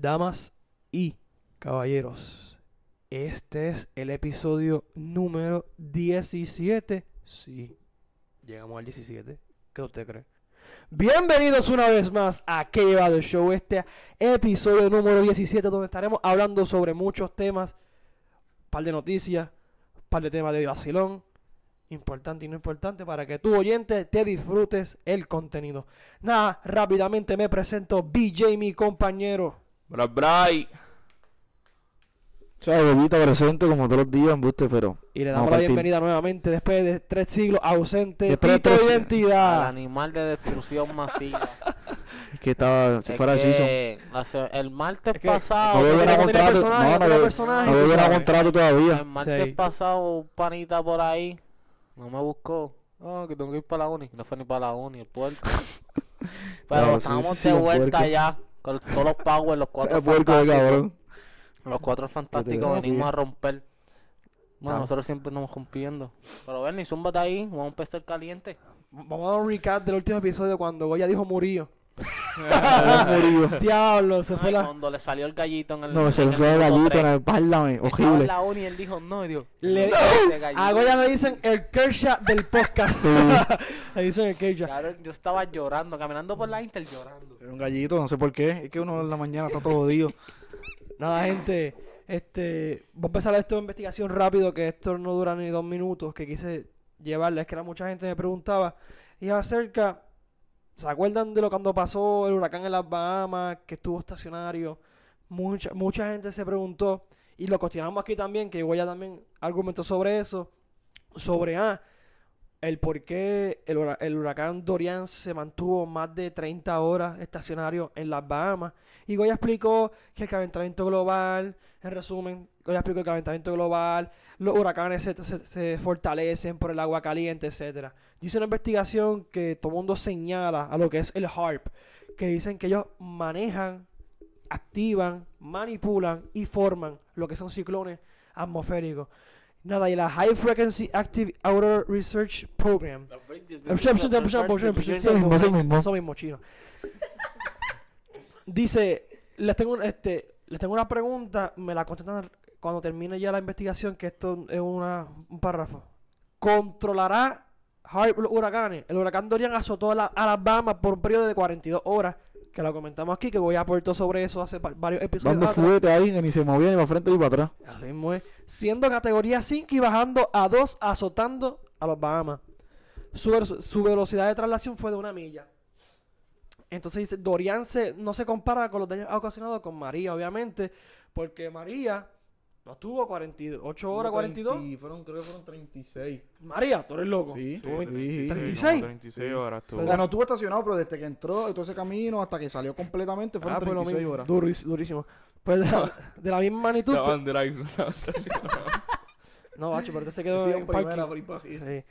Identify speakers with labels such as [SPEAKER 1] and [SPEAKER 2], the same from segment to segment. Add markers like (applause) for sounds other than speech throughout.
[SPEAKER 1] damas y caballeros. Este es el episodio número 17. Sí, llegamos al 17. ¿Qué usted cree? Bienvenidos una vez más a ¿Qué lleva el show? Este episodio número 17 donde estaremos hablando sobre muchos temas, par de noticias, par de temas de vacilón, importante y no importante para que tú oyente te disfrutes el contenido. Nada, rápidamente me presento BJ mi compañero.
[SPEAKER 2] Bra, bray.
[SPEAKER 3] O sea, Bellita presente como todos los días, embuste, pero.
[SPEAKER 1] Y le
[SPEAKER 3] vamos
[SPEAKER 1] damos la
[SPEAKER 3] a partir.
[SPEAKER 1] bienvenida nuevamente después de tres siglos ausente
[SPEAKER 3] Después de
[SPEAKER 1] Tito
[SPEAKER 3] tres- Ah.
[SPEAKER 1] identidad.
[SPEAKER 4] Al animal de destrucción masiva.
[SPEAKER 3] Es que estaba. (laughs) Si
[SPEAKER 4] Es
[SPEAKER 3] fuera así, season.
[SPEAKER 4] que hace- el martes
[SPEAKER 1] Es que-
[SPEAKER 3] No
[SPEAKER 4] pasado,
[SPEAKER 3] veo
[SPEAKER 1] tiene
[SPEAKER 3] a contrato.
[SPEAKER 1] personaje,
[SPEAKER 3] No,
[SPEAKER 1] no
[SPEAKER 3] no
[SPEAKER 1] tiene
[SPEAKER 3] veo-
[SPEAKER 1] personaje,
[SPEAKER 3] No
[SPEAKER 1] tú
[SPEAKER 3] veo a
[SPEAKER 1] sabes.
[SPEAKER 3] contrato
[SPEAKER 4] el
[SPEAKER 3] todavía.
[SPEAKER 4] martes
[SPEAKER 1] Sí.
[SPEAKER 4] pasado un panita por ahí no me buscó. Ah, que tengo que ir para la uni. No fue ni para la uni, el
[SPEAKER 3] (laughs)
[SPEAKER 4] puerco. Pero
[SPEAKER 3] Claro, sí,
[SPEAKER 4] estamos
[SPEAKER 3] sí, sí,
[SPEAKER 4] de
[SPEAKER 3] un
[SPEAKER 4] vuelta
[SPEAKER 3] puerco.
[SPEAKER 4] ya. Con todos los powers, los
[SPEAKER 3] (laughs)
[SPEAKER 4] cuatro
[SPEAKER 3] Es puerco de
[SPEAKER 4] fantásticos.
[SPEAKER 3] cabrón.
[SPEAKER 4] Los cuatro fantásticos
[SPEAKER 3] grabo,
[SPEAKER 4] venimos
[SPEAKER 3] tío.
[SPEAKER 4] a romper. Bueno,
[SPEAKER 1] Estamos.
[SPEAKER 4] nosotros siempre nos rompiendo. Pero Bernie, zúmbate ahí. Vamos a empezar caliente.
[SPEAKER 1] Vamos a dar un recap del último episodio cuando Goya dijo
[SPEAKER 3] (laughs)
[SPEAKER 1] Murillo.
[SPEAKER 3] Murió.
[SPEAKER 1] Diablo, se fue
[SPEAKER 4] Ay,
[SPEAKER 1] la.
[SPEAKER 4] Cuando le salió el gallito en el.
[SPEAKER 3] No, se
[SPEAKER 4] en
[SPEAKER 3] le quedó el
[SPEAKER 4] minuto
[SPEAKER 3] gallito
[SPEAKER 4] tres.
[SPEAKER 3] en el parlame.
[SPEAKER 4] Estaba en
[SPEAKER 3] Horrible.
[SPEAKER 4] la uni y él dijo no, y dijo,
[SPEAKER 1] Le-
[SPEAKER 4] "No, este
[SPEAKER 1] A
[SPEAKER 4] gallito".
[SPEAKER 1] Goya le dicen el Kershaw del podcast. (laughs) le dicen el Kershaw.
[SPEAKER 4] Cabrón, yo estaba llorando, caminando por la Inter llorando.
[SPEAKER 3] Era un gallito, no sé por qué. Es que uno en la mañana está todo jodido.
[SPEAKER 1] Nada, gente. Este, voy a empezar esto de investigación rápido, que esto no dura ni dos minutos, que quise llevarles, que era mucha gente me preguntaba. Y es acerca, ¿se acuerdan de lo cuando pasó el huracán en las Bahamas, que estuvo estacionario? Mucha, mucha gente se preguntó, y lo cuestionamos aquí también, que Goya también argumentó sobre eso, sobre, ah, el por qué el, hura- el huracán Dorian se mantuvo más de 30 horas estacionario en las Bahamas. Y Goya explicó que el calentamiento global, en resumen, Goya explicó el calentamiento global, los huracanes se, se- se fortalecen por el agua caliente, etcétera. Dice una investigación que todo el mundo señala a lo que es el HARP, que dicen que ellos manejan, activan, manipulan y forman lo que son ciclones atmosféricos. Nada, y la High Frequency Active Outer Research Program.
[SPEAKER 3] Eso mismo, eso mismo.
[SPEAKER 1] Eso mismo, chino. Dice, les tengo, un- este, les tengo una pregunta, me la contestan cuando termine ya la investigación, que esto es una, un párrafo. ¿Controlará Harvey los huracanes? El huracán Dorian azotó a la- Alabama por un periodo de 42 horas, que lo comentamos aquí, que voy a aportar sobre eso hace par- varios episodios.
[SPEAKER 3] (laughs) Dando
[SPEAKER 1] atrás.
[SPEAKER 3] fuete ahí que ni se movía ni para frente ni para atrás.
[SPEAKER 1] Así mismo es. Siendo categoría 5 y bajando a 2, azotando a los Bahamas. Su, velo- su velocidad de traslación fue de una milla. Entonces dice, Dorian se- no se compara con los daños ocasionados con María, obviamente, porque María no estuvo 48 horas, 42.
[SPEAKER 3] Fueron, creo que fueron 36.
[SPEAKER 1] María, tú eres loco.
[SPEAKER 3] Sí.
[SPEAKER 1] Tuvo
[SPEAKER 3] Sí,
[SPEAKER 1] veinte-
[SPEAKER 3] sí, sí.
[SPEAKER 1] 36.
[SPEAKER 2] 36 horas tú.
[SPEAKER 1] O
[SPEAKER 3] O
[SPEAKER 1] sea,
[SPEAKER 3] sea, no estuvo estacionado, pero desde que entró de todo ese camino hasta que salió completamente fueron
[SPEAKER 1] Ah, pues lo
[SPEAKER 3] 36
[SPEAKER 1] mismo.
[SPEAKER 3] horas.
[SPEAKER 1] Duris- durísimo. Pues de la, de la misma
[SPEAKER 2] (laughs)
[SPEAKER 1] magnitud.
[SPEAKER 2] La
[SPEAKER 1] pues-
[SPEAKER 2] bandera ahí, la
[SPEAKER 1] (laughs)
[SPEAKER 2] estación.
[SPEAKER 1] no, bacho, pero este se quedó
[SPEAKER 3] Hicieron
[SPEAKER 1] en parking.
[SPEAKER 3] primera, por ahí para-
[SPEAKER 1] Sí.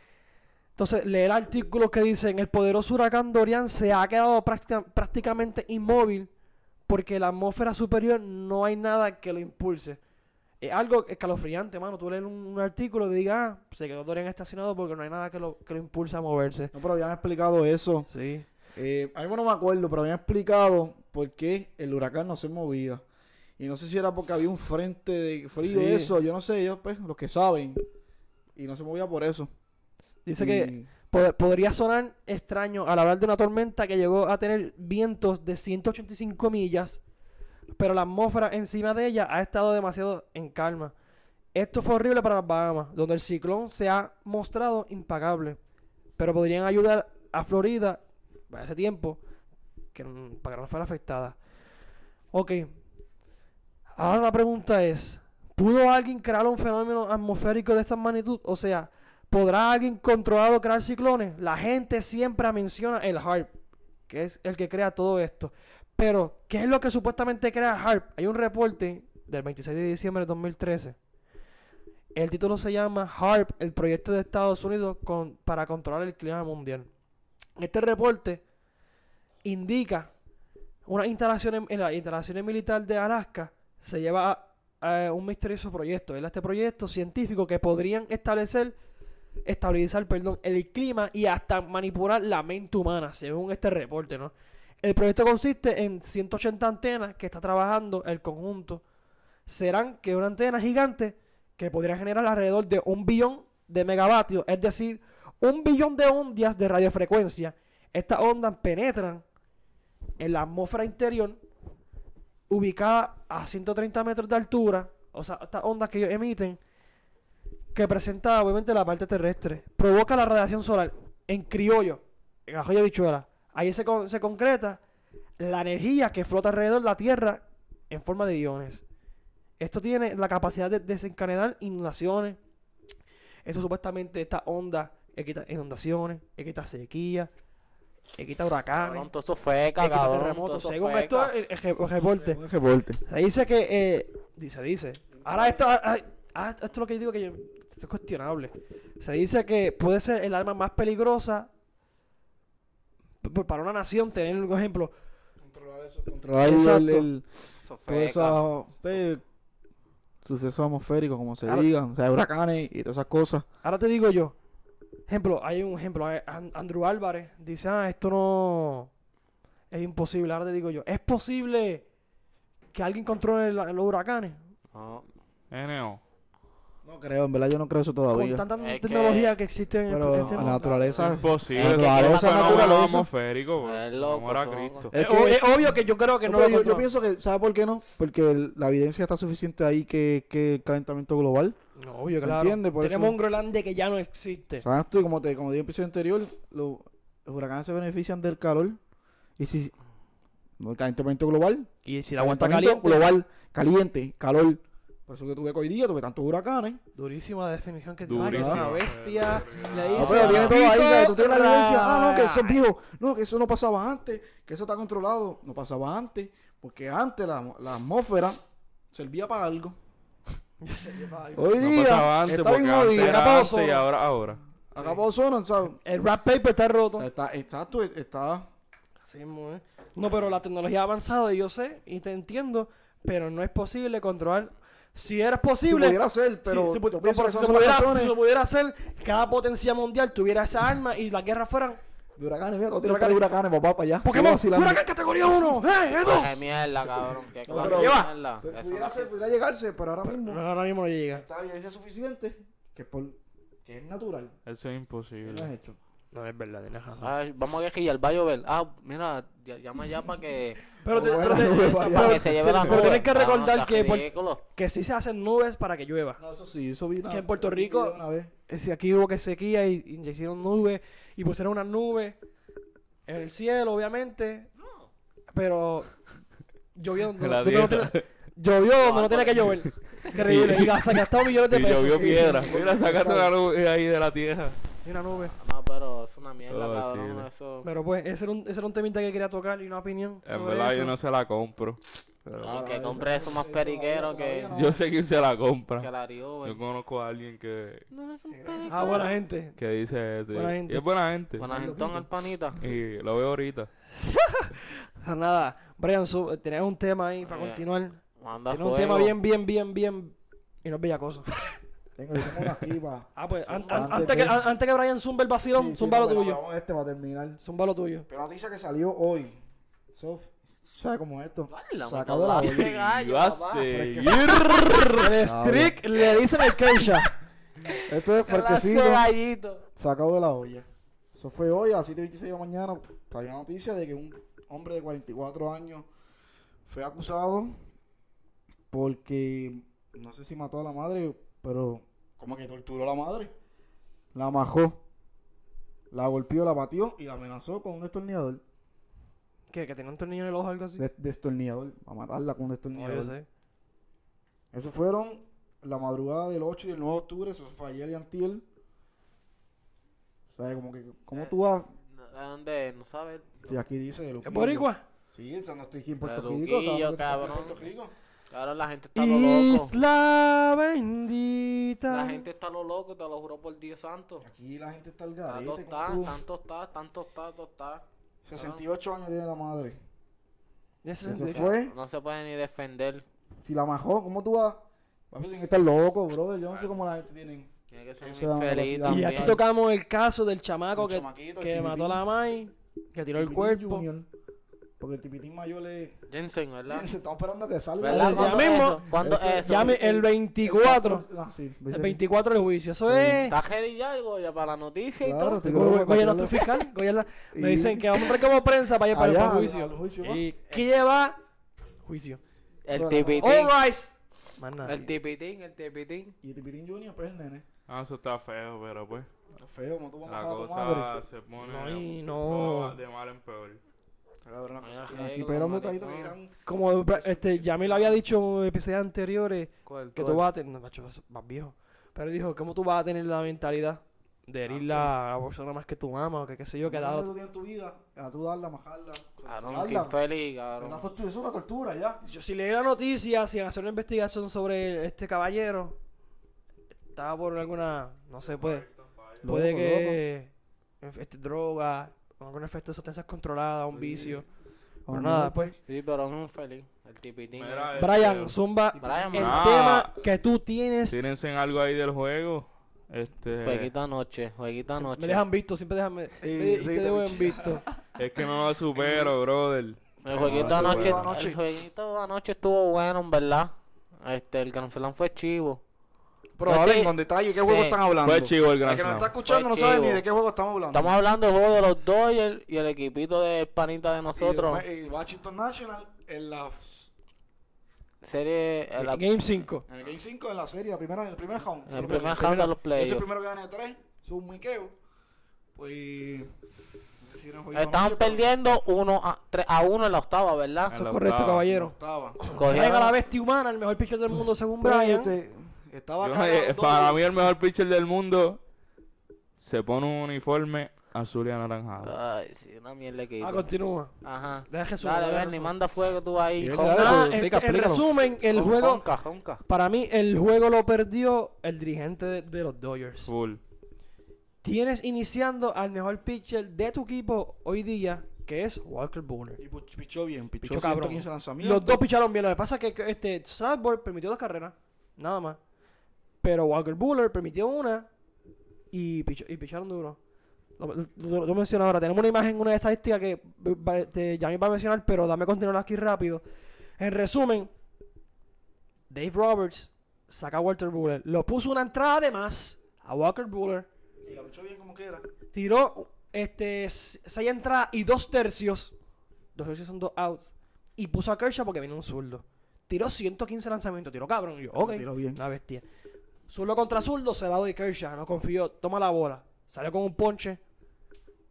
[SPEAKER 1] Entonces, leer artículos que dicen el poderoso huracán Dorian se ha quedado práctica- prácticamente inmóvil porque en la atmósfera superior no hay nada que lo impulse. Es algo escalofriante, mano. Tú lees un, un artículo y digas, ah, se quedó Dorian estacionado porque no hay nada que lo, que lo impulse a moverse.
[SPEAKER 3] No, pero habían explicado eso.
[SPEAKER 1] Sí.
[SPEAKER 3] Eh, a mí no me acuerdo, pero habían explicado por qué el huracán no se movía. Y no sé si era porque había un frente de frío,
[SPEAKER 1] Sí.
[SPEAKER 3] eso, yo no sé, ellos pues, los que saben. Y no se movía por eso.
[SPEAKER 1] Dice
[SPEAKER 3] Y-
[SPEAKER 1] que pod- podría sonar extraño al hablar de una tormenta que llegó a tener vientos de 185 millas, pero la atmósfera encima de ella ha estado demasiado en calma. Esto fue horrible para las Bahamas, donde el ciclón se ha mostrado impagable, pero podrían ayudar a Florida para ese tiempo que no- para que no fuera afectada. Ok. Ahora la pregunta es, ¿pudo alguien crear un fenómeno atmosférico de esta magnitud? O sea, ¿podrá alguien controlado crear ciclones? La gente siempre menciona el HARP, que es el que crea todo esto. Pero, ¿qué es lo que supuestamente crea HARP? Hay un reporte del 26 de diciembre de 2013. El título se llama HARP, el proyecto de Estados Unidos con- para controlar el clima mundial. Este reporte indica unas instalaciones en las instalaciones militares de Alaska se lleva a, a un misterioso proyecto. Era este proyecto científico que podrían establecer, estabilizar, perdón, el clima y hasta manipular la mente humana, según este reporte, ¿no? El proyecto consiste en 180 antenas que está trabajando el conjunto. Serán que una antena gigante que podría generar alrededor de un billón de megavatios, es decir, un billón de ondas de radiofrecuencia. Estas ondas penetran en la atmósfera interior ubicada a 130 metros de altura, o sea, estas ondas que ellos emiten, que presenta obviamente la parte terrestre, provoca la radiación solar en criollo, en ajo y bichuela. Ahí se, con- se concreta la energía que flota alrededor de la Tierra en forma de iones. Esto tiene la capacidad de desencadenar inundaciones. Esto supuestamente, esta onda, eh, quita inundaciones, eh, quita sequía, eh, quita huracanes,
[SPEAKER 4] Cabrón, todo eso feca,
[SPEAKER 1] eh, quita
[SPEAKER 4] cabrón.
[SPEAKER 1] terremotos.
[SPEAKER 4] todo eso
[SPEAKER 1] Según
[SPEAKER 4] feca.
[SPEAKER 1] esto, el, el re- el reporte.
[SPEAKER 3] Un reporte.
[SPEAKER 1] Se dice que. eh, dice, dice. Ahora esto, ah, ah, ah, esto es lo que digo que yo- esto es cuestionable. Se dice que puede ser el arma más peligrosa p- p- para una nación tener, por ejemplo,
[SPEAKER 3] Controlar eso. Controlar el-
[SPEAKER 1] Exacto.
[SPEAKER 3] el, el-
[SPEAKER 4] Eso
[SPEAKER 3] todo
[SPEAKER 4] feca.
[SPEAKER 3] eso, eh, sucesos atmosféricos, como se
[SPEAKER 1] Claro.
[SPEAKER 3] digan, o sea, huracanes y todas esas cosas.
[SPEAKER 1] ahora te digo yo. Ejemplo, hay un ejemplo, hay- An- Andrew Álvarez dice, ah, esto no es imposible. Ahora te digo yo, ¿es posible que alguien controle la- los huracanes?
[SPEAKER 4] No,
[SPEAKER 2] NO.
[SPEAKER 3] No creo, en verdad yo no creo eso todavía.
[SPEAKER 1] Con tanta
[SPEAKER 4] Es que-
[SPEAKER 1] tecnología que, existe en el-
[SPEAKER 3] Pero
[SPEAKER 1] este
[SPEAKER 3] la
[SPEAKER 1] mundo.
[SPEAKER 3] naturaleza.
[SPEAKER 2] Imposible.
[SPEAKER 4] Es
[SPEAKER 2] eso
[SPEAKER 4] que
[SPEAKER 2] es
[SPEAKER 4] naturaleza,
[SPEAKER 2] un fenómeno
[SPEAKER 3] naturaleza.
[SPEAKER 2] atmosférico, bro.
[SPEAKER 4] Es loco,
[SPEAKER 2] Amor a
[SPEAKER 4] son-
[SPEAKER 2] Cristo.
[SPEAKER 3] Es
[SPEAKER 1] Eh,
[SPEAKER 3] que-
[SPEAKER 1] o- es obvio que yo creo que
[SPEAKER 3] No,
[SPEAKER 1] no,
[SPEAKER 3] pero
[SPEAKER 1] lo
[SPEAKER 3] yo, yo
[SPEAKER 1] controlan.
[SPEAKER 3] pienso que, ¿sabe por qué no? Porque el- la evidencia está suficiente ahí que, que el calentamiento global.
[SPEAKER 1] No, obvio,
[SPEAKER 3] ¿Me
[SPEAKER 1] claro.
[SPEAKER 3] entiendes? Por
[SPEAKER 1] Tenemos
[SPEAKER 3] eso-
[SPEAKER 1] un Groenlandia que ya no existe.
[SPEAKER 3] ¿Sabes tú? Como, te, como dije en el episodio anterior, lo- los huracanes se benefician del calor. Y si. No, el calentamiento global.
[SPEAKER 1] Y si la aguanta
[SPEAKER 3] calentamiento
[SPEAKER 1] caliente,
[SPEAKER 3] global, caliente, calor. Por eso que tuve hoy día, tuve tantos huracanes.
[SPEAKER 1] durísima la definición que tiene.
[SPEAKER 2] Durísimo.
[SPEAKER 1] Una bestia. Le
[SPEAKER 3] Ah,
[SPEAKER 1] dice,
[SPEAKER 3] pero tiene todo ahí, ¿sabes? Tú tienes la
[SPEAKER 1] "Pito,
[SPEAKER 3] evidencia. Ah, no, que
[SPEAKER 1] ra-".
[SPEAKER 3] eso es viejo. No, que eso no pasaba antes. Que eso está controlado. No pasaba antes. Porque antes la, la atmósfera servía para algo.
[SPEAKER 1] Ya se lleva algo.
[SPEAKER 3] Hoy
[SPEAKER 2] No pasaba
[SPEAKER 3] día
[SPEAKER 2] antes
[SPEAKER 3] está bien
[SPEAKER 2] porque antes
[SPEAKER 1] Acá
[SPEAKER 3] jodida.
[SPEAKER 2] era
[SPEAKER 1] pasó
[SPEAKER 2] antes y
[SPEAKER 1] solo.
[SPEAKER 2] ahora ahora.
[SPEAKER 3] Acá para ozono, ¿sabes?
[SPEAKER 1] El rap paper está roto.
[SPEAKER 3] Está, está, exacto, está.
[SPEAKER 1] Así mismo, ¿eh? No, pero la tecnología ha avanzado, y yo sé, y te entiendo, pero no es posible controlar. Si era
[SPEAKER 3] Si
[SPEAKER 1] posible,
[SPEAKER 3] pudiera ser,
[SPEAKER 1] si-
[SPEAKER 3] pero.
[SPEAKER 1] si,
[SPEAKER 3] yo
[SPEAKER 1] pu- no,
[SPEAKER 3] pienso
[SPEAKER 1] pero
[SPEAKER 3] que
[SPEAKER 1] si
[SPEAKER 3] esas
[SPEAKER 1] se
[SPEAKER 3] son las
[SPEAKER 1] pudiera,
[SPEAKER 3] razones
[SPEAKER 1] si se pudiera hacer, cada potencia mundial tuviera esa arma y las guerras fueran.
[SPEAKER 3] De huracanes, mira, todo tiene tres huracanes, papá, para allá.
[SPEAKER 1] Pokémon,
[SPEAKER 3] Sigo vacilando.
[SPEAKER 1] huracán categoría 1, ¡eh, eh, dos!
[SPEAKER 4] Qué mierda, cabrón. Qué
[SPEAKER 3] No,
[SPEAKER 4] clase
[SPEAKER 3] pero-
[SPEAKER 4] de mierda.
[SPEAKER 3] Pues
[SPEAKER 4] Eso
[SPEAKER 3] pudiera
[SPEAKER 4] no-
[SPEAKER 3] ser, pudiera llegarse, pero ahora mismo
[SPEAKER 1] No, ahora mismo no llega.
[SPEAKER 3] está la evidencia suficiente que, por, que es natural.
[SPEAKER 2] Eso
[SPEAKER 3] que
[SPEAKER 2] es
[SPEAKER 3] lo has
[SPEAKER 2] (laughs) imposible.
[SPEAKER 3] hecho.
[SPEAKER 1] No es verdad, tienes razón.
[SPEAKER 4] Ay, vamos a viajar, va a llover. Ah, mira, ya- llama ya para que,
[SPEAKER 1] Pero, te-
[SPEAKER 3] No,
[SPEAKER 1] pero
[SPEAKER 3] bueno,
[SPEAKER 1] te-
[SPEAKER 3] no me vaya.
[SPEAKER 1] pero-
[SPEAKER 4] para que se lleve la
[SPEAKER 1] pero tienes que recordar que por-
[SPEAKER 4] Por...
[SPEAKER 1] que sí se hacen nubes para que llueva.
[SPEAKER 3] No, eso sí, eso vi una-
[SPEAKER 1] Que en Puerto
[SPEAKER 3] vi un
[SPEAKER 1] Rico-
[SPEAKER 3] video Una vez.
[SPEAKER 1] Eh, Si aquí hubo que sequía y, y hicieron nubes y pusieron unas nubes en el cielo, obviamente. Pero llovió donde
[SPEAKER 2] (laughs) La
[SPEAKER 1] donde no
[SPEAKER 2] tierra.
[SPEAKER 1] tiene- llovió donde no tiene que llover. Terrible. Y gasta- gastado millones de
[SPEAKER 2] Y
[SPEAKER 1] pesos. (laughs)
[SPEAKER 2] llovió piedra. Mira, sacaste
[SPEAKER 3] Claro.
[SPEAKER 2] la luz ahí de la tierra.
[SPEAKER 1] Y una nube.
[SPEAKER 4] No, pero es una mierda,
[SPEAKER 2] Todo
[SPEAKER 4] cabrón.
[SPEAKER 2] así,
[SPEAKER 4] Eso.
[SPEAKER 1] Pero pues, ese era un, ese era un temita que quería tocar y una opinión.
[SPEAKER 2] En
[SPEAKER 1] sobre
[SPEAKER 2] verdad
[SPEAKER 1] eso.
[SPEAKER 2] yo no se la compro.
[SPEAKER 3] Claro,
[SPEAKER 4] que
[SPEAKER 3] eso-
[SPEAKER 4] compre eso más
[SPEAKER 3] eh,
[SPEAKER 4] periquero
[SPEAKER 3] todavía-
[SPEAKER 4] que,
[SPEAKER 3] todavía
[SPEAKER 1] Ah.
[SPEAKER 3] no.
[SPEAKER 2] Yo sé quién se la
[SPEAKER 4] que
[SPEAKER 2] compra.
[SPEAKER 4] la Rio,
[SPEAKER 2] Yo conozco a alguien que,
[SPEAKER 1] Ah, buena gente.
[SPEAKER 2] que dice eso. y-
[SPEAKER 1] Buena gente.
[SPEAKER 2] Y es buena gente.
[SPEAKER 4] Buena gentón al panita.
[SPEAKER 2] Y lo veo ahorita.
[SPEAKER 1] Ah, Nada, Brian, su- tenías un tema ahí para
[SPEAKER 4] Eh,
[SPEAKER 1] continuar.
[SPEAKER 4] Manda
[SPEAKER 1] Tienes un tema bien, bien, bien, bien. Y no es bellacoso.
[SPEAKER 3] Tengo, yo tengo una aquí
[SPEAKER 1] (laughs)
[SPEAKER 3] para.
[SPEAKER 1] Ah, pues, an-
[SPEAKER 3] Zumba.
[SPEAKER 1] an- antes, que, an- antes que Brian zumba el vacío, zumba lo tuyo.
[SPEAKER 3] Vamos a este para terminar.
[SPEAKER 1] Zumba lo tuyo.
[SPEAKER 3] Pero noticia que salió hoy. Sof, ¿sabes cómo es esto? Sacado de la olla.
[SPEAKER 4] de gallo,
[SPEAKER 2] Iba a
[SPEAKER 4] papá.
[SPEAKER 2] seguir.
[SPEAKER 1] El streak le dicen el Keisha.
[SPEAKER 4] (laughs)
[SPEAKER 3] Esto es
[SPEAKER 4] Clase
[SPEAKER 3] fuertecito,
[SPEAKER 4] de gallito.
[SPEAKER 3] sacado de la olla. Eso fue hoy a las 7.26 de la mañana. Salió una noticia de que un hombre de 44 años fue acusado porque, no sé si mató a la madre, pero como que torturó a la madre. La majó, la golpeó, la batió y la amenazó con un destornillador.
[SPEAKER 1] ¿Qué? ¿Que tenía un tornillo en el ojo o algo así?
[SPEAKER 3] Des- destornillador, a matarla con un
[SPEAKER 1] No, yo
[SPEAKER 3] destornillador.
[SPEAKER 1] sé.
[SPEAKER 3] Eso fueron la madrugada del 8 y el 9 de octubre, eso fue ayer y antier. O sea, como que,
[SPEAKER 1] Eh.
[SPEAKER 3] ¿cómo tú vas?
[SPEAKER 4] ¿A dónde? No sabes.
[SPEAKER 3] Si aquí dice de Luquillo.
[SPEAKER 1] ¿Es boricua?
[SPEAKER 3] Sí, eso no estoy aquí en Puerto
[SPEAKER 4] De
[SPEAKER 3] Rico. estaba
[SPEAKER 4] Luquillo,
[SPEAKER 3] hablando que estoy aquí
[SPEAKER 4] cabrón.
[SPEAKER 3] en Puerto Rico.
[SPEAKER 4] Claro, la gente está a lo loco.
[SPEAKER 1] Isla bendita.
[SPEAKER 4] La gente está a lo loco, te lo juro por Dios santo.
[SPEAKER 3] Aquí la gente está al
[SPEAKER 4] Está
[SPEAKER 3] garete.
[SPEAKER 4] tostada,
[SPEAKER 3] como tú.
[SPEAKER 4] están tostadas, están tostadas, tostadas.
[SPEAKER 3] 68 años tiene la madre.
[SPEAKER 1] En ese
[SPEAKER 3] Eso
[SPEAKER 1] sentido.
[SPEAKER 3] fue.
[SPEAKER 4] No se puede ni defender.
[SPEAKER 3] Si la majó, ¿cómo tú vas? Papi, tienen que estar loco, brother. Yo no sé cómo la gente tiene.
[SPEAKER 4] Tiene que ser
[SPEAKER 3] Esa
[SPEAKER 4] un infeliz
[SPEAKER 3] velocidad.
[SPEAKER 1] Y
[SPEAKER 4] también.
[SPEAKER 1] aquí tocamos el caso del chamaco
[SPEAKER 3] El
[SPEAKER 1] que,
[SPEAKER 3] chamaquito, el
[SPEAKER 1] que mató a
[SPEAKER 3] tiritín.
[SPEAKER 1] la May, que tiró el
[SPEAKER 3] Pitín
[SPEAKER 1] cuerpo.
[SPEAKER 3] Junior. Porque el tipitín mayor le.
[SPEAKER 4] Jensen, ¿verdad?
[SPEAKER 3] (laughs) Se está esperando a que salga.
[SPEAKER 4] ¿Verdad?
[SPEAKER 1] Ya
[SPEAKER 4] ¿Cuándo es
[SPEAKER 1] mismo.
[SPEAKER 4] eso? ¿Cuándo es
[SPEAKER 3] Ese-
[SPEAKER 4] eso?
[SPEAKER 1] Llame
[SPEAKER 3] el-
[SPEAKER 1] el 24.
[SPEAKER 3] Ah, sí,
[SPEAKER 1] El 24 del juicio. Eso
[SPEAKER 3] Sí.
[SPEAKER 1] es.
[SPEAKER 4] ¿Estás ready ya, Goya, para la noticia y
[SPEAKER 3] Claro,
[SPEAKER 4] todo?
[SPEAKER 3] estoy-
[SPEAKER 1] Goya- Goya
[SPEAKER 3] Goya-
[SPEAKER 1] nuestro fiscal. Goya la- Me
[SPEAKER 3] Y- Ah,
[SPEAKER 1] dicen que vamos a entrar como prensa para ir para
[SPEAKER 3] Allá,
[SPEAKER 1] el juicio.
[SPEAKER 3] al- al juicio, va.
[SPEAKER 1] ¿Y qué lleva? Juicio.
[SPEAKER 4] El
[SPEAKER 3] Bueno,
[SPEAKER 4] tipitín.
[SPEAKER 1] All rise. Más nada.
[SPEAKER 4] El tipitín, el tipitín.
[SPEAKER 3] Y el tipitín junior, pues el nene.
[SPEAKER 2] Ah, eso está feo, pero pues.
[SPEAKER 3] Feo, como tú vas a
[SPEAKER 2] La
[SPEAKER 3] matar a tu
[SPEAKER 2] cosa
[SPEAKER 3] madre.
[SPEAKER 2] se pone.
[SPEAKER 1] No, y
[SPEAKER 2] todo
[SPEAKER 1] no.
[SPEAKER 2] va De mal en peor.
[SPEAKER 3] Cabrón, una cosa
[SPEAKER 4] Mira,
[SPEAKER 3] así.
[SPEAKER 4] eh,
[SPEAKER 3] Aquí,
[SPEAKER 4] la
[SPEAKER 3] pero un detallito que
[SPEAKER 4] maricona.
[SPEAKER 3] dirán.
[SPEAKER 1] Como este, Yamil había dicho en episodios anteriores
[SPEAKER 4] ¿Cuál,
[SPEAKER 1] que
[SPEAKER 4] cuál?
[SPEAKER 1] tú vas a tener. No, macho, eso es más viejo. Pero dijo, ¿cómo tú vas a tener la mentalidad de herir la, la persona más que tu mamá o que qué sé yo? Que ha
[SPEAKER 3] Imagínate
[SPEAKER 1] dado.
[SPEAKER 3] tú tienes tu vida, a tú darla, majarla,
[SPEAKER 4] Cabrón, qué
[SPEAKER 3] torturarla.
[SPEAKER 4] infeliz,
[SPEAKER 3] Pero la
[SPEAKER 4] cabrón.
[SPEAKER 3] tortura- eso es una tortura ya.
[SPEAKER 1] Yo, si leí la noticia sin hacer una investigación sobre este caballero, estaba por alguna. No sé, pues, puede.
[SPEAKER 3] Loco,
[SPEAKER 1] Puede
[SPEAKER 3] loco.
[SPEAKER 1] que enf- este, droga, algún efecto de sustancias controladas, un vicio.
[SPEAKER 3] Ah,
[SPEAKER 1] Pero nada, pues.
[SPEAKER 4] Sí, pero es un infeliz. El tipitín.
[SPEAKER 2] Mira,
[SPEAKER 4] ese.
[SPEAKER 2] eh,
[SPEAKER 1] Brian,
[SPEAKER 2] Pero-
[SPEAKER 1] Zumba,
[SPEAKER 4] Brian,
[SPEAKER 1] el
[SPEAKER 4] mano.
[SPEAKER 2] Ah.
[SPEAKER 1] tema que tú tienes.
[SPEAKER 2] Tírense en algo ahí del juego. Este.
[SPEAKER 4] Jueguita noche, jueguita noche.
[SPEAKER 1] Me dejan visto, siempre dejan. Me, me-
[SPEAKER 3] sí,
[SPEAKER 1] y
[SPEAKER 3] te
[SPEAKER 1] te debo
[SPEAKER 3] piché.
[SPEAKER 1] en visto.
[SPEAKER 3] (laughs)
[SPEAKER 2] Es que no lo supero, brother.
[SPEAKER 4] El jueguito
[SPEAKER 3] Ah,
[SPEAKER 4] anoche,
[SPEAKER 3] el juego anoche.
[SPEAKER 4] el jueguito anoche estuvo bueno, en verdad. Este, el Grand Slam fue chivo.
[SPEAKER 3] Pero
[SPEAKER 4] Pues
[SPEAKER 3] hablen
[SPEAKER 4] que-
[SPEAKER 3] con detalle qué juego
[SPEAKER 4] sí.
[SPEAKER 3] están hablando.
[SPEAKER 2] Fue chivo Pues, el
[SPEAKER 3] El
[SPEAKER 2] gran
[SPEAKER 3] que nos está
[SPEAKER 2] slam.
[SPEAKER 3] escuchando no
[SPEAKER 4] Fue
[SPEAKER 3] sabe
[SPEAKER 4] chivo.
[SPEAKER 3] ni de qué juego estamos hablando.
[SPEAKER 4] Pues, Estamos hablando del juego de los Dodgers y el equipito del panita de
[SPEAKER 3] Y el
[SPEAKER 4] nosotros.
[SPEAKER 3] ma- y Washington National en la
[SPEAKER 4] Serie, el,
[SPEAKER 1] Game 5.
[SPEAKER 3] en el Game 5 en la serie, la primera, el primer round.
[SPEAKER 4] el primer round de los
[SPEAKER 3] Ese
[SPEAKER 4] playoffs.
[SPEAKER 3] primero que gane 3, es un miqueo. Pues no sé si era un jueguito
[SPEAKER 4] Estaban
[SPEAKER 3] anoche, pero
[SPEAKER 4] perdiendo 1 a 3 a 1 en la octava, ¿verdad?
[SPEAKER 1] Eso
[SPEAKER 2] la
[SPEAKER 1] es correcto,
[SPEAKER 2] octava.
[SPEAKER 1] caballero.
[SPEAKER 3] Estaba.
[SPEAKER 1] Traiga la
[SPEAKER 4] Cogieron,
[SPEAKER 1] bestia humana, el mejor pitcher del mundo según
[SPEAKER 3] Brian,
[SPEAKER 1] Brian.
[SPEAKER 3] este, estaba
[SPEAKER 2] Yo no
[SPEAKER 3] cagado
[SPEAKER 4] eh,
[SPEAKER 2] sé,
[SPEAKER 3] todo.
[SPEAKER 2] para mí el mejor pitcher del mundo se pone un uniforme azul y anaranjado.
[SPEAKER 4] ay, sí, una mierda de equipo.
[SPEAKER 1] Ah, continúa.
[SPEAKER 4] Ajá.
[SPEAKER 1] Deja que suba,
[SPEAKER 4] Dale,
[SPEAKER 1] deja que
[SPEAKER 4] Bernie,
[SPEAKER 1] suba.
[SPEAKER 4] manda fuego tú ahí.
[SPEAKER 3] Bernie,
[SPEAKER 4] Con-
[SPEAKER 3] dale,
[SPEAKER 1] Ah,
[SPEAKER 3] pero
[SPEAKER 1] el-
[SPEAKER 3] explica,
[SPEAKER 1] en
[SPEAKER 3] explícalo.
[SPEAKER 1] resumen, el
[SPEAKER 4] con-
[SPEAKER 1] juego.
[SPEAKER 4] Ronca, ronca.
[SPEAKER 1] Para mí, el juego lo perdió el dirigente de, de los Dodgers.
[SPEAKER 2] Full.
[SPEAKER 1] Tienes iniciando al mejor pitcher de tu equipo hoy día, que es Walker Buehler.
[SPEAKER 3] Y pu- pichó bien, pichó,
[SPEAKER 1] Pichó cabrón.
[SPEAKER 3] 115 lanzamientos.
[SPEAKER 1] Los dos picharon bien. Lo que pasa es que que, este, Strasburg permitió dos carreras, nada más. Pero Walker Buehler permitió una y, pichó- y picharon duro. Lo, lo- lo menciono ahora. Tenemos una imagen, una estadística que va- este, ya me va a mencionar, pero dame continuar aquí rápido. En resumen, Dave Roberts saca a Walter Buehler. Lo puso una entrada de más a Walker Buehler.
[SPEAKER 3] Y la pichó bien como quiera.
[SPEAKER 1] Tiró este, s- seis entradas y dos tercios. Dos tercios son dos outs. Y puso a Kershaw porque viene un zurdo. Tiró 115 lanzamientos. Tiró cabrón. Y yo, ok.
[SPEAKER 3] La tiró bien.
[SPEAKER 1] Una bestia. Zurdo contra zurdo, se la doy Kershaw. No confió. Toma la bola. Salió con un ponche.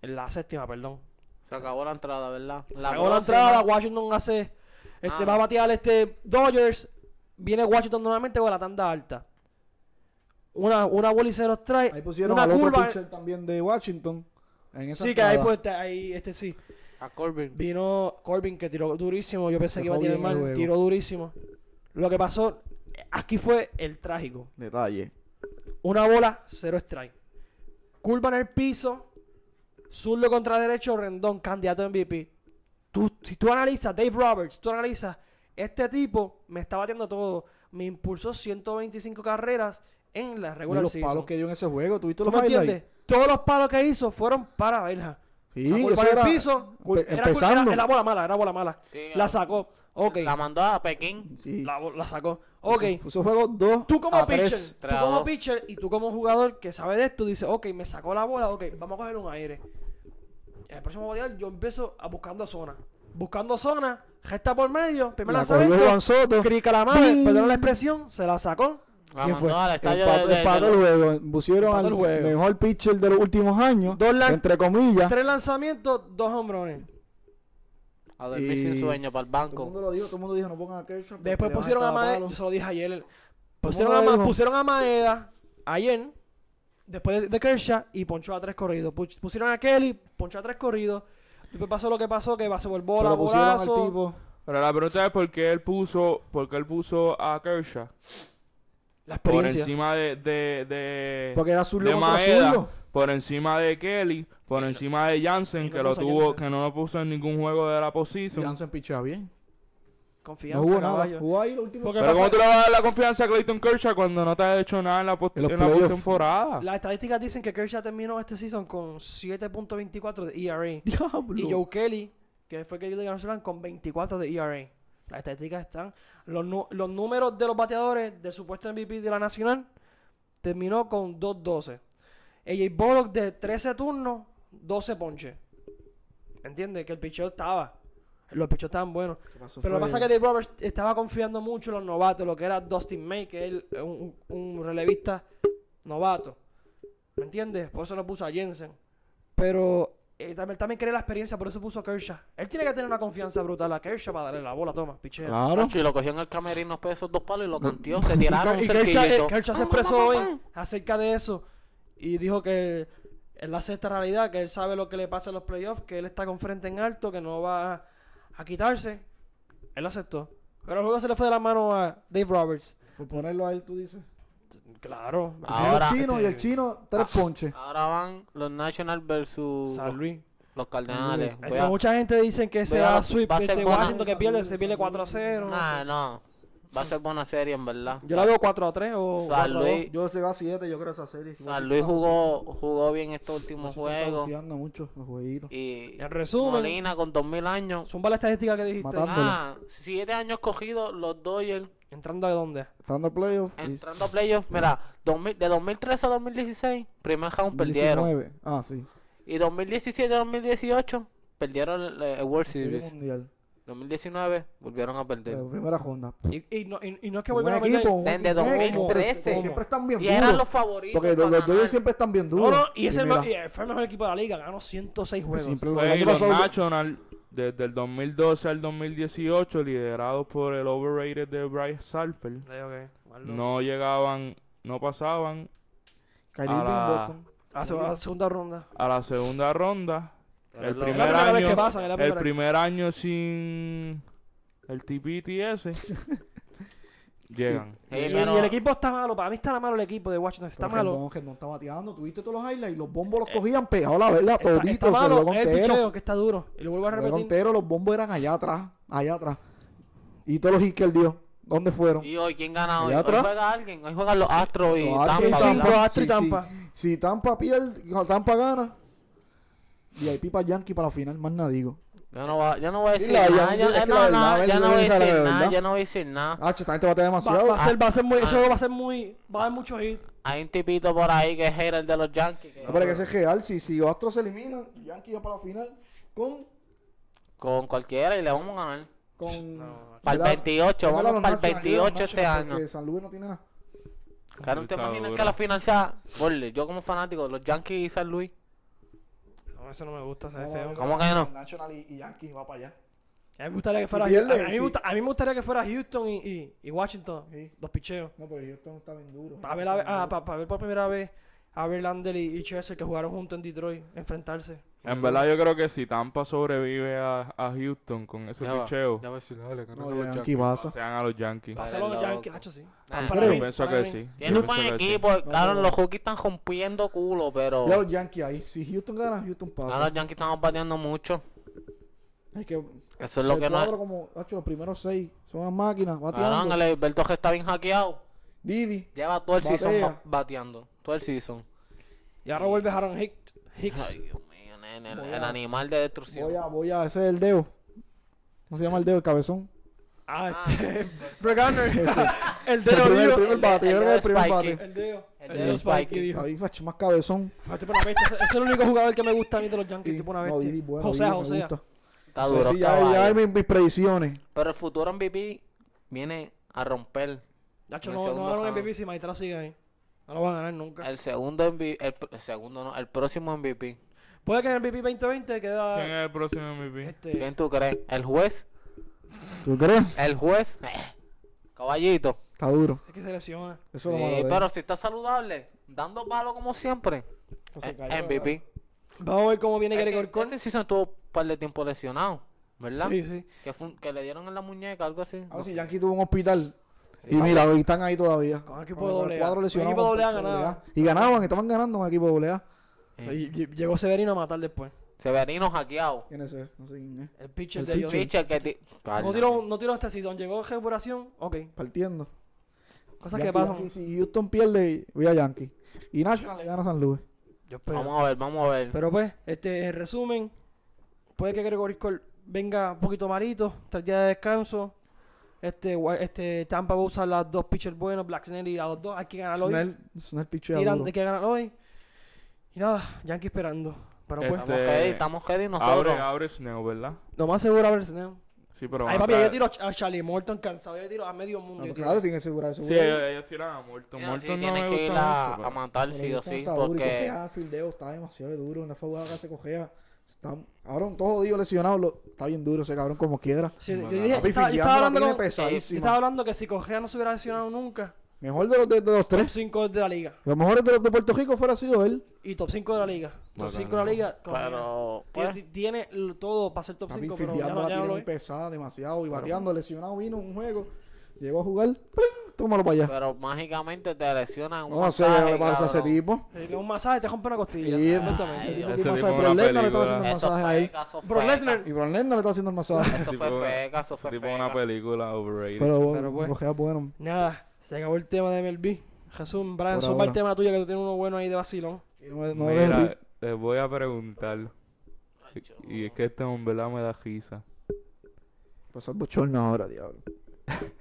[SPEAKER 1] En la séptima, perdón.
[SPEAKER 4] Se acabó la entrada, ¿verdad?
[SPEAKER 1] La la
[SPEAKER 4] próxima-
[SPEAKER 1] entrada, Washington hace. Este,
[SPEAKER 4] Ah.
[SPEAKER 1] Va a batear este Dodgers. Viene Washington nuevamente con la tanda alta. Una, una bola y cero strike.
[SPEAKER 3] Ahí pusieron
[SPEAKER 1] una
[SPEAKER 3] al otro
[SPEAKER 1] curva. eh.
[SPEAKER 3] pitcher también de Washington. En esa
[SPEAKER 1] Sí, que ahí,
[SPEAKER 3] entrada.
[SPEAKER 1] pues, este, ahí, este sí.
[SPEAKER 4] A Corbin.
[SPEAKER 1] Vino Corbin que tiró durísimo. Yo pensé
[SPEAKER 3] Se
[SPEAKER 1] que iba a
[SPEAKER 3] jodió
[SPEAKER 1] tirar
[SPEAKER 3] en el
[SPEAKER 1] mal.
[SPEAKER 3] juego.
[SPEAKER 1] Tiró durísimo. Lo que pasó eh, aquí fue el trágico.
[SPEAKER 3] Detalle.
[SPEAKER 1] Una bola, cero strike. Curva en el piso. Zurdo contra derecho, Rendón, candidato a MVP. Tú, si tú analizas, Dave Roberts, tú analizas, este tipo me está batiendo todo. Me impulsó 125 carreras en la
[SPEAKER 3] Mira
[SPEAKER 1] regular
[SPEAKER 3] los
[SPEAKER 1] season.
[SPEAKER 3] palos que dio en ese juego. ¿Tuviste
[SPEAKER 1] ¿Tú
[SPEAKER 3] los
[SPEAKER 1] me entiendes?
[SPEAKER 3] highlights?
[SPEAKER 1] Todos los palos que hizo fueron para Belja.
[SPEAKER 3] Sí,
[SPEAKER 1] La culpa
[SPEAKER 3] eso
[SPEAKER 1] en
[SPEAKER 3] era.
[SPEAKER 1] el piso, cul-
[SPEAKER 3] empe-
[SPEAKER 1] era, cul-
[SPEAKER 3] empezando.
[SPEAKER 1] era- era bola mala, era bola mala.
[SPEAKER 4] Sí,
[SPEAKER 1] la sacó. Ok.
[SPEAKER 4] La mandó a Pekín.
[SPEAKER 3] Sí.
[SPEAKER 1] La, bo- la sacó. Ok.
[SPEAKER 3] Puso juego 2
[SPEAKER 1] Tú como
[SPEAKER 3] a
[SPEAKER 1] pitcher,
[SPEAKER 3] 3.
[SPEAKER 1] tú
[SPEAKER 4] Trabó.
[SPEAKER 1] como pitcher y tú como jugador que sabe de esto, dices, ok, me sacó la bola, ok, vamos a coger un aire. En el próximo mundial yo empiezo a buscando zona. Buscando zona, gesta por medio, primer
[SPEAKER 3] La cogió Juan
[SPEAKER 1] lanzamiento,
[SPEAKER 3] Soto.
[SPEAKER 1] crica la madre,
[SPEAKER 3] ¡Bing!
[SPEAKER 1] perdón la expresión, se la sacó.
[SPEAKER 4] La
[SPEAKER 1] ¿Quién fue?
[SPEAKER 4] mandó al estadio de-
[SPEAKER 3] Empató
[SPEAKER 4] de-
[SPEAKER 3] empató
[SPEAKER 4] de-
[SPEAKER 3] el juego. Pusieron
[SPEAKER 1] Empató
[SPEAKER 3] al
[SPEAKER 1] el juego.
[SPEAKER 3] mejor pitcher de los últimos años.
[SPEAKER 1] Dos lan-
[SPEAKER 3] entre comillas.
[SPEAKER 1] Tres lanzamientos, dos hombrones.
[SPEAKER 4] A dormir sin
[SPEAKER 3] Y-
[SPEAKER 4] sueño para el
[SPEAKER 3] Todo el
[SPEAKER 4] banco.
[SPEAKER 3] mundo lo dijo. Todo el mundo dijo no pongan a Kershaw. porque
[SPEAKER 1] Después
[SPEAKER 3] le van a
[SPEAKER 1] pusieron a
[SPEAKER 3] estar
[SPEAKER 1] Maeda,
[SPEAKER 3] palos.
[SPEAKER 1] yo se lo dije ayer.
[SPEAKER 3] Todo el
[SPEAKER 1] Pusieron
[SPEAKER 3] mundo
[SPEAKER 1] a,
[SPEAKER 3] lo
[SPEAKER 1] Ma-
[SPEAKER 3] dijo.
[SPEAKER 1] pusieron a Maeda ayer, después de, de Kershaw, y ponchó a tres corridos. Puch- pusieron a Kelly, ponchó a tres corridos. Después pasó lo que pasó, que pasó por bola,
[SPEAKER 3] Pero pusieron al
[SPEAKER 1] bolazo.
[SPEAKER 3] tipo.
[SPEAKER 2] Pero la pregunta es por qué él puso, por qué él puso a Kershaw
[SPEAKER 1] La
[SPEAKER 2] por
[SPEAKER 1] experiencia.
[SPEAKER 2] encima de, de, de,
[SPEAKER 3] Porque era zurdo
[SPEAKER 2] de
[SPEAKER 3] contra
[SPEAKER 2] Maeda,
[SPEAKER 3] zurdo.
[SPEAKER 2] por encima de Kelly, por encima de Jansen,
[SPEAKER 1] No
[SPEAKER 2] que lo
[SPEAKER 1] puso a
[SPEAKER 2] tuvo,
[SPEAKER 1] Jansen.
[SPEAKER 2] que no lo puso en ningún juego de la posición.
[SPEAKER 3] Jansen pichaba bien.
[SPEAKER 1] Confianza,
[SPEAKER 3] No jugó
[SPEAKER 1] caballo.
[SPEAKER 3] nada. Jugó ahí los últimos.
[SPEAKER 1] Porque-
[SPEAKER 2] Pero ¿cómo tú le vas a dar la confianza a Clayton Kershaw cuando no te ha hecho nada en la, post-
[SPEAKER 3] En los
[SPEAKER 2] en la
[SPEAKER 3] playoffs.
[SPEAKER 2] postemporada?
[SPEAKER 1] Las estadísticas dicen que Kershaw terminó este season con 7.24 de ERA.
[SPEAKER 3] (laughs) Diablo.
[SPEAKER 1] Y Joe Kelly que fue que ganó Nolan con 24 de ERA. Las estadísticas están. Los, nu- los números de los bateadores del supuesto MVP de la Nacional terminó con 2-12. AJ Bullock de 13 turnos, 12 ponches. ¿Entiendes? Que el picheo estaba. Los picheos estaban buenos.
[SPEAKER 3] ¿Qué pasó?
[SPEAKER 1] Pero lo que
[SPEAKER 3] fue-
[SPEAKER 1] pasa es que Dave Roberts estaba confiando mucho en los novatos, lo que era Dustin May, que es el- un, un relevista novato. ¿Me entiendes? Por eso lo puso a Jensen. Pero eh, también, también quería la experiencia, por eso puso a Kershaw. Él tiene que tener una confianza brutal a Kershaw para darle la bola, toma, pichea.
[SPEAKER 3] Claro.
[SPEAKER 4] Nacho, y lo cogió en el camerino pues, esos dos palos y lo
[SPEAKER 1] (laughs)
[SPEAKER 4] contió. Se tiraron
[SPEAKER 1] Y
[SPEAKER 4] un Ah,
[SPEAKER 1] Kershaw, eh,
[SPEAKER 4] cerquillito.
[SPEAKER 1] Kershaw se expresó hoy acerca de eso y dijo que él hace esta realidad, que él sabe lo que le pasa en los playoffs, que él está con frente en alto, que no va a, a quitarse. Él lo aceptó. Pero luego se le fue de la mano a Dave Roberts.
[SPEAKER 3] Por ponerlo a él, tú dices.
[SPEAKER 1] Claro.
[SPEAKER 4] Ahora, Ah.
[SPEAKER 3] el chino y el chino, tres ponches.
[SPEAKER 4] ahora van los Nationals versus
[SPEAKER 1] San
[SPEAKER 4] los,
[SPEAKER 1] Luis.
[SPEAKER 4] los Cardenales.
[SPEAKER 3] San
[SPEAKER 1] Este,
[SPEAKER 4] uh, Voy a-
[SPEAKER 1] mucha gente dice que se
[SPEAKER 4] voy a-
[SPEAKER 1] va
[SPEAKER 4] va
[SPEAKER 1] a sweep
[SPEAKER 4] a ser Ah,
[SPEAKER 1] este
[SPEAKER 4] buena.
[SPEAKER 1] Washington que pierde, se
[SPEAKER 3] San
[SPEAKER 1] pierde
[SPEAKER 3] Luis.
[SPEAKER 1] 4 a 0.
[SPEAKER 4] Nah, no. Va a ser buena serie, en verdad.
[SPEAKER 1] Yo la veo 4 a 3 o
[SPEAKER 4] San
[SPEAKER 1] 4 a 2.
[SPEAKER 4] Luis-
[SPEAKER 3] Yo se va a siete, yo creo esa serie. si
[SPEAKER 4] San
[SPEAKER 3] Washington
[SPEAKER 4] Luis
[SPEAKER 3] está
[SPEAKER 4] jugó, jugó bien estos últimos
[SPEAKER 3] boxeando, Washington está
[SPEAKER 4] juegos.
[SPEAKER 3] boxeando mucho los jueguitos.
[SPEAKER 4] Y
[SPEAKER 1] En resumen-
[SPEAKER 4] Molina con 2000 años.
[SPEAKER 1] Zumba la estadística que dijiste.
[SPEAKER 3] Matando.
[SPEAKER 4] Ah, siete años cogidos los Dodgers
[SPEAKER 1] ¿Entrando a dónde?
[SPEAKER 3] Estando a playoff. y-
[SPEAKER 4] entrando a playoffs. Mira, 2000 de 2013 a 2016, primer round perdieron.
[SPEAKER 3] 19. Ah, sí.
[SPEAKER 4] Y 2017 a 2018 perdieron el, eh, el World
[SPEAKER 3] Serie
[SPEAKER 4] Series.
[SPEAKER 3] mundial.
[SPEAKER 4] 2019 volvieron a perder.
[SPEAKER 3] La primera ronda.
[SPEAKER 1] Y, y no, y- y no es que
[SPEAKER 3] Un
[SPEAKER 1] vuelvan a
[SPEAKER 3] equipo,
[SPEAKER 1] perder.
[SPEAKER 3] un
[SPEAKER 4] Desde
[SPEAKER 3] equipo, un equipo,
[SPEAKER 4] 2013.
[SPEAKER 3] que Siempre están bien
[SPEAKER 4] Y eran
[SPEAKER 3] duros.
[SPEAKER 4] los favoritos.
[SPEAKER 3] Porque
[SPEAKER 4] para
[SPEAKER 3] los, los
[SPEAKER 4] ganar.
[SPEAKER 3] Dodgers siempre están bien duros.
[SPEAKER 1] No, no, y, es el
[SPEAKER 3] mira,
[SPEAKER 1] me- y, eh, fue el mejor equipo de la liga, ganó 106
[SPEAKER 3] pues
[SPEAKER 1] juegos.
[SPEAKER 3] siempre los
[SPEAKER 2] Fue
[SPEAKER 3] años
[SPEAKER 2] y los
[SPEAKER 3] pasados-
[SPEAKER 2] Nationals, desde el 2012 al 2018, liderados por el overrated de Bryce Harper,
[SPEAKER 1] Eh, ok, mal no.
[SPEAKER 2] no llegaban, no pasaban
[SPEAKER 3] Kyrie
[SPEAKER 2] a
[SPEAKER 3] Irving,
[SPEAKER 2] la-
[SPEAKER 3] Boston.
[SPEAKER 1] Ah, se va a la segunda ronda.
[SPEAKER 2] a la segunda ronda.
[SPEAKER 4] Pero
[SPEAKER 2] El
[SPEAKER 4] lo-
[SPEAKER 2] primer
[SPEAKER 1] primera vez
[SPEAKER 2] año,
[SPEAKER 1] que pasan, es la
[SPEAKER 2] el
[SPEAKER 1] primera
[SPEAKER 2] primer año sin el
[SPEAKER 1] (laughs)
[SPEAKER 2] TPTS, llegan.
[SPEAKER 4] Sí,
[SPEAKER 1] Y,
[SPEAKER 4] pero-
[SPEAKER 1] y el equipo está malo, para mí está malo el equipo de Washington, está
[SPEAKER 3] Pero
[SPEAKER 1] malo. Eh,
[SPEAKER 3] Rendón, Rendón está bateando, tuviste todos los highlights, los bombos los cogían pegados a la verga,
[SPEAKER 1] Está, está
[SPEAKER 3] toditos, se
[SPEAKER 1] malo,
[SPEAKER 3] lo
[SPEAKER 1] es el
[SPEAKER 3] contero.
[SPEAKER 1] picheo que está duro. Y lo vuelvo a
[SPEAKER 3] Luego
[SPEAKER 1] repetir.
[SPEAKER 3] entero, los bombos eran allá atrás, allá atrás. Y todos los hits que él dio, ¿dónde fueron?
[SPEAKER 4] Y hoy, ¿quién gana hoy?
[SPEAKER 3] Allá
[SPEAKER 4] Hoy
[SPEAKER 3] atrás.
[SPEAKER 4] juega alguien. Hoy juegan los Astros y
[SPEAKER 3] Los
[SPEAKER 4] Tampa.
[SPEAKER 3] Astros y
[SPEAKER 4] ¿verdad?
[SPEAKER 1] Tampa.
[SPEAKER 3] Si-
[SPEAKER 1] Astros y Tampa.
[SPEAKER 3] Si, si Tampa pierde, Tampa gana. Y ahí pipa Yankee para la final, más nada digo.
[SPEAKER 4] Yo no, voy, yo no voy a decir
[SPEAKER 3] la- ya-
[SPEAKER 4] nada. Yo
[SPEAKER 3] es
[SPEAKER 4] eh,
[SPEAKER 3] que la
[SPEAKER 4] no,
[SPEAKER 3] verdad,
[SPEAKER 4] no,
[SPEAKER 3] a ver,
[SPEAKER 4] yo
[SPEAKER 3] yo
[SPEAKER 4] no voy a
[SPEAKER 3] pienso la
[SPEAKER 4] decir
[SPEAKER 3] verdad.
[SPEAKER 4] nada. Yo no voy a decir nada.
[SPEAKER 3] Ah, esta gente batea
[SPEAKER 1] Va,
[SPEAKER 3] demasiado.
[SPEAKER 1] va a ser, va a ser muy, eso
[SPEAKER 4] Ah.
[SPEAKER 1] va a ser muy, va a haber muchos hits.
[SPEAKER 4] Hay un tipito por ahí que es hater de los Yankees. que-
[SPEAKER 3] No, pero hay que ser real. Si, si los Astros se eliminan, Yankee va para la final con.
[SPEAKER 4] Con cualquiera y le vamos a ganar.
[SPEAKER 3] con
[SPEAKER 4] Para el
[SPEAKER 3] Mira,
[SPEAKER 4] 28,
[SPEAKER 3] mira
[SPEAKER 4] vamos
[SPEAKER 3] los
[SPEAKER 4] para el
[SPEAKER 3] Nationals, mira los
[SPEAKER 4] 28 este
[SPEAKER 3] Nationals,
[SPEAKER 4] año.
[SPEAKER 3] porque San Luis no tiene nada.
[SPEAKER 4] Claro, ¿te
[SPEAKER 2] Está
[SPEAKER 4] imaginas
[SPEAKER 2] duro.
[SPEAKER 4] que la final sea... Ole, yo como fanático de los Yankees y San Luis.
[SPEAKER 1] No, eso no me gusta,
[SPEAKER 3] No,
[SPEAKER 1] ¿sabes?
[SPEAKER 3] no,
[SPEAKER 1] feo.
[SPEAKER 3] no,
[SPEAKER 4] ¿Cómo que no?
[SPEAKER 3] National y, y Yankee va para allá.
[SPEAKER 1] A mí me gustaría que
[SPEAKER 3] Si
[SPEAKER 1] fuera,
[SPEAKER 3] pierde,
[SPEAKER 1] a, mí me
[SPEAKER 3] sí.
[SPEAKER 1] gusta- a mí me gustaría que fuera Houston y, y, y Washington,
[SPEAKER 3] Sí.
[SPEAKER 1] los picheos.
[SPEAKER 3] No, pero Houston está bien duro.
[SPEAKER 1] Para ver, a- ah, pa- pa ver por primera vez a Verlander y, y Chester que jugaron juntos en Detroit, enfrentarse.
[SPEAKER 2] En verdad yo creo que si Tampa sobrevive a, a Houston con ese picheo,
[SPEAKER 4] va a decir, dale, que
[SPEAKER 3] no, Yankee pasa.
[SPEAKER 2] sean a los Yankees.
[SPEAKER 4] Para
[SPEAKER 1] Pásalo a los
[SPEAKER 4] loco.
[SPEAKER 1] Yankees, hacho, sí.
[SPEAKER 4] Ah,
[SPEAKER 1] Para
[SPEAKER 3] creo.
[SPEAKER 1] mí,
[SPEAKER 2] Yo pienso
[SPEAKER 1] para
[SPEAKER 2] que
[SPEAKER 1] mí.
[SPEAKER 2] sí.
[SPEAKER 4] Tiene
[SPEAKER 2] Yo
[SPEAKER 4] un buen
[SPEAKER 2] pienso que sí.
[SPEAKER 4] equipo. Claro,
[SPEAKER 3] no, no.
[SPEAKER 4] los Hokies están rompiendo culo, pero...
[SPEAKER 3] Ya los Yankees ahí. Si Houston gana, Houston
[SPEAKER 4] Ahora
[SPEAKER 3] pasa.
[SPEAKER 4] los Yankees estamos bateando mucho.
[SPEAKER 3] Es que.
[SPEAKER 4] Eso es lo
[SPEAKER 3] el
[SPEAKER 4] que no...
[SPEAKER 3] cuadro como, hacho, los primeros seis son las máquinas,
[SPEAKER 4] Claro,
[SPEAKER 3] bateando.
[SPEAKER 4] el Alberto que está bien hackeado.
[SPEAKER 3] Didi.
[SPEAKER 4] Lleva todo el season
[SPEAKER 3] Batea.
[SPEAKER 4] ba- bateando. Todo el season.
[SPEAKER 1] Y ahora vuelve Aaron Hick- Hicks.
[SPEAKER 4] Ay, Dios mío, nene. El,
[SPEAKER 3] Voy
[SPEAKER 4] el
[SPEAKER 3] a-
[SPEAKER 4] animal de destrucción.
[SPEAKER 3] Voy a, voy a, ese es el dedo. ¿Cómo se llama el dedo?
[SPEAKER 4] (laughs)
[SPEAKER 3] El cabezón.
[SPEAKER 1] Ah,
[SPEAKER 4] Ah.
[SPEAKER 1] (laughs) este. Brett
[SPEAKER 3] (laughs)
[SPEAKER 1] Gardner. (laughs) el
[SPEAKER 3] El
[SPEAKER 1] dedo
[SPEAKER 3] primer, el
[SPEAKER 1] vivo.
[SPEAKER 3] primer bate, yo
[SPEAKER 4] El dedo
[SPEAKER 3] creo que el primer
[SPEAKER 4] Spikey.
[SPEAKER 3] bate.
[SPEAKER 1] El dedo.
[SPEAKER 4] El
[SPEAKER 1] El
[SPEAKER 4] dedo
[SPEAKER 1] dedo Spikey
[SPEAKER 4] Spikey.
[SPEAKER 1] dijo.
[SPEAKER 3] Ahí, facho, más cabezón.
[SPEAKER 1] Ah, tipo una bestia. Ese ese es el único jugador que me gusta a mí de los Yankees.
[SPEAKER 3] Y-
[SPEAKER 1] Tipo una
[SPEAKER 3] no, Didi,
[SPEAKER 1] bestia.
[SPEAKER 3] bueno,
[SPEAKER 1] José,
[SPEAKER 3] Didi me
[SPEAKER 1] José.
[SPEAKER 3] gusta.
[SPEAKER 4] Está
[SPEAKER 3] Sí,
[SPEAKER 4] duro.
[SPEAKER 3] sí, ya,
[SPEAKER 4] caballo.
[SPEAKER 3] ya hay mis, mis predicciones.
[SPEAKER 4] Pero el futuro MVP viene a romper.
[SPEAKER 1] Nacho
[SPEAKER 4] En
[SPEAKER 1] no
[SPEAKER 4] el segundo
[SPEAKER 1] no ganaron
[SPEAKER 4] round.
[SPEAKER 1] MVP si Maitra sigue ahí. No lo van a ganar nunca.
[SPEAKER 4] El segundo MVP. El, pr- el segundo no. El próximo MVP.
[SPEAKER 1] Puede que en el MVP 2020
[SPEAKER 2] ¿Quién
[SPEAKER 1] queda.
[SPEAKER 2] es el próximo MVP?
[SPEAKER 1] Este.
[SPEAKER 4] ¿Quién tú crees? ¿El juez?
[SPEAKER 3] ¿Tú crees?
[SPEAKER 4] ¿El juez? eh, Caballito.
[SPEAKER 3] Está duro.
[SPEAKER 1] Es que se lesiona.
[SPEAKER 3] Eso es
[SPEAKER 4] Sí,
[SPEAKER 3] lo malo de él.
[SPEAKER 4] pero si está saludable, dando palo como siempre.
[SPEAKER 3] Que se
[SPEAKER 4] eh,
[SPEAKER 3] cayó,
[SPEAKER 4] MVP.
[SPEAKER 1] Vamos a ver cómo viene
[SPEAKER 4] Es que
[SPEAKER 1] Gregor Cole.
[SPEAKER 4] Este season estuvo un par de tiempo lesionado. ¿Verdad?
[SPEAKER 1] Sí, sí.
[SPEAKER 4] Que, fue un- que le dieron en la muñeca, algo así.
[SPEAKER 3] A ver si Yankee tuvo un hospital. Y mira, hoy están ahí todavía.
[SPEAKER 1] Con equipo
[SPEAKER 3] el
[SPEAKER 1] doble A.
[SPEAKER 3] cuadro
[SPEAKER 1] Con
[SPEAKER 3] lesionado,
[SPEAKER 1] equipo
[SPEAKER 3] con
[SPEAKER 1] doble A
[SPEAKER 3] doble
[SPEAKER 1] ganaba.
[SPEAKER 3] Y ganaban, estaban ganando un equipo doble A.
[SPEAKER 4] Sí.
[SPEAKER 1] Y- y- Llegó Severino a matar después.
[SPEAKER 4] Severino hackeado.
[SPEAKER 3] ¿Quién es ese? No sé quién es.
[SPEAKER 1] El pitcher
[SPEAKER 3] El
[SPEAKER 1] de ellos.
[SPEAKER 3] pitcher.
[SPEAKER 4] Pitcher que ti-
[SPEAKER 1] No tiró, no tiró este season. Llegó recuperación. Ok.
[SPEAKER 3] Partiendo.
[SPEAKER 1] Cosas
[SPEAKER 3] Yankee,
[SPEAKER 1] que pasan.
[SPEAKER 3] Yankee, si Houston pierde, voy a Yankee. Y National le gana a San Luis.
[SPEAKER 1] Yo espero.
[SPEAKER 4] Vamos a ver, vamos a ver.
[SPEAKER 1] Pero pues, este, en resumen, puede que Gregory Cole venga un poquito malito, tres días de descanso. Este, gua- este Tampa va a usar las dos pitchers buenos, Black Snell a los dos. Hay que ganarlo hoy.
[SPEAKER 3] Snell, Snell pichea
[SPEAKER 1] Ah, Tiran,
[SPEAKER 3] duro.
[SPEAKER 1] hay que ganarlo hoy. Y nada, Yankee esperando. Pero pues,
[SPEAKER 4] Estamos
[SPEAKER 2] Este,
[SPEAKER 4] ready, estamos ready
[SPEAKER 2] Abre,
[SPEAKER 4] nosotros.
[SPEAKER 2] abre Snell, ¿verdad?
[SPEAKER 1] lo más seguro a ver Snell.
[SPEAKER 2] Sí, pero.
[SPEAKER 1] Ay,
[SPEAKER 2] van a
[SPEAKER 1] papi, yo
[SPEAKER 2] traer-
[SPEAKER 1] tiro a Charlie Morton cansado, yo tiro a medio mundo.
[SPEAKER 3] Ah,
[SPEAKER 1] yo
[SPEAKER 3] pues
[SPEAKER 1] tiro.
[SPEAKER 3] claro, tiene que asegurar eso.
[SPEAKER 2] Sí,
[SPEAKER 4] eh,
[SPEAKER 2] ellos, ellos tiran a Morton.
[SPEAKER 4] Mira, sí,
[SPEAKER 2] Morton no
[SPEAKER 4] tienes
[SPEAKER 2] me
[SPEAKER 4] que ir
[SPEAKER 2] gusta
[SPEAKER 4] a,
[SPEAKER 2] mucho,
[SPEAKER 4] a
[SPEAKER 2] pero-
[SPEAKER 4] matar sí o sí, porque
[SPEAKER 3] Cogea, fildeo, está demasiado duro. En la fogada que se cogea. Está, cabrón, todo jodido, lesionado. lo- está bien duro ese cabrón, como quiera.
[SPEAKER 1] Sí, yo,
[SPEAKER 2] Mano,
[SPEAKER 1] dije-
[SPEAKER 3] Papi,
[SPEAKER 1] estaba, yo estaba
[SPEAKER 3] fildeando la
[SPEAKER 1] hablando
[SPEAKER 3] tiene
[SPEAKER 1] con- yo
[SPEAKER 3] pesadísima.
[SPEAKER 1] estaba hablando que si Cogea no se hubiera lesionado nunca,
[SPEAKER 3] Mejor de los, de, de los
[SPEAKER 1] top
[SPEAKER 3] tres.
[SPEAKER 1] 5 de la liga.
[SPEAKER 3] Los mejores de los de Puerto Rico fuera sido él.
[SPEAKER 1] Y top 5 de la liga. Top
[SPEAKER 2] Bacano.
[SPEAKER 1] 5 de la liga, Cogea.
[SPEAKER 4] pero
[SPEAKER 1] Tiene,
[SPEAKER 4] pues,
[SPEAKER 1] ti- tiene lo- todo para ser top
[SPEAKER 3] Papi,
[SPEAKER 1] 5, pero ya,
[SPEAKER 3] fildeando
[SPEAKER 1] no-
[SPEAKER 3] la
[SPEAKER 1] ya no
[SPEAKER 3] tiene
[SPEAKER 1] lo
[SPEAKER 3] muy
[SPEAKER 1] es.
[SPEAKER 3] pesada, demasiado. Y bateando, lesionado vino un juego. Llegó a jugar. ¡pling! Tómalo para allá.
[SPEAKER 4] pero mágicamente te lesionan un
[SPEAKER 3] No, no sé
[SPEAKER 4] masaje,
[SPEAKER 3] qué le pasa a ese
[SPEAKER 4] cabrón.
[SPEAKER 3] tipo.
[SPEAKER 1] Le da Eh, un masaje, te rompe una costilla.
[SPEAKER 3] Y-
[SPEAKER 1] Exactamente.
[SPEAKER 3] ese tipo
[SPEAKER 2] ese
[SPEAKER 3] tiene
[SPEAKER 2] tipo
[SPEAKER 3] masaje.
[SPEAKER 2] es
[SPEAKER 3] Pero
[SPEAKER 2] una
[SPEAKER 3] Lesnar le está
[SPEAKER 2] película.
[SPEAKER 3] haciendo el
[SPEAKER 4] Eso
[SPEAKER 3] masaje a
[SPEAKER 4] fue
[SPEAKER 3] él.
[SPEAKER 4] caso
[SPEAKER 1] Brock
[SPEAKER 4] feca.
[SPEAKER 1] Lesnar.
[SPEAKER 3] Y Bron Lesnar le está haciendo el
[SPEAKER 2] (laughs)
[SPEAKER 3] masaje.
[SPEAKER 4] Eso
[SPEAKER 2] Tipo-
[SPEAKER 4] fue feca, eso fue
[SPEAKER 2] Tipo una
[SPEAKER 4] feca.
[SPEAKER 2] película overrated.
[SPEAKER 3] Pero,
[SPEAKER 1] Pero
[SPEAKER 2] pues.
[SPEAKER 1] bueno.
[SPEAKER 3] cogea bueno.
[SPEAKER 1] Nada, se acabó el tema de MLB. Jesús, Brian,
[SPEAKER 3] Por
[SPEAKER 1] suma el
[SPEAKER 3] ahora.
[SPEAKER 1] tema tuyo que tú tienes uno bueno ahí de vacilón.
[SPEAKER 3] Y no, no dejes
[SPEAKER 2] Mira,
[SPEAKER 3] de-
[SPEAKER 2] les voy a preguntar. Y es que este hombre la me da risa.
[SPEAKER 3] pasar bochorno pues ahora, diablo. (laughs)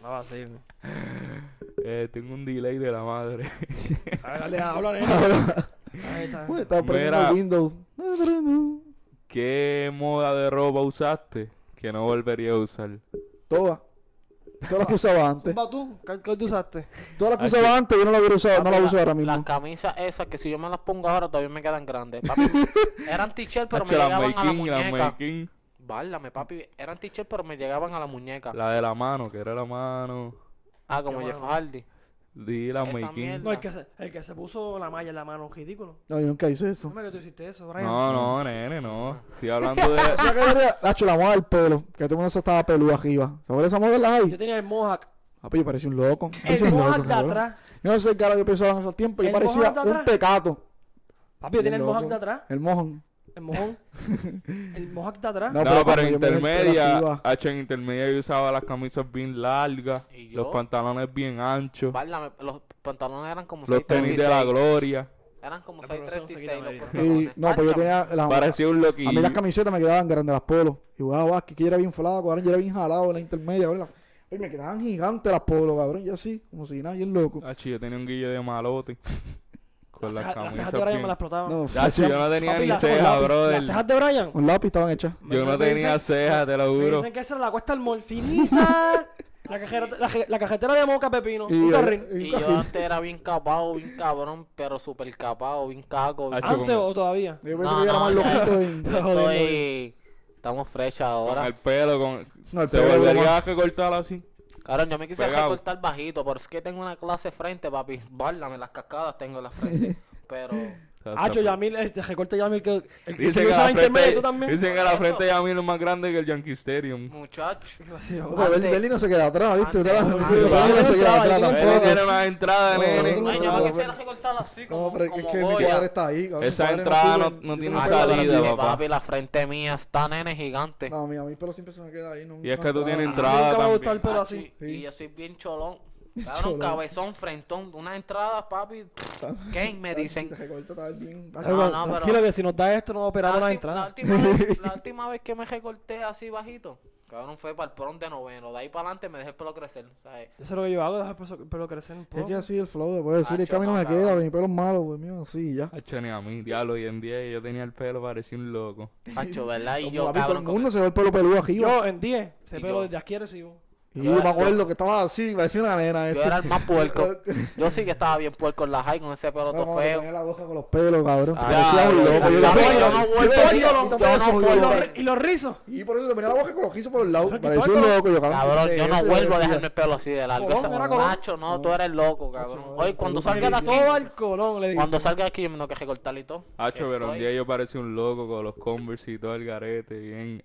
[SPEAKER 1] No va a seguir. (laughs)
[SPEAKER 2] Eh, tengo un delay de
[SPEAKER 3] (laughs)
[SPEAKER 2] la madre. (laughs)
[SPEAKER 1] Dale, habla, nene. Ahí está.
[SPEAKER 3] Uy, estaba prendiendo
[SPEAKER 2] Mira.
[SPEAKER 3] el Windows.
[SPEAKER 2] ¿Qué moda de ropa usaste que no volvería a usar?
[SPEAKER 3] Todas. Todas las que usaba antes.
[SPEAKER 1] Va tú, ¿cuál cuál tú usaste?
[SPEAKER 3] Todas las que usaba antes yo no las hubiera usado, no las uso ahora mismo.
[SPEAKER 4] Las camisas esas que si yo me las pongo ahora todavía me quedan grandes.
[SPEAKER 3] (laughs)
[SPEAKER 4] Papi, eran t-shirt pero me
[SPEAKER 2] Hacho, la
[SPEAKER 4] llegaban a la
[SPEAKER 2] making, la
[SPEAKER 4] muñeca.
[SPEAKER 2] making,
[SPEAKER 4] Válame, papi. Eran t-shirt pero me llegaban a la muñeca.
[SPEAKER 2] la de la mano, que era la mano.
[SPEAKER 4] Ah, como
[SPEAKER 1] Qué
[SPEAKER 4] Jeff
[SPEAKER 1] bueno.
[SPEAKER 4] Hardy.
[SPEAKER 2] Di la
[SPEAKER 4] Esa
[SPEAKER 2] making.
[SPEAKER 4] mierda.
[SPEAKER 1] No, el que, se, el que se puso la malla en la mano, ridículo.
[SPEAKER 3] No, yo nunca
[SPEAKER 1] (laughs)
[SPEAKER 3] hice eso.
[SPEAKER 1] ¿Cómo que tú hiciste eso, Brian?
[SPEAKER 2] No, no, nene, no.
[SPEAKER 4] Ah.
[SPEAKER 2] Estoy
[SPEAKER 3] (laughs)
[SPEAKER 2] hablando de.
[SPEAKER 3] Ya que era, Nacho, la moda del pelo, que todo el mundo se estaba peludo arriba. ¿Sabes esa moda de la
[SPEAKER 1] Yo
[SPEAKER 3] hay?
[SPEAKER 1] tenía el Mohawk.
[SPEAKER 3] Papi, yo parecía un loco. yo parecía
[SPEAKER 1] El
[SPEAKER 3] un loco,
[SPEAKER 1] Mohawk de
[SPEAKER 3] cabrón.
[SPEAKER 1] atrás.
[SPEAKER 3] Yo no sé, cara, yo pensaba en esos tiempos, yo
[SPEAKER 1] El
[SPEAKER 3] parecía
[SPEAKER 1] mojón de
[SPEAKER 3] un
[SPEAKER 1] atrás.
[SPEAKER 3] tecato.
[SPEAKER 1] Papi, yo tenía el
[SPEAKER 3] Bien
[SPEAKER 1] Mohawk
[SPEAKER 3] loco.
[SPEAKER 1] de atrás.
[SPEAKER 3] El mojón.
[SPEAKER 1] El
[SPEAKER 3] (laughs)
[SPEAKER 1] mojón. El Mohawk de atrás.
[SPEAKER 3] No,
[SPEAKER 2] No,
[SPEAKER 3] pero
[SPEAKER 2] pero,
[SPEAKER 3] cuando
[SPEAKER 2] en
[SPEAKER 3] yo me despelo
[SPEAKER 2] intermedia,
[SPEAKER 3] arriba.
[SPEAKER 2] hacho, en intermedia yo usaba las camisas bien largas,
[SPEAKER 4] ¿Y yo?
[SPEAKER 2] los pantalones bien anchos,
[SPEAKER 4] Válame, los pantalones eran como
[SPEAKER 2] los tenis de la
[SPEAKER 4] 636.
[SPEAKER 2] gloria.
[SPEAKER 4] Eran como
[SPEAKER 1] No, pero eso no se
[SPEAKER 4] 636 los
[SPEAKER 1] quita,
[SPEAKER 3] Y,
[SPEAKER 4] pantalones.
[SPEAKER 3] no, pero yo
[SPEAKER 4] Válgame.
[SPEAKER 3] tenía la
[SPEAKER 2] Parecía un
[SPEAKER 3] A mí
[SPEAKER 2] loquillo.
[SPEAKER 3] las camisetas me quedaban grandes, las polos. Y jugaba básquet, que yo era bien flaco, ahora yo era bien jalado en la intermedia. ahora la- Oye, me quedaban gigantes las polos, cabrón. Yo así, como si nada, bien loco.
[SPEAKER 2] Hacho, Ah, yo tenía un guille
[SPEAKER 1] (laughs)
[SPEAKER 2] de malote. Con las
[SPEAKER 1] Las cejas- las
[SPEAKER 2] camisas
[SPEAKER 1] cejas de Brian
[SPEAKER 2] bien-
[SPEAKER 1] me las explotaban.
[SPEAKER 3] No,
[SPEAKER 2] Ya, si yo no tenía
[SPEAKER 1] Papi,
[SPEAKER 2] ni
[SPEAKER 1] las
[SPEAKER 2] ceja,
[SPEAKER 1] cejas-
[SPEAKER 2] brother.
[SPEAKER 1] Las cejas de Brian.
[SPEAKER 3] un lápiz estaban hechas.
[SPEAKER 2] Yo no
[SPEAKER 1] Me
[SPEAKER 2] tenía
[SPEAKER 1] dicen-
[SPEAKER 2] ceja, te lo
[SPEAKER 1] Me
[SPEAKER 2] juro.
[SPEAKER 1] dicen que esa era la cuesta del morfinita. la, cajera, la, ca- la cajetera de moca pepino.
[SPEAKER 3] Y-
[SPEAKER 1] un carril.
[SPEAKER 3] y-
[SPEAKER 4] Y yo antes era bien capado, bien cabrón, pero super capado, bien caco. bien-
[SPEAKER 2] Ah,
[SPEAKER 1] ¿Antes o todavía?
[SPEAKER 3] Yo pensé
[SPEAKER 4] No,
[SPEAKER 3] que yo era
[SPEAKER 4] no,
[SPEAKER 3] más
[SPEAKER 4] ya.
[SPEAKER 3] loquito de...
[SPEAKER 4] Yo
[SPEAKER 1] Jodiendo,
[SPEAKER 4] estoy... Estamos freshas
[SPEAKER 2] Con el
[SPEAKER 4] ahora.
[SPEAKER 2] pelo, con...
[SPEAKER 3] No, el
[SPEAKER 2] Te
[SPEAKER 3] pelo era
[SPEAKER 2] volvería
[SPEAKER 3] más-
[SPEAKER 2] a recortar así.
[SPEAKER 4] Cabrón, yo me quise
[SPEAKER 2] Pegado.
[SPEAKER 4] recortar bajito, pero es que tengo una clase frente, papi. Válame, las cascadas tengo en la
[SPEAKER 3] (laughs)
[SPEAKER 4] frente. Pero...
[SPEAKER 1] Hacho, Yamil, este, recorte Yamil que el que
[SPEAKER 2] Dicen que,
[SPEAKER 1] usa
[SPEAKER 2] la
[SPEAKER 1] la intermedia, tú
[SPEAKER 2] frente,
[SPEAKER 1] también. Ah,
[SPEAKER 2] dicen que la frente de Yamil es más grande que el Yankee Stadium.
[SPEAKER 3] (laughs)
[SPEAKER 4] Muchacho. (laughs)
[SPEAKER 1] Desgraciado.
[SPEAKER 3] Porque Bel-
[SPEAKER 4] Antes-
[SPEAKER 3] Belly no se queda atrás, ¿viste?
[SPEAKER 4] antes-
[SPEAKER 3] Belly
[SPEAKER 4] antes-
[SPEAKER 3] no se queda atrás
[SPEAKER 1] antes-
[SPEAKER 2] Él tiene
[SPEAKER 3] tampoco.
[SPEAKER 2] una entrada,
[SPEAKER 1] Oh,
[SPEAKER 3] No,
[SPEAKER 2] nene.
[SPEAKER 3] no,
[SPEAKER 4] Ay, yo
[SPEAKER 3] no,
[SPEAKER 4] me
[SPEAKER 3] no,
[SPEAKER 4] quisiera
[SPEAKER 3] no.
[SPEAKER 4] recortarla así,
[SPEAKER 3] No,
[SPEAKER 4] como,
[SPEAKER 3] pero es
[SPEAKER 4] como
[SPEAKER 3] que mi
[SPEAKER 4] Goya.
[SPEAKER 3] cuadra está ahí. cabrón,
[SPEAKER 2] Esa
[SPEAKER 3] mi cuadra
[SPEAKER 2] entrada
[SPEAKER 3] sube, yo
[SPEAKER 2] no- no
[SPEAKER 3] tengo
[SPEAKER 2] tiene
[SPEAKER 3] mi
[SPEAKER 4] Ah,
[SPEAKER 3] cuadra
[SPEAKER 2] salida,
[SPEAKER 3] así.
[SPEAKER 4] sí,
[SPEAKER 2] papá.
[SPEAKER 4] papi, la frente mía está nene gigante.
[SPEAKER 3] No, mi- a mí pero siempre se me queda ahí. no-
[SPEAKER 2] Y es
[SPEAKER 3] no
[SPEAKER 2] que tú
[SPEAKER 3] entraba.
[SPEAKER 2] tienes
[SPEAKER 1] A mí
[SPEAKER 2] entrada
[SPEAKER 1] Ah, nunca me ha gustado el
[SPEAKER 2] también.
[SPEAKER 1] pelo
[SPEAKER 4] Ah,
[SPEAKER 1] así.
[SPEAKER 4] sí, Y yo soy bien
[SPEAKER 3] (laughs)
[SPEAKER 4] cholón.
[SPEAKER 3] Cholón.
[SPEAKER 4] Cabrón, cabezón, frentón, una entrada, papi. ¿Qué? Me
[SPEAKER 3] Si
[SPEAKER 4] dicen. Ah,
[SPEAKER 3] te recorta, está bien.
[SPEAKER 1] Pero bueno,
[SPEAKER 4] no, pero-
[SPEAKER 1] tranquilo que si nos da esto, nos
[SPEAKER 4] La,
[SPEAKER 1] operamos las
[SPEAKER 4] ulti- la
[SPEAKER 1] entradas.
[SPEAKER 4] última (laughs) vez, la última vez que me recorté así bajito, cabrón, fue para el prom de noveno. De ahí para adelante me dejé el pelo crecer. ¿sabes?
[SPEAKER 1] Eso es lo que yo hago, dejar el pelo- pelo crecer un
[SPEAKER 3] Es
[SPEAKER 1] poco.
[SPEAKER 3] que así el flow, después decir,
[SPEAKER 4] Ah,
[SPEAKER 3] es que a mí no
[SPEAKER 4] chocó,
[SPEAKER 3] me
[SPEAKER 4] cabrón.
[SPEAKER 3] queda, mi pelo es malo, pues mío, así ya.
[SPEAKER 2] Hacho, ni a mí, diablo, hoy en día yo tenía el pelo, parecía un loco.
[SPEAKER 4] Pacho, ¿verdad? Y
[SPEAKER 3] Como
[SPEAKER 4] yo,
[SPEAKER 3] papi, todo el
[SPEAKER 4] cabrón.
[SPEAKER 3] mundo se ve el pelo peludo arriba.
[SPEAKER 1] Yo, en 10, ese
[SPEAKER 4] Y
[SPEAKER 1] pelo
[SPEAKER 4] yo.
[SPEAKER 1] desde aquí recibo.
[SPEAKER 3] Y yo me acuerdo que estaba así, parecía una nena
[SPEAKER 4] Yo
[SPEAKER 3] este.
[SPEAKER 4] era el más puerco. Yo sí que estaba bien puerco en la high con ese pelo
[SPEAKER 3] No,
[SPEAKER 4] todo
[SPEAKER 3] como que
[SPEAKER 4] feo.
[SPEAKER 3] tenía la boca con los pelos, cabrón.
[SPEAKER 4] Ah,
[SPEAKER 3] Parecía un
[SPEAKER 4] cabrón,
[SPEAKER 3] loco. Yo
[SPEAKER 4] cabrón,
[SPEAKER 3] decía,
[SPEAKER 4] yo no
[SPEAKER 3] yo
[SPEAKER 4] vuelvo,
[SPEAKER 3] decía,
[SPEAKER 4] yo no-
[SPEAKER 3] quítate
[SPEAKER 4] yo no
[SPEAKER 3] eso, yo-
[SPEAKER 1] ¿Y los,
[SPEAKER 4] vuelvo.
[SPEAKER 1] ri- y los rizos?
[SPEAKER 3] Y por eso se ponía la boca con los rizos por los lados.
[SPEAKER 1] Eso es
[SPEAKER 3] Parecía un
[SPEAKER 1] quitarte.
[SPEAKER 3] loco, yo, cabrón.
[SPEAKER 4] Cabrón, yo no
[SPEAKER 3] ese-
[SPEAKER 4] vuelvo a
[SPEAKER 3] ese- (laughs)
[SPEAKER 4] dejarme el pelo así de largo.
[SPEAKER 1] Colón,
[SPEAKER 4] Ese
[SPEAKER 1] era Colón.
[SPEAKER 4] macho, no, tú eres loco, cabrón.
[SPEAKER 3] Macho, no,
[SPEAKER 4] Oye,
[SPEAKER 3] el
[SPEAKER 4] cuando
[SPEAKER 3] Colón
[SPEAKER 4] salga de aquí,
[SPEAKER 1] Todo al colón, le digo.
[SPEAKER 4] cuando salga de aquí, yo me tengo que recortar y todo.
[SPEAKER 2] Hacho, pero un
[SPEAKER 4] Estoy
[SPEAKER 2] día yo parecía un loco con los Converse y todo el garete, bien...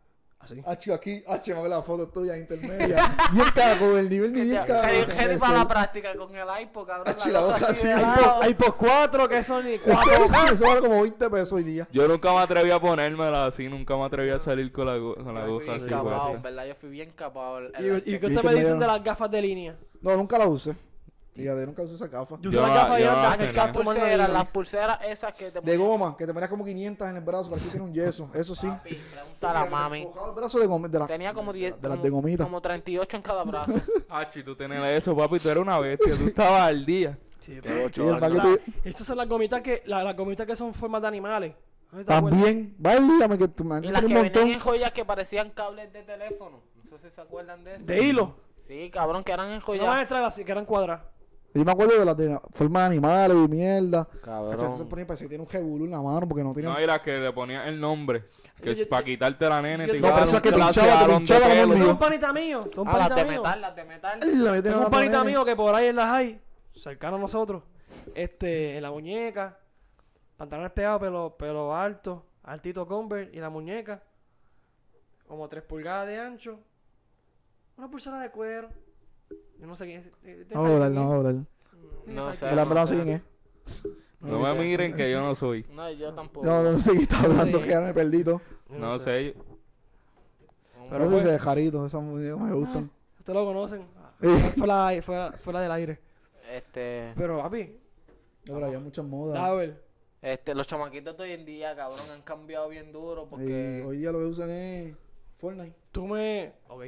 [SPEAKER 1] Así.
[SPEAKER 3] Hacho, aquí, hacho, me la foto tuya intermedia. bien cago, el nivel
[SPEAKER 4] Este,
[SPEAKER 3] ni bien cago.
[SPEAKER 4] Yo quería para la práctica con el iPod, cabrón.
[SPEAKER 3] Achi, la
[SPEAKER 4] cosa
[SPEAKER 3] boca así,
[SPEAKER 4] de
[SPEAKER 3] iPod,
[SPEAKER 4] lado.
[SPEAKER 1] Hay por cuatro que son y cuatro.
[SPEAKER 3] (laughs) Eso, eso vale como 20 pesos hoy día.
[SPEAKER 2] Yo nunca me atreví a ponérmela así, nunca me atreví a salir con la, go- con la
[SPEAKER 4] Yo fui
[SPEAKER 2] cosa así.
[SPEAKER 4] bien capado, en
[SPEAKER 2] puesta.
[SPEAKER 4] verdad, yo fui bien capado. el- este. el
[SPEAKER 1] ¿Y, y qué
[SPEAKER 3] Y
[SPEAKER 1] ustedes
[SPEAKER 3] que
[SPEAKER 1] me
[SPEAKER 3] me
[SPEAKER 1] dicen
[SPEAKER 3] dieron-
[SPEAKER 1] de las gafas de línea?
[SPEAKER 3] No, nunca la usé. Fíjate, nunca usé esa gafa.
[SPEAKER 1] Yo usé
[SPEAKER 2] Yo
[SPEAKER 1] las
[SPEAKER 2] no-
[SPEAKER 1] gafas y
[SPEAKER 2] yo
[SPEAKER 1] eran
[SPEAKER 2] no las
[SPEAKER 1] las que el
[SPEAKER 2] tenía.
[SPEAKER 1] campo me las
[SPEAKER 4] pulseras,
[SPEAKER 1] dio.
[SPEAKER 4] Ah, las pulseras esas que te
[SPEAKER 3] De
[SPEAKER 4] ponían-
[SPEAKER 3] goma, que te ponías como 500 en el brazo, parecía que tiene un
[SPEAKER 4] (laughs)
[SPEAKER 3] yeso. Eso sí.
[SPEAKER 4] Papi, Pregunta a la mami.
[SPEAKER 3] Enfocado El brazo de goma, de la,
[SPEAKER 4] Tenía como 10.
[SPEAKER 3] de las de gomita.
[SPEAKER 4] Como 38 en
[SPEAKER 3] (laughs)
[SPEAKER 4] cada brazo.
[SPEAKER 2] Hachi, tú tenías eso, papi, tú eras una bestia, (laughs) tú estabas al día.
[SPEAKER 1] Sí, pero-
[SPEAKER 4] De
[SPEAKER 3] Y el
[SPEAKER 4] horas,
[SPEAKER 3] paquete-
[SPEAKER 4] ¿no?
[SPEAKER 1] Estas son las gomitas que, la- las gomitas que son formas de animales. ¿No te acuerdas?
[SPEAKER 3] También, válgame que tu
[SPEAKER 4] Y
[SPEAKER 3] mancha
[SPEAKER 4] las
[SPEAKER 3] tiene
[SPEAKER 4] que
[SPEAKER 3] un
[SPEAKER 4] venían en
[SPEAKER 3] montón.
[SPEAKER 4] joyas que parecían cables de teléfono. No sé si se acuerdan de eso.
[SPEAKER 1] De hilo.
[SPEAKER 4] Sí, cabrón, que eran en
[SPEAKER 3] Pues
[SPEAKER 1] No eh, van a
[SPEAKER 4] joyas.
[SPEAKER 1] entrar así, que eran cuadradas.
[SPEAKER 3] Yo me acuerdo de las de formas de animales y mierda. Cacho, se
[SPEAKER 4] Cabrón.
[SPEAKER 3] ponía, parecía que tiene un jebulú en la mano porque no tenía. (laughs)
[SPEAKER 2] No, y las que le ponías el nombre,
[SPEAKER 1] Yo-
[SPEAKER 2] que
[SPEAKER 1] yo-
[SPEAKER 2] para quitarte la nene,
[SPEAKER 1] yo-
[SPEAKER 2] te
[SPEAKER 1] No,
[SPEAKER 2] iba a
[SPEAKER 1] pero
[SPEAKER 2] dar
[SPEAKER 1] esas
[SPEAKER 2] un
[SPEAKER 3] que pinchaba,
[SPEAKER 2] clase de
[SPEAKER 3] que
[SPEAKER 2] jalón de
[SPEAKER 3] pinchaba
[SPEAKER 2] pelo.
[SPEAKER 1] Tengo
[SPEAKER 3] conmigo.
[SPEAKER 1] un panita mío. Tengo un
[SPEAKER 4] Ah, las
[SPEAKER 1] panita
[SPEAKER 4] de
[SPEAKER 1] mío.
[SPEAKER 4] metal, las de metal.
[SPEAKER 3] La metí en
[SPEAKER 1] Tengo
[SPEAKER 3] la
[SPEAKER 1] un panita
[SPEAKER 3] nena.
[SPEAKER 1] mío que por ahí en las hay, cercano a nosotros. Este, en la muñeca. Pantalones pegados, pelo, pelo alto. Altito Converse y la muñeca. Como tres pulgadas de ancho. Una pulsera de cuero. Yo no sé quién es. eh, ¿ustedes
[SPEAKER 3] No voy
[SPEAKER 1] saben
[SPEAKER 3] a hablar,
[SPEAKER 1] quién
[SPEAKER 3] no voy a hablar.
[SPEAKER 1] es?
[SPEAKER 4] No
[SPEAKER 1] saben
[SPEAKER 4] sé.
[SPEAKER 1] quién
[SPEAKER 3] En
[SPEAKER 1] es.
[SPEAKER 3] la verdad no sé quién es.
[SPEAKER 2] No me miren que yo no soy.
[SPEAKER 4] No, yo tampoco.
[SPEAKER 3] No, no, no sé quién está hablando,
[SPEAKER 1] Sí.
[SPEAKER 3] que ya me perdí todo.
[SPEAKER 1] Yo
[SPEAKER 2] No sé,
[SPEAKER 3] Pero
[SPEAKER 1] pues-
[SPEAKER 3] eso es de jarito, esas muñecas me gustan.
[SPEAKER 4] Ah.
[SPEAKER 1] Ustedes lo
[SPEAKER 3] (laughs)
[SPEAKER 1] conocen. Ah,
[SPEAKER 3] Eh.
[SPEAKER 1] Fue la, fue, la- fue la del aire.
[SPEAKER 4] Este,
[SPEAKER 1] Pero, papi,
[SPEAKER 3] No, pero había muchas modas.
[SPEAKER 1] a ver.
[SPEAKER 4] este, los chamaquitos de hoy en día, cabrón, han cambiado bien duro
[SPEAKER 3] Y
[SPEAKER 4] porque.
[SPEAKER 3] hoy día lo que usan es Fortnite.
[SPEAKER 1] Tú me. Ok.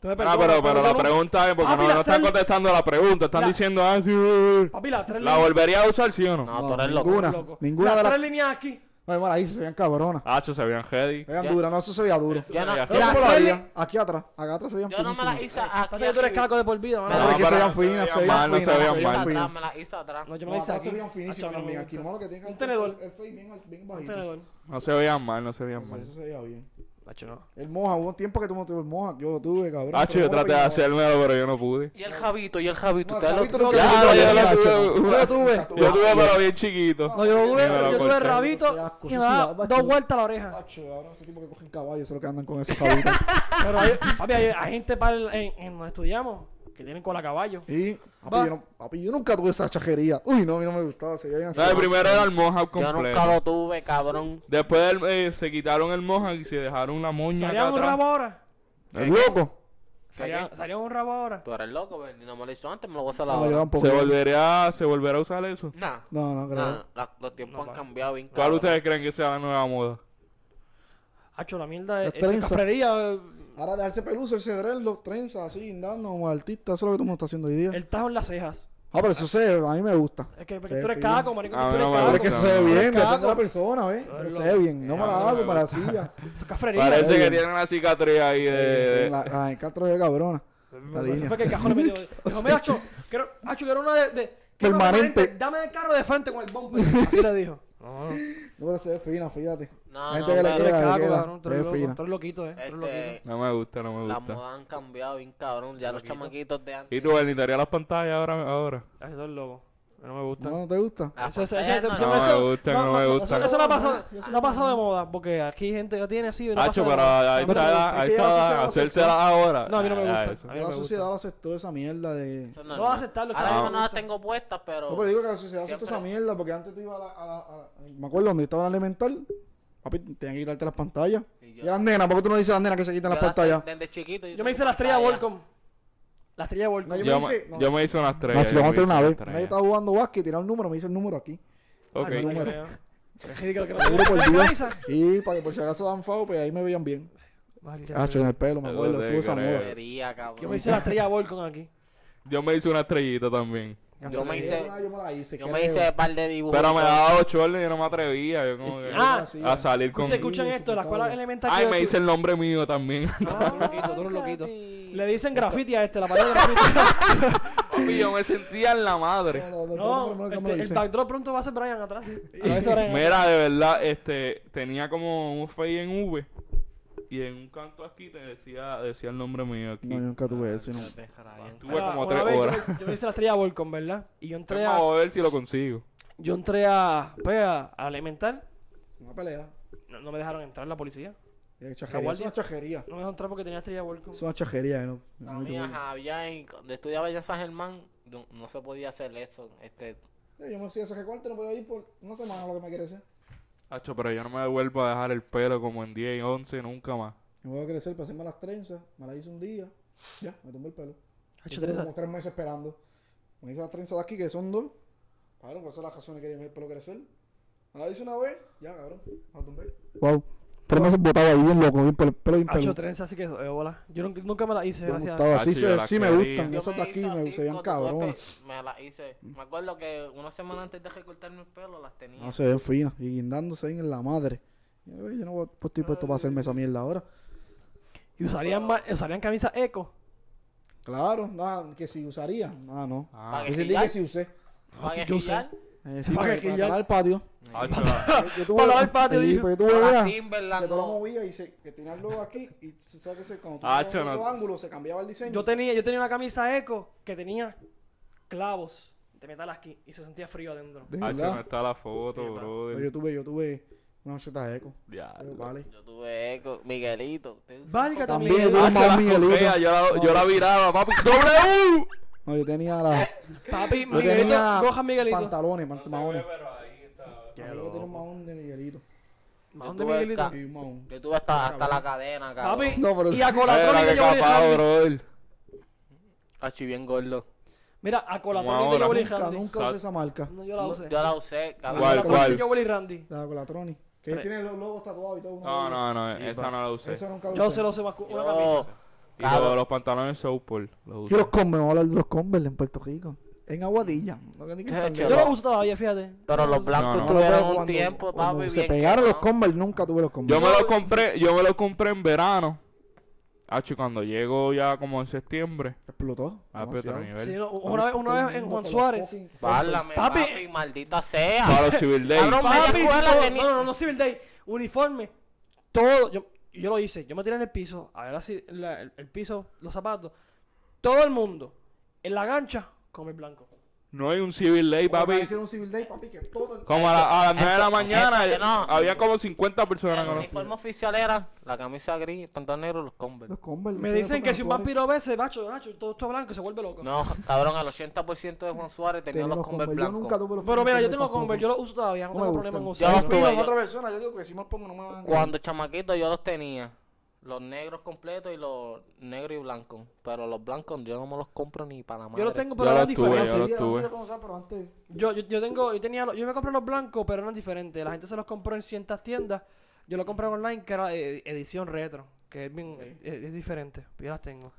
[SPEAKER 1] Tú me
[SPEAKER 2] Ah, pero, pero la
[SPEAKER 1] yo no-
[SPEAKER 2] pregunta es, porque
[SPEAKER 1] Papi,
[SPEAKER 2] no,
[SPEAKER 1] las
[SPEAKER 2] no están
[SPEAKER 1] tres-
[SPEAKER 2] contestando la pregunta, están
[SPEAKER 1] La-
[SPEAKER 2] diciendo, ah, sí, eh, eh.
[SPEAKER 1] Papi, las tres
[SPEAKER 2] ¿La
[SPEAKER 1] líneas.
[SPEAKER 2] volvería a usar, sí o no?
[SPEAKER 4] No, tú eres loco.
[SPEAKER 3] ninguna,
[SPEAKER 1] loco.
[SPEAKER 3] ninguna de
[SPEAKER 1] las
[SPEAKER 3] las...
[SPEAKER 1] tres líneas aquí.
[SPEAKER 3] Ay, bueno, ahí se veían cabronas.
[SPEAKER 2] Hacho, se veían heady.
[SPEAKER 3] Se veían
[SPEAKER 4] Ya.
[SPEAKER 3] duras, no, eso se veía duro.
[SPEAKER 4] Yo no,
[SPEAKER 2] Mira,
[SPEAKER 3] Eso
[SPEAKER 4] mira,
[SPEAKER 3] por la
[SPEAKER 1] Feli-
[SPEAKER 3] vida, aquí atrás, acá atrás se veían
[SPEAKER 4] yo no me
[SPEAKER 3] finísimas.
[SPEAKER 4] las hice aquí.
[SPEAKER 1] Pasa que tú eres
[SPEAKER 4] arriba.
[SPEAKER 1] caco de por vida, mano.
[SPEAKER 4] Pero-
[SPEAKER 3] es que se
[SPEAKER 2] pero
[SPEAKER 3] vean finas, se vean
[SPEAKER 2] mal, no se
[SPEAKER 3] finas,
[SPEAKER 2] vean
[SPEAKER 3] se
[SPEAKER 4] Me las
[SPEAKER 3] veían
[SPEAKER 2] mal.
[SPEAKER 4] hice
[SPEAKER 3] finas.
[SPEAKER 4] atrás, me las hice atrás.
[SPEAKER 1] No, yo me
[SPEAKER 3] No,
[SPEAKER 1] la hice
[SPEAKER 3] acá
[SPEAKER 1] aquí.
[SPEAKER 3] se veían finísimas
[SPEAKER 1] Hacho, a mí no me
[SPEAKER 3] también. Aquí
[SPEAKER 1] gusta.
[SPEAKER 3] nomás lo que tengan
[SPEAKER 1] Un tenedor.
[SPEAKER 3] El face bien, bien
[SPEAKER 1] Un
[SPEAKER 3] bajito.
[SPEAKER 1] tenedor.
[SPEAKER 2] No se veían mal, no se veían
[SPEAKER 3] Eso,
[SPEAKER 2] mal.
[SPEAKER 3] eso se veía bien.
[SPEAKER 1] Hacho, no.
[SPEAKER 3] El moja, hubo un tiempo que tú no tuve el moja. Yo lo tuve, cabrón.
[SPEAKER 2] Hacho, Ah,
[SPEAKER 3] pero
[SPEAKER 2] yo traté de
[SPEAKER 3] moja,
[SPEAKER 2] hacérmelo, pero yo no pude.
[SPEAKER 4] Y el Javito, y el Javito.
[SPEAKER 3] No,
[SPEAKER 4] ustedes lo-
[SPEAKER 3] Javito
[SPEAKER 4] lo-
[SPEAKER 3] nunca
[SPEAKER 4] Ya,
[SPEAKER 2] Ya,
[SPEAKER 3] tuve,
[SPEAKER 2] ya la
[SPEAKER 3] Hacho.
[SPEAKER 2] tuve.
[SPEAKER 1] Yo
[SPEAKER 2] una-
[SPEAKER 1] lo tuve.
[SPEAKER 2] Yo tuve, pero bien chiquito.
[SPEAKER 1] No, yo lo tuve,
[SPEAKER 2] Me la
[SPEAKER 1] yo tuve
[SPEAKER 2] corté.
[SPEAKER 1] rabito
[SPEAKER 3] Qué asco,
[SPEAKER 1] y me
[SPEAKER 3] eso sí,
[SPEAKER 1] da
[SPEAKER 3] la verdad,
[SPEAKER 1] dos
[SPEAKER 3] chulo.
[SPEAKER 1] vueltas a la oreja.
[SPEAKER 3] Hacho, ahora ese tipo que cogen caballos, eso es lo que andan con esos
[SPEAKER 1] (laughs)
[SPEAKER 3] caballitos.
[SPEAKER 1] Pero hay, papi, hay, hay gente para el- en, en donde estudiamos que tienen cola a caballo.
[SPEAKER 3] y, papi
[SPEAKER 1] Va.
[SPEAKER 3] yo, no- papi, yo nunca tuve esa chajería. Uy, no, a mí no me gustaba. Se veían
[SPEAKER 2] No, el primero era el mohawk
[SPEAKER 4] Yo nunca
[SPEAKER 2] completo.
[SPEAKER 4] lo tuve, cabrón.
[SPEAKER 2] Después del- eh, se quitaron el mohawk y se dejaron la moña acá
[SPEAKER 1] Salían un
[SPEAKER 2] atrás.
[SPEAKER 1] rabo ahora.
[SPEAKER 3] El loco.
[SPEAKER 1] Salían salían un rabo ahora.
[SPEAKER 4] Tú eres loco, pero no me lo hizo antes, me lo voy a hacer
[SPEAKER 3] No, yo
[SPEAKER 4] ahora.
[SPEAKER 3] tampoco.
[SPEAKER 2] ¿Se volvería, se volverá a usar eso?
[SPEAKER 4] Nah,
[SPEAKER 3] No, no, creo.
[SPEAKER 4] nah, la- los tiempos
[SPEAKER 1] No,
[SPEAKER 4] han
[SPEAKER 1] pa.
[SPEAKER 4] cambiado bien.
[SPEAKER 2] ¿Cuál
[SPEAKER 4] cabrón.
[SPEAKER 2] ustedes creen que sea la nueva moda?
[SPEAKER 1] Hacho, la mierda es
[SPEAKER 3] Las
[SPEAKER 1] esa
[SPEAKER 3] trenzas.
[SPEAKER 1] cafrería. eh,
[SPEAKER 3] Ahora dejarse peluso, ese dreadlock, trenza, así, andando como artista, eso es lo que tú me estás haciendo hoy día.
[SPEAKER 1] El tajo en las cejas.
[SPEAKER 3] Ah, pero eso se, a mí me gusta.
[SPEAKER 1] Es que porque
[SPEAKER 3] Se
[SPEAKER 1] tú eres
[SPEAKER 3] fija.
[SPEAKER 1] caco, marico.
[SPEAKER 2] A
[SPEAKER 1] Tú
[SPEAKER 2] mí no
[SPEAKER 1] eres
[SPEAKER 2] me
[SPEAKER 1] caco.
[SPEAKER 3] Pero
[SPEAKER 2] gusta.
[SPEAKER 3] Ah, es que
[SPEAKER 1] Eso
[SPEAKER 3] eso se ve bien,
[SPEAKER 1] Caco.
[SPEAKER 3] depende de la persona, ¿ves? Pero se ve bien, no me
[SPEAKER 2] Eh,
[SPEAKER 3] la hago
[SPEAKER 2] me
[SPEAKER 3] para la
[SPEAKER 2] gusta.
[SPEAKER 3] silla.
[SPEAKER 1] es cafrería.
[SPEAKER 2] Parece
[SPEAKER 3] eh.
[SPEAKER 2] que tienen una cicatriz ahí
[SPEAKER 3] Sí,
[SPEAKER 2] de...
[SPEAKER 3] La, la de Castro de cabrona. La
[SPEAKER 1] Por eso
[SPEAKER 3] línea.
[SPEAKER 1] Fue que el cajón le
[SPEAKER 3] (laughs)
[SPEAKER 1] metió. Dijo, mira, Hacho, quiero, Hacho, quiero una de. de quiero una
[SPEAKER 3] Permanente.
[SPEAKER 1] permanente. Dame el carro de frente con el bombo. Así le
[SPEAKER 3] (laughs)
[SPEAKER 1] dijo. No, no.
[SPEAKER 3] No, pero se ve fina, fíjate.
[SPEAKER 4] No,
[SPEAKER 3] La gente
[SPEAKER 4] no,
[SPEAKER 3] que
[SPEAKER 4] pero-
[SPEAKER 3] le
[SPEAKER 1] Tú eres
[SPEAKER 3] queda, le
[SPEAKER 1] caco,
[SPEAKER 3] queda.
[SPEAKER 1] cabrón. Tú
[SPEAKER 3] Se
[SPEAKER 1] eres
[SPEAKER 3] ve
[SPEAKER 1] loco.
[SPEAKER 3] fina.
[SPEAKER 1] Tú eres loquito, eh. Tú eres
[SPEAKER 4] Este,
[SPEAKER 1] loquito.
[SPEAKER 2] No me gusta, no me
[SPEAKER 4] las
[SPEAKER 2] gusta.
[SPEAKER 4] modas han cambiado bien, cabrón. Ya los chamaquitos de antes.
[SPEAKER 2] ¿Y tú, Bernie, te harías las pantallas ahora? ahora?
[SPEAKER 1] Ay, Eso es loco. No me gusta.
[SPEAKER 3] ¿No no te gusta?
[SPEAKER 4] Las
[SPEAKER 1] Eso, eso, eso,
[SPEAKER 4] pantallas
[SPEAKER 1] eso,
[SPEAKER 4] Ah, pues, no,
[SPEAKER 1] eso-
[SPEAKER 2] Ah, pues, no.
[SPEAKER 1] eso-
[SPEAKER 2] me gusta, no me gusta.
[SPEAKER 1] Eso, eso no, ha pasado, no ha pasado de moda, porque aquí hay gente que tiene así. No, pasa de
[SPEAKER 2] Hacho, pero
[SPEAKER 1] moda.
[SPEAKER 2] a
[SPEAKER 1] No,
[SPEAKER 2] esa edad, a
[SPEAKER 3] es que ya
[SPEAKER 2] esa
[SPEAKER 3] la
[SPEAKER 2] edad,
[SPEAKER 3] sociedad lo
[SPEAKER 2] hacérselas ahora.
[SPEAKER 1] No, a mí no me
[SPEAKER 2] Ah,
[SPEAKER 1] gusta.
[SPEAKER 2] eso.
[SPEAKER 1] A mí
[SPEAKER 3] Ya
[SPEAKER 1] no
[SPEAKER 3] la
[SPEAKER 1] me
[SPEAKER 3] sociedad
[SPEAKER 1] gusta.
[SPEAKER 3] lo aceptó esa mierda de...
[SPEAKER 4] Eso
[SPEAKER 3] No,
[SPEAKER 4] no es
[SPEAKER 1] No vas a
[SPEAKER 4] normal.
[SPEAKER 1] aceptarlo,
[SPEAKER 4] Ahora
[SPEAKER 1] cabrón.
[SPEAKER 4] mismo no las tengo puestas, pero.
[SPEAKER 3] pero digo que la sociedad aceptó esa
[SPEAKER 4] Siempre-
[SPEAKER 3] mierda porque antes tú ibas a la... a la- a la- Me acuerdo, donde estaba en la elemental, papi, tenían que quitarte las pantallas.
[SPEAKER 4] Sí, yo-
[SPEAKER 3] Ya, nena, ¿por qué tú no dices a las nenas que se
[SPEAKER 4] yo
[SPEAKER 3] quiten las
[SPEAKER 4] las
[SPEAKER 3] pantallas?
[SPEAKER 4] tengo Desde chiquito.
[SPEAKER 1] Yo me hice la estrella
[SPEAKER 4] pantalla.
[SPEAKER 1] Volcom. La estrella Volcom.
[SPEAKER 3] No, yo
[SPEAKER 2] Yo,
[SPEAKER 3] me hice-
[SPEAKER 2] me,
[SPEAKER 3] no.
[SPEAKER 2] yo me hice una estrella.
[SPEAKER 3] Macho,
[SPEAKER 2] yo
[SPEAKER 3] lo
[SPEAKER 2] me
[SPEAKER 3] vamos a tener
[SPEAKER 2] hice
[SPEAKER 3] una vez.
[SPEAKER 2] estrella.
[SPEAKER 3] Nadie estaba jugando básquet, tira un número, me dice el número aquí.
[SPEAKER 2] Ok.
[SPEAKER 1] Ay, no te
[SPEAKER 3] número.
[SPEAKER 1] creo. Es ridículo que no
[SPEAKER 3] Seguro por
[SPEAKER 1] ¿Tienes
[SPEAKER 3] Dios.
[SPEAKER 1] camisa?
[SPEAKER 3] Y para que por si acaso dan fao, pues ahí me veían bien.
[SPEAKER 1] Maldita
[SPEAKER 3] Hacho, en el pelo, me
[SPEAKER 2] No
[SPEAKER 3] acuerdo,
[SPEAKER 2] te
[SPEAKER 3] sube esa
[SPEAKER 2] creo.
[SPEAKER 3] moda.
[SPEAKER 4] Porquería, cabrón.
[SPEAKER 1] Yo me hice la estrella Volcom aquí.
[SPEAKER 2] Yo me hice una estrellita también.
[SPEAKER 4] Yo me hice-
[SPEAKER 3] Yo me la hice,
[SPEAKER 4] Yo
[SPEAKER 3] creo.
[SPEAKER 4] me hice un par de dibujos.
[SPEAKER 2] Pero me daba ocho y yo no me atrevía. Yo como que-
[SPEAKER 1] Uh, Ah,
[SPEAKER 2] a salir con...
[SPEAKER 1] Escuchen, escuchen
[SPEAKER 3] Sí,
[SPEAKER 1] esto, la
[SPEAKER 3] insoportable.
[SPEAKER 1] escuela elemental que
[SPEAKER 2] Ay,
[SPEAKER 1] yo
[SPEAKER 2] me
[SPEAKER 1] estuve-
[SPEAKER 2] hice el nombre
[SPEAKER 3] (laughs)
[SPEAKER 2] mío también.
[SPEAKER 1] Ah, tú eres loquito, tú eres loquito. Le dicen graffiti a este, la palabra graffiti.
[SPEAKER 3] (laughs)
[SPEAKER 2] Papi, yo me sentía en la madre.
[SPEAKER 3] No, no, no,
[SPEAKER 1] No,
[SPEAKER 3] no, no, no, no, no,
[SPEAKER 1] este,
[SPEAKER 3] me la
[SPEAKER 1] el
[SPEAKER 3] hice.
[SPEAKER 1] backdrop pronto va a ser Brian
[SPEAKER 3] (laughs)
[SPEAKER 1] atrás. A ver si Brian-
[SPEAKER 2] Mira, de verdad, este, tenía como un fade en V y en un canto aquí te decía, decía el nombre mío aquí.
[SPEAKER 3] No, yo nunca
[SPEAKER 2] Ah,
[SPEAKER 3] tuve eso. no.
[SPEAKER 2] Tuve
[SPEAKER 1] Ah,
[SPEAKER 2] como
[SPEAKER 1] una
[SPEAKER 2] tres
[SPEAKER 1] vez yo me-
[SPEAKER 2] horas.
[SPEAKER 1] Yo me hice la estrella Volcom, ¿verdad? Y yo entré a,
[SPEAKER 2] Vamos a ver si lo consigo.
[SPEAKER 1] yo entré a, pues, a, a elemental.
[SPEAKER 3] Una pelea.
[SPEAKER 1] No, no me dejaron entrar la policía.
[SPEAKER 3] Eh, chajería, Es
[SPEAKER 1] guardia-
[SPEAKER 3] una chajería.
[SPEAKER 1] No me dejó entrar porque tenía estrella Volcom.
[SPEAKER 3] Es una chajería. eh, No,
[SPEAKER 4] A
[SPEAKER 3] no hay
[SPEAKER 4] mí,
[SPEAKER 3] que ver.
[SPEAKER 4] ajá, había en- cuando estudiaba ya San Germán, no, no se podía hacer eso. Este,
[SPEAKER 3] Eh, Yo me fui a ese recorte, no podía ir por una semana lo que me crece.
[SPEAKER 2] Hacho, pero yo no me vuelvo a dejar el pelo como en 10 y 11, nunca más.
[SPEAKER 3] Me voy a crecer para hacerme las trenzas. Me las hice un día. Ya, me tomé el pelo.
[SPEAKER 1] Hacho,
[SPEAKER 3] Estuve
[SPEAKER 1] Teresa,
[SPEAKER 3] como tres meses esperando. Me hice las trenzas de aquí, que son dos. Claro, por eso las razones que quería el pelo crecer. Me las hice una vez, ya, cabrón. Me las tumbé. Wow. Tres meses botado ahí, bien loco, bien pelo, bien
[SPEAKER 1] Hacho, trenza, así que eso, eh, hola. Yo nunca, nunca me la hice,
[SPEAKER 3] Me
[SPEAKER 1] gracias.
[SPEAKER 3] gustaba,
[SPEAKER 2] Hacho,
[SPEAKER 3] sí,
[SPEAKER 2] yo
[SPEAKER 3] se-
[SPEAKER 2] las
[SPEAKER 3] sí me
[SPEAKER 2] quería.
[SPEAKER 3] gustan.
[SPEAKER 4] yo
[SPEAKER 3] Esas de
[SPEAKER 4] me
[SPEAKER 3] aquí
[SPEAKER 4] hice
[SPEAKER 3] me
[SPEAKER 4] así
[SPEAKER 3] se veían
[SPEAKER 4] cuando tuve
[SPEAKER 3] cabronas.
[SPEAKER 4] pe- Me la hice. Me acuerdo que una semana antes de recortarme el pelo las tenía.
[SPEAKER 3] No se ven finas y guindándose ahí en la madre. Yo, eh, yo no voy- pues, estoy puesto para hacerme esa mierda ahora.
[SPEAKER 1] Y usarían, ma- usarían camisa eco.
[SPEAKER 3] Claro, nada, que si usaría. Ah, no.
[SPEAKER 2] Ah,
[SPEAKER 4] Para
[SPEAKER 3] Yo sentí
[SPEAKER 4] girar.
[SPEAKER 3] que si usé. Ah,
[SPEAKER 4] ¿Para
[SPEAKER 1] sí,
[SPEAKER 4] que
[SPEAKER 1] yo sé.
[SPEAKER 4] girar?
[SPEAKER 3] Eh, sí,
[SPEAKER 1] Para
[SPEAKER 3] para,
[SPEAKER 1] Ah, que
[SPEAKER 3] para
[SPEAKER 1] ya-
[SPEAKER 3] talar
[SPEAKER 1] (laughs)
[SPEAKER 3] el patio.
[SPEAKER 2] hacho, la-
[SPEAKER 3] Yo- Yo tuve
[SPEAKER 1] Para talar el patio,
[SPEAKER 3] Sí,
[SPEAKER 1] dije.
[SPEAKER 3] pues yo tuve
[SPEAKER 4] Para
[SPEAKER 3] una-
[SPEAKER 4] Timberland,
[SPEAKER 3] que tú lo
[SPEAKER 4] no.
[SPEAKER 3] movías y se, que tenía el logo aquí y tú sabes que se, cuando tú
[SPEAKER 2] Ah,
[SPEAKER 3] le dabas
[SPEAKER 2] chano.
[SPEAKER 3] otro ángulo se cambiaba el diseño.
[SPEAKER 1] Yo tenía, yo tenía una camisa eco que tenía clavos de metal aquí y se sentía frío adentro.
[SPEAKER 3] De (laughs)
[SPEAKER 2] hacho, no
[SPEAKER 3] verdad.
[SPEAKER 2] está la foto,
[SPEAKER 1] Sí, pa.
[SPEAKER 3] Pero
[SPEAKER 2] brother.
[SPEAKER 3] yo tuve, yo tuve una cheta de eco.
[SPEAKER 2] Ya,
[SPEAKER 3] Yo,
[SPEAKER 2] lo-
[SPEAKER 3] vale.
[SPEAKER 4] Yo tuve eco, Miguelito. ustedes usan
[SPEAKER 1] Válgate,
[SPEAKER 4] coca-
[SPEAKER 3] También yo
[SPEAKER 1] Miguelito.
[SPEAKER 3] tuve
[SPEAKER 2] Hacho,
[SPEAKER 3] más
[SPEAKER 2] las
[SPEAKER 3] Miguelito.
[SPEAKER 2] coqueas, yo la, yo la viraba, (laughs) papi. ¡W!
[SPEAKER 3] No, yo tenía la.
[SPEAKER 1] Papi,
[SPEAKER 3] Yo
[SPEAKER 1] Miguelito,
[SPEAKER 3] tenía
[SPEAKER 1] coja Miguelito.
[SPEAKER 3] pantalones, pant- maones.
[SPEAKER 2] pero ahí está.
[SPEAKER 3] Yo tenía un mahón de Miguelito.
[SPEAKER 1] ¿Más
[SPEAKER 4] Yo
[SPEAKER 1] dónde
[SPEAKER 4] tuve
[SPEAKER 1] Miguelito?
[SPEAKER 4] ca-
[SPEAKER 3] Y un mahón.
[SPEAKER 4] Yo tuve hasta, hasta la cadena, cabrón.
[SPEAKER 1] Papi,
[SPEAKER 3] No, pero-
[SPEAKER 1] y a
[SPEAKER 2] Era
[SPEAKER 1] Colatronic
[SPEAKER 2] que
[SPEAKER 1] que yo volé
[SPEAKER 2] capaz,
[SPEAKER 1] Randy.
[SPEAKER 2] brother.
[SPEAKER 4] Achi, bien gordo.
[SPEAKER 1] Mira, a Colatronic
[SPEAKER 2] Como
[SPEAKER 1] que yo
[SPEAKER 2] ahora.
[SPEAKER 1] volé
[SPEAKER 3] Nunca,
[SPEAKER 1] Randy.
[SPEAKER 3] nunca usé esa marca.
[SPEAKER 1] No, yo la usé.
[SPEAKER 4] Yo la usé, cabrón.
[SPEAKER 2] ¿Cuál,
[SPEAKER 1] Yo la
[SPEAKER 2] cuál?
[SPEAKER 1] usé, Yo volé Randy.
[SPEAKER 3] La Colatroni. Que
[SPEAKER 1] Tres.
[SPEAKER 3] tiene los logos tatuados y todo.
[SPEAKER 2] No, no, no,
[SPEAKER 1] Sí,
[SPEAKER 2] esa
[SPEAKER 1] pa.
[SPEAKER 2] no la usé.
[SPEAKER 3] Eso nunca lo
[SPEAKER 1] Yo se
[SPEAKER 3] usé.
[SPEAKER 1] lo usé más cu- una
[SPEAKER 4] Yo-
[SPEAKER 1] camisa.
[SPEAKER 2] Y
[SPEAKER 4] Claro.
[SPEAKER 2] lo- los pantalones Soulpol los
[SPEAKER 3] Y
[SPEAKER 2] usé.
[SPEAKER 3] los Converse, vamos a hablar de los Converse en Puerto Rico. En Aguadilla. No, que ni que
[SPEAKER 4] Che,
[SPEAKER 3] están
[SPEAKER 4] che,
[SPEAKER 1] Yo
[SPEAKER 3] lejos.
[SPEAKER 1] la uso todavía, fíjate.
[SPEAKER 4] Pero los
[SPEAKER 2] No,
[SPEAKER 4] blancos
[SPEAKER 2] no.
[SPEAKER 3] pero
[SPEAKER 4] tuvieron un
[SPEAKER 3] cuando-
[SPEAKER 4] tiempo,
[SPEAKER 3] cuando
[SPEAKER 4] papi.
[SPEAKER 3] Se
[SPEAKER 4] bien
[SPEAKER 3] pegaron los
[SPEAKER 4] cabrón.
[SPEAKER 3] Converse, nunca tuve los Converse.
[SPEAKER 2] Yo me los compré, yo me los compré en verano. Hacho, y cuando llego ya como en septiembre,
[SPEAKER 3] Explotó.
[SPEAKER 2] a
[SPEAKER 3] demasiado.
[SPEAKER 2] otro nivel.
[SPEAKER 1] Sí, no, una vez, una vez en Juan Suárez.
[SPEAKER 4] Válame,
[SPEAKER 1] Papi.
[SPEAKER 4] papi. maldita sea.
[SPEAKER 2] Para los Civil Day.
[SPEAKER 4] Cabrón, me-
[SPEAKER 1] Papi,
[SPEAKER 4] escuela
[SPEAKER 1] todo-
[SPEAKER 4] tenía-
[SPEAKER 1] No, no, no, Civil Day. Uniforme. Todo. Yo, yo lo hice. Yo me tiré en el piso. A ver así, la- el, el piso, los zapatos. Todo el mundo. En la gancha, come el blanco.
[SPEAKER 2] No hay un Civil Day,
[SPEAKER 3] Papi.
[SPEAKER 2] papi.
[SPEAKER 3] Hicieron un Civil Day, papi, que todo el...
[SPEAKER 2] Como a, la- a las 9 de la
[SPEAKER 4] eso-
[SPEAKER 2] mañana,
[SPEAKER 4] eso que no. Este,
[SPEAKER 2] había como 50 personas.
[SPEAKER 4] El
[SPEAKER 2] cabrón.
[SPEAKER 4] uniforme oficial era la camisa gris, el pantalón negro, los Converse.
[SPEAKER 3] Los Converse.
[SPEAKER 1] Me
[SPEAKER 3] los
[SPEAKER 1] dicen que si un
[SPEAKER 3] Suárez.
[SPEAKER 1] vampiro ve ese, macho, macho, todo esto blanco se vuelve loco.
[SPEAKER 4] No, cabrón, al 80% de Juan Suárez tenía
[SPEAKER 3] Tenía
[SPEAKER 4] los Converse
[SPEAKER 3] Yo
[SPEAKER 4] blancos.
[SPEAKER 3] nunca tuve los
[SPEAKER 1] Pero mira, yo
[SPEAKER 3] Converse
[SPEAKER 1] tengo
[SPEAKER 3] tampoco.
[SPEAKER 1] Converse, yo los uso todavía, no
[SPEAKER 3] No me
[SPEAKER 1] tengo problema en
[SPEAKER 3] gustan.
[SPEAKER 4] Yo
[SPEAKER 1] usarlos.
[SPEAKER 4] los
[SPEAKER 3] Fino,
[SPEAKER 4] tuve,
[SPEAKER 3] en
[SPEAKER 4] yo-
[SPEAKER 3] otra persona, yo digo que si me los pongo no me van a...
[SPEAKER 4] Cuando chamaquito yo los tenía. Los negros completos y los negros y blancos. Pero los blancos yo no me los compro ni para la madre.
[SPEAKER 1] Yo los tengo,
[SPEAKER 2] Yo
[SPEAKER 1] pero eran
[SPEAKER 2] los tuve,
[SPEAKER 1] diferentes.
[SPEAKER 2] yo los
[SPEAKER 3] Sí, ahora sí
[SPEAKER 2] tuve.
[SPEAKER 3] los puedo usar, pero antes...
[SPEAKER 1] Yo, yo, yo tengo, yo tenía, los- yo me compré los blancos, pero eran diferentes. La gente se los compró en ciertas tiendas. Yo los compré online, que era eh, edición retro, que es bien, eh, es, es diferente. Yo las tengo.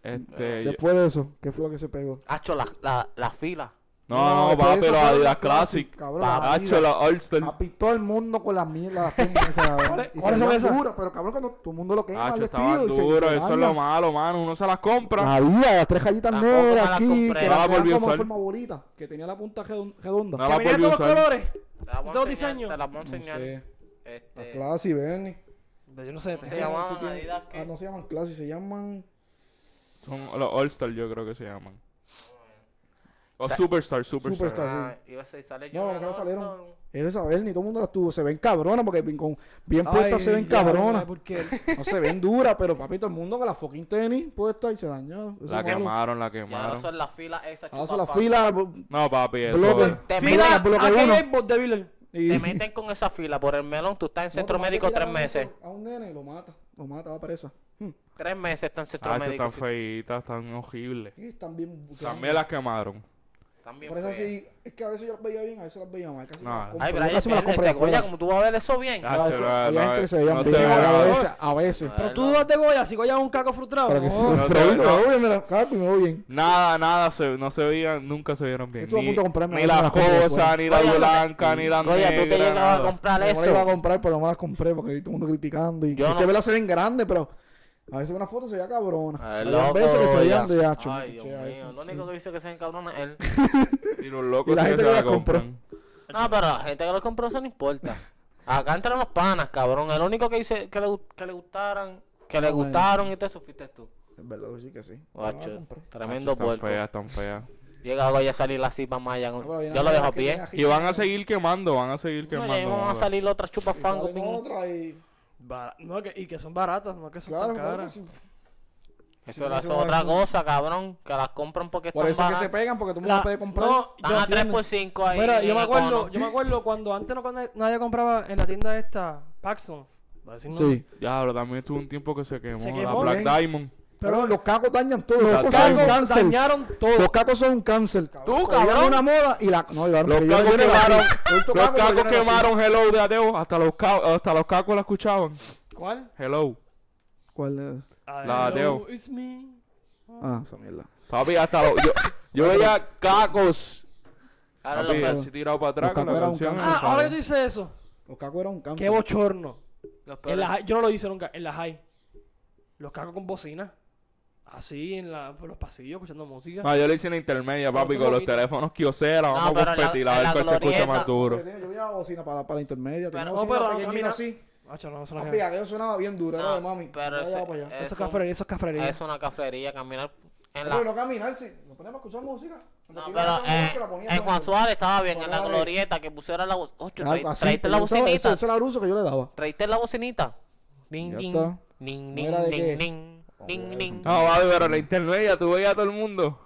[SPEAKER 2] Este, yo-
[SPEAKER 3] Después de eso, ¿qué fue lo que se pegó?
[SPEAKER 4] Hacho, la, la, la fila.
[SPEAKER 2] no, no, papi, los Adidas Classic.
[SPEAKER 3] Cabrón,
[SPEAKER 2] Hacho,
[SPEAKER 3] Adidas.
[SPEAKER 2] los Ah, All-Star.
[SPEAKER 3] Papi, todo el mundo con las mierdas las
[SPEAKER 1] (laughs)
[SPEAKER 3] tiendas esas, cabrón.
[SPEAKER 1] ¿Cuáles-
[SPEAKER 3] Y se
[SPEAKER 1] cuáles son
[SPEAKER 3] veían
[SPEAKER 1] esas?
[SPEAKER 3] duras, pero cabrón, cuando todo el mundo lo quema,
[SPEAKER 2] Hacho,
[SPEAKER 3] el
[SPEAKER 2] estaban
[SPEAKER 3] vestido y se- y
[SPEAKER 2] duros,
[SPEAKER 3] se
[SPEAKER 2] eso es
[SPEAKER 3] daña.
[SPEAKER 2] lo malo, mano. Uno se las compra.
[SPEAKER 3] La vida, las tres gallitas
[SPEAKER 4] Tampoco me
[SPEAKER 3] negras
[SPEAKER 4] las
[SPEAKER 3] aquí,
[SPEAKER 4] compré.
[SPEAKER 3] que
[SPEAKER 4] No
[SPEAKER 2] la
[SPEAKER 3] eran
[SPEAKER 2] volví a
[SPEAKER 3] como
[SPEAKER 2] usar.
[SPEAKER 3] en forma bolita, que tenía la punta redon- redonda.
[SPEAKER 2] No
[SPEAKER 1] que
[SPEAKER 2] la
[SPEAKER 1] venían
[SPEAKER 2] volví a
[SPEAKER 1] todos los
[SPEAKER 2] usar.
[SPEAKER 1] colores.
[SPEAKER 4] Te la voy a
[SPEAKER 1] Todos
[SPEAKER 4] enseñar,
[SPEAKER 1] diseños.
[SPEAKER 4] Te la voy a
[SPEAKER 3] No
[SPEAKER 4] enseñar.
[SPEAKER 3] sé, las
[SPEAKER 4] Este,
[SPEAKER 3] clases, Bernie.
[SPEAKER 1] Pero Yo no sé. te-
[SPEAKER 4] Se llamaban
[SPEAKER 3] Sí tienen-
[SPEAKER 4] Adidas, ¿qué?
[SPEAKER 3] ah, no se llaman clases, se llaman...
[SPEAKER 2] Son los All-Star, yo creo que se llaman. O
[SPEAKER 4] Sa-
[SPEAKER 2] Superstar, Superstar.
[SPEAKER 3] Superstar.
[SPEAKER 4] ah, iba a ser, sale
[SPEAKER 3] No,
[SPEAKER 4] Jordan
[SPEAKER 3] que no salieron.
[SPEAKER 4] Olson.
[SPEAKER 3] Eres a Bernie, todo el mundo las tuvo. Se ven cabronas, porque bien, con- bien puestas
[SPEAKER 1] Ay,
[SPEAKER 3] se ven
[SPEAKER 1] ya,
[SPEAKER 3] cabronas.
[SPEAKER 1] Porque
[SPEAKER 3] (laughs) No se ven duras, pero papi, todo el mundo con la fucking tenis puesta y se dañó. Eso
[SPEAKER 2] La
[SPEAKER 3] es malo. Ah,
[SPEAKER 2] quemaron,
[SPEAKER 4] Y
[SPEAKER 2] la
[SPEAKER 4] ahora
[SPEAKER 2] quemaron.
[SPEAKER 4] son las filas esas.
[SPEAKER 3] Ahora son las
[SPEAKER 4] chupapas.
[SPEAKER 3] filas,
[SPEAKER 2] No, papi, eso. Ah,
[SPEAKER 3] bloques.
[SPEAKER 4] Te
[SPEAKER 1] Mira,
[SPEAKER 3] bloques, bloque
[SPEAKER 1] aquí
[SPEAKER 3] uno.
[SPEAKER 1] hay Bob de Biller.
[SPEAKER 3] Y-
[SPEAKER 4] Te meten con esa fila por el melón. Tú estás en
[SPEAKER 3] No,
[SPEAKER 4] centro
[SPEAKER 3] tomate
[SPEAKER 4] médico
[SPEAKER 3] tira
[SPEAKER 4] tres
[SPEAKER 3] con
[SPEAKER 4] meses.
[SPEAKER 3] eso A un nene lo mata, lo mata, va presa. Hmm.
[SPEAKER 4] Tres meses estás en centro
[SPEAKER 2] Hacho,
[SPEAKER 4] médico.
[SPEAKER 2] están
[SPEAKER 4] sí.
[SPEAKER 2] feitas, tan horribles.
[SPEAKER 3] Y están bien buqueadas.
[SPEAKER 2] También las quemaron.
[SPEAKER 4] Están bien
[SPEAKER 3] Por eso
[SPEAKER 4] feas.
[SPEAKER 3] sí, es que a veces yo las veía bien, a veces las veía mal. Casi
[SPEAKER 2] No,
[SPEAKER 3] me las
[SPEAKER 2] ay,
[SPEAKER 3] compro.
[SPEAKER 4] Ay,
[SPEAKER 3] Yo
[SPEAKER 4] pero ahí
[SPEAKER 3] casi me las
[SPEAKER 4] el- el
[SPEAKER 3] compré de
[SPEAKER 4] Goya,
[SPEAKER 3] afuera.
[SPEAKER 4] como tú vas a ver eso bien.
[SPEAKER 2] Ah,
[SPEAKER 3] A veces,
[SPEAKER 2] no, no,
[SPEAKER 3] había gente que se veían
[SPEAKER 2] no se
[SPEAKER 3] bien,
[SPEAKER 2] veía
[SPEAKER 3] a
[SPEAKER 2] nada.
[SPEAKER 3] veces, a veces.
[SPEAKER 1] Pero tú dos de Goya, si Goya es un caco frustrado.
[SPEAKER 3] Pero que
[SPEAKER 1] no.
[SPEAKER 3] sí, me
[SPEAKER 2] no,
[SPEAKER 3] freí,
[SPEAKER 2] no.
[SPEAKER 3] me voy, me la cago y me voy bien.
[SPEAKER 2] Nada, nada, se, no se veían, nunca se vieron bien.
[SPEAKER 3] Estuve a
[SPEAKER 2] Ni,
[SPEAKER 3] punto de comprarme
[SPEAKER 2] ni
[SPEAKER 3] una
[SPEAKER 2] la
[SPEAKER 3] de las cosas de
[SPEAKER 2] cosa,
[SPEAKER 3] fuera.
[SPEAKER 2] ni la
[SPEAKER 4] Oye, no te-
[SPEAKER 2] blanca, ni la
[SPEAKER 4] Goya, tú te
[SPEAKER 2] negra.
[SPEAKER 4] llegabas a
[SPEAKER 2] nada.
[SPEAKER 4] comprar
[SPEAKER 3] Yo no la iba a
[SPEAKER 4] eso.
[SPEAKER 3] comprar, pero no me las compré porque ahí todo el mundo criticando. Y
[SPEAKER 4] Yo
[SPEAKER 3] es que
[SPEAKER 4] no-
[SPEAKER 3] verlas se ven grandes, pero a veces una foto se veía cabrona.
[SPEAKER 4] Ay,
[SPEAKER 3] Había veces
[SPEAKER 4] Ah,
[SPEAKER 3] que se
[SPEAKER 4] loco,
[SPEAKER 3] veían
[SPEAKER 4] ya.
[SPEAKER 3] de hacho. me
[SPEAKER 4] Ay, Dios
[SPEAKER 3] piché a eso.
[SPEAKER 4] mío. Lo único que dice que se encabrona es él.
[SPEAKER 2] Y los locos
[SPEAKER 3] Y la
[SPEAKER 2] sí que
[SPEAKER 3] gente
[SPEAKER 2] se
[SPEAKER 3] que
[SPEAKER 2] la
[SPEAKER 3] las compró.
[SPEAKER 2] compran.
[SPEAKER 4] No, pero la gente que lo compró eso no importa. Acá entran los panas, cabrón. El único que dice que le, gu- que le gustaran, que le
[SPEAKER 3] Bueno.
[SPEAKER 4] gustaron y te sufiste tú.
[SPEAKER 3] Es verdad, sí que sí. Yo no la
[SPEAKER 4] Guacho,
[SPEAKER 3] compré.
[SPEAKER 4] tremendo
[SPEAKER 2] Están
[SPEAKER 4] puerco.
[SPEAKER 2] feas, están feas.
[SPEAKER 4] Llega Goya a salir así para Maya.
[SPEAKER 3] No, pero había
[SPEAKER 4] Yo
[SPEAKER 3] una
[SPEAKER 4] lo
[SPEAKER 3] nena
[SPEAKER 4] dejo
[SPEAKER 3] que
[SPEAKER 4] bien.
[SPEAKER 3] tenía
[SPEAKER 2] Y van a seguir quemando, van a seguir
[SPEAKER 4] No,
[SPEAKER 2] quemando.
[SPEAKER 4] ya vamos a
[SPEAKER 2] mano.
[SPEAKER 4] salir otra chupa
[SPEAKER 3] Y salen
[SPEAKER 4] fango.
[SPEAKER 3] otra y
[SPEAKER 1] Bara- no, que, y que son baratas, no que son
[SPEAKER 3] Claro,
[SPEAKER 1] tan
[SPEAKER 3] claro que
[SPEAKER 1] caras.
[SPEAKER 3] sí.
[SPEAKER 4] Eso
[SPEAKER 3] no,
[SPEAKER 4] es
[SPEAKER 3] eso no
[SPEAKER 4] otra
[SPEAKER 3] es-
[SPEAKER 4] cosa, cabrón. Que las compran porque
[SPEAKER 3] Por eso
[SPEAKER 4] están
[SPEAKER 3] es que se
[SPEAKER 4] baratas.
[SPEAKER 3] pegan, porque todo el mundo
[SPEAKER 1] La-
[SPEAKER 3] puede comprar.
[SPEAKER 1] no,
[SPEAKER 4] Están
[SPEAKER 1] yo-
[SPEAKER 4] a 3 por
[SPEAKER 3] entiendes.
[SPEAKER 4] 5 ahí.
[SPEAKER 1] Mira,
[SPEAKER 4] en
[SPEAKER 1] yo me acuerdo,
[SPEAKER 4] Econo.
[SPEAKER 1] yo me acuerdo cuando antes no cuando nadie compraba en la tienda esta, Paxson. va a decir nombre.
[SPEAKER 3] Sí.
[SPEAKER 2] Diablo, también tuvo un tiempo que se quemó,
[SPEAKER 1] Se
[SPEAKER 2] la
[SPEAKER 1] quemó. ¿eh?
[SPEAKER 2] Black
[SPEAKER 3] Bien.
[SPEAKER 2] Diamond.
[SPEAKER 3] Pero los cacos dañan todo.
[SPEAKER 1] Los
[SPEAKER 3] Los cacos son un
[SPEAKER 1] cacos
[SPEAKER 3] cáncer.
[SPEAKER 1] dañaron todo.
[SPEAKER 3] Los cacos son un cáncer, cabrón.
[SPEAKER 4] Tú,
[SPEAKER 3] Pero yo era
[SPEAKER 4] cabrón.
[SPEAKER 3] una moda y la. No, yo-
[SPEAKER 2] Los
[SPEAKER 3] yo- yo era
[SPEAKER 2] cacos
[SPEAKER 3] así.
[SPEAKER 2] quemaron,
[SPEAKER 3] Yo he visto cacos, pero
[SPEAKER 2] los
[SPEAKER 3] yo
[SPEAKER 2] cacos
[SPEAKER 3] era así.
[SPEAKER 2] quemaron Hello de Ateo, hasta los, ca- hasta los cacos la escuchaban.
[SPEAKER 1] ¿Cuál?
[SPEAKER 2] Hello.
[SPEAKER 3] ¿Cuál es?
[SPEAKER 2] La
[SPEAKER 1] Hello,
[SPEAKER 2] Deo.
[SPEAKER 1] it's me.
[SPEAKER 3] Ah, esa mierda.
[SPEAKER 2] Papi, hasta los... Yo, yo veía cacos.
[SPEAKER 4] Ahora los
[SPEAKER 2] Papi,
[SPEAKER 4] peores-
[SPEAKER 2] así tirado para atrás
[SPEAKER 3] Los
[SPEAKER 2] con la
[SPEAKER 3] cacos
[SPEAKER 2] canción.
[SPEAKER 3] eran un
[SPEAKER 1] Ah,
[SPEAKER 2] esa,
[SPEAKER 1] ahora que tú
[SPEAKER 2] ¿sabes?
[SPEAKER 1] dices eso.
[SPEAKER 3] Los cacos eran un cáncer.
[SPEAKER 1] Qué bochorno.
[SPEAKER 4] los peores.
[SPEAKER 1] En la high- yo no lo hice nunca, en la high. Los cacos con bocina. Así en la, por los pasillos escuchando música.
[SPEAKER 2] No, yo le hice en intermedia, papi,
[SPEAKER 1] tú
[SPEAKER 2] con
[SPEAKER 1] lo
[SPEAKER 2] los
[SPEAKER 1] viste.
[SPEAKER 2] teléfonos kiosera.
[SPEAKER 4] No,
[SPEAKER 2] Vamos
[SPEAKER 4] pero
[SPEAKER 2] a
[SPEAKER 4] en la-
[SPEAKER 2] competir a
[SPEAKER 4] en
[SPEAKER 2] ver
[SPEAKER 4] la
[SPEAKER 2] cuál se escucha
[SPEAKER 4] glorieta-
[SPEAKER 2] más duro.
[SPEAKER 3] Porque tenía- Yo veía bocina para, para intermedia. Tenía
[SPEAKER 4] Pero-
[SPEAKER 3] una bocina
[SPEAKER 1] No, pero
[SPEAKER 3] pequeñita
[SPEAKER 1] mira-
[SPEAKER 3] así.
[SPEAKER 1] Macho, no, eso no
[SPEAKER 3] Papi,
[SPEAKER 1] queda.
[SPEAKER 3] aquello sonaba bien duro, era
[SPEAKER 4] Ah,
[SPEAKER 3] de mami.
[SPEAKER 4] pero
[SPEAKER 3] no
[SPEAKER 4] ese-
[SPEAKER 3] llevaba para allá.
[SPEAKER 4] eh,
[SPEAKER 1] Eso
[SPEAKER 4] eso-
[SPEAKER 1] es cafrería, eso es cafrería.
[SPEAKER 4] Es una cafrería caminar en la.
[SPEAKER 3] Pero no caminar, sí. Nos poníamos a escuchar música. Cuando
[SPEAKER 4] No,
[SPEAKER 3] te iba
[SPEAKER 4] pero
[SPEAKER 3] a
[SPEAKER 4] eh,
[SPEAKER 3] escuchar música, la ponías
[SPEAKER 4] en Juan
[SPEAKER 3] tanto.
[SPEAKER 4] Suárez estaba bien, en la
[SPEAKER 3] Ponela de-
[SPEAKER 4] glorieta que pusiera la voz. Ocho,
[SPEAKER 3] Claro,
[SPEAKER 4] tra-
[SPEAKER 3] así,
[SPEAKER 4] traíste la
[SPEAKER 3] yo usaba- ese-
[SPEAKER 4] bocinita.
[SPEAKER 3] Ese era el uso que yo le daba.
[SPEAKER 4] Traíste la bocinita. Ding,
[SPEAKER 3] Ya
[SPEAKER 4] ding.
[SPEAKER 3] está.
[SPEAKER 4] Ding,
[SPEAKER 3] ¿No
[SPEAKER 4] ding,
[SPEAKER 3] era de
[SPEAKER 4] ding,
[SPEAKER 3] qué?
[SPEAKER 4] ding. Ding,
[SPEAKER 3] bueno,
[SPEAKER 4] ding.
[SPEAKER 3] eso
[SPEAKER 2] No, papi, pero en la intermedia tú veías a todo el mundo.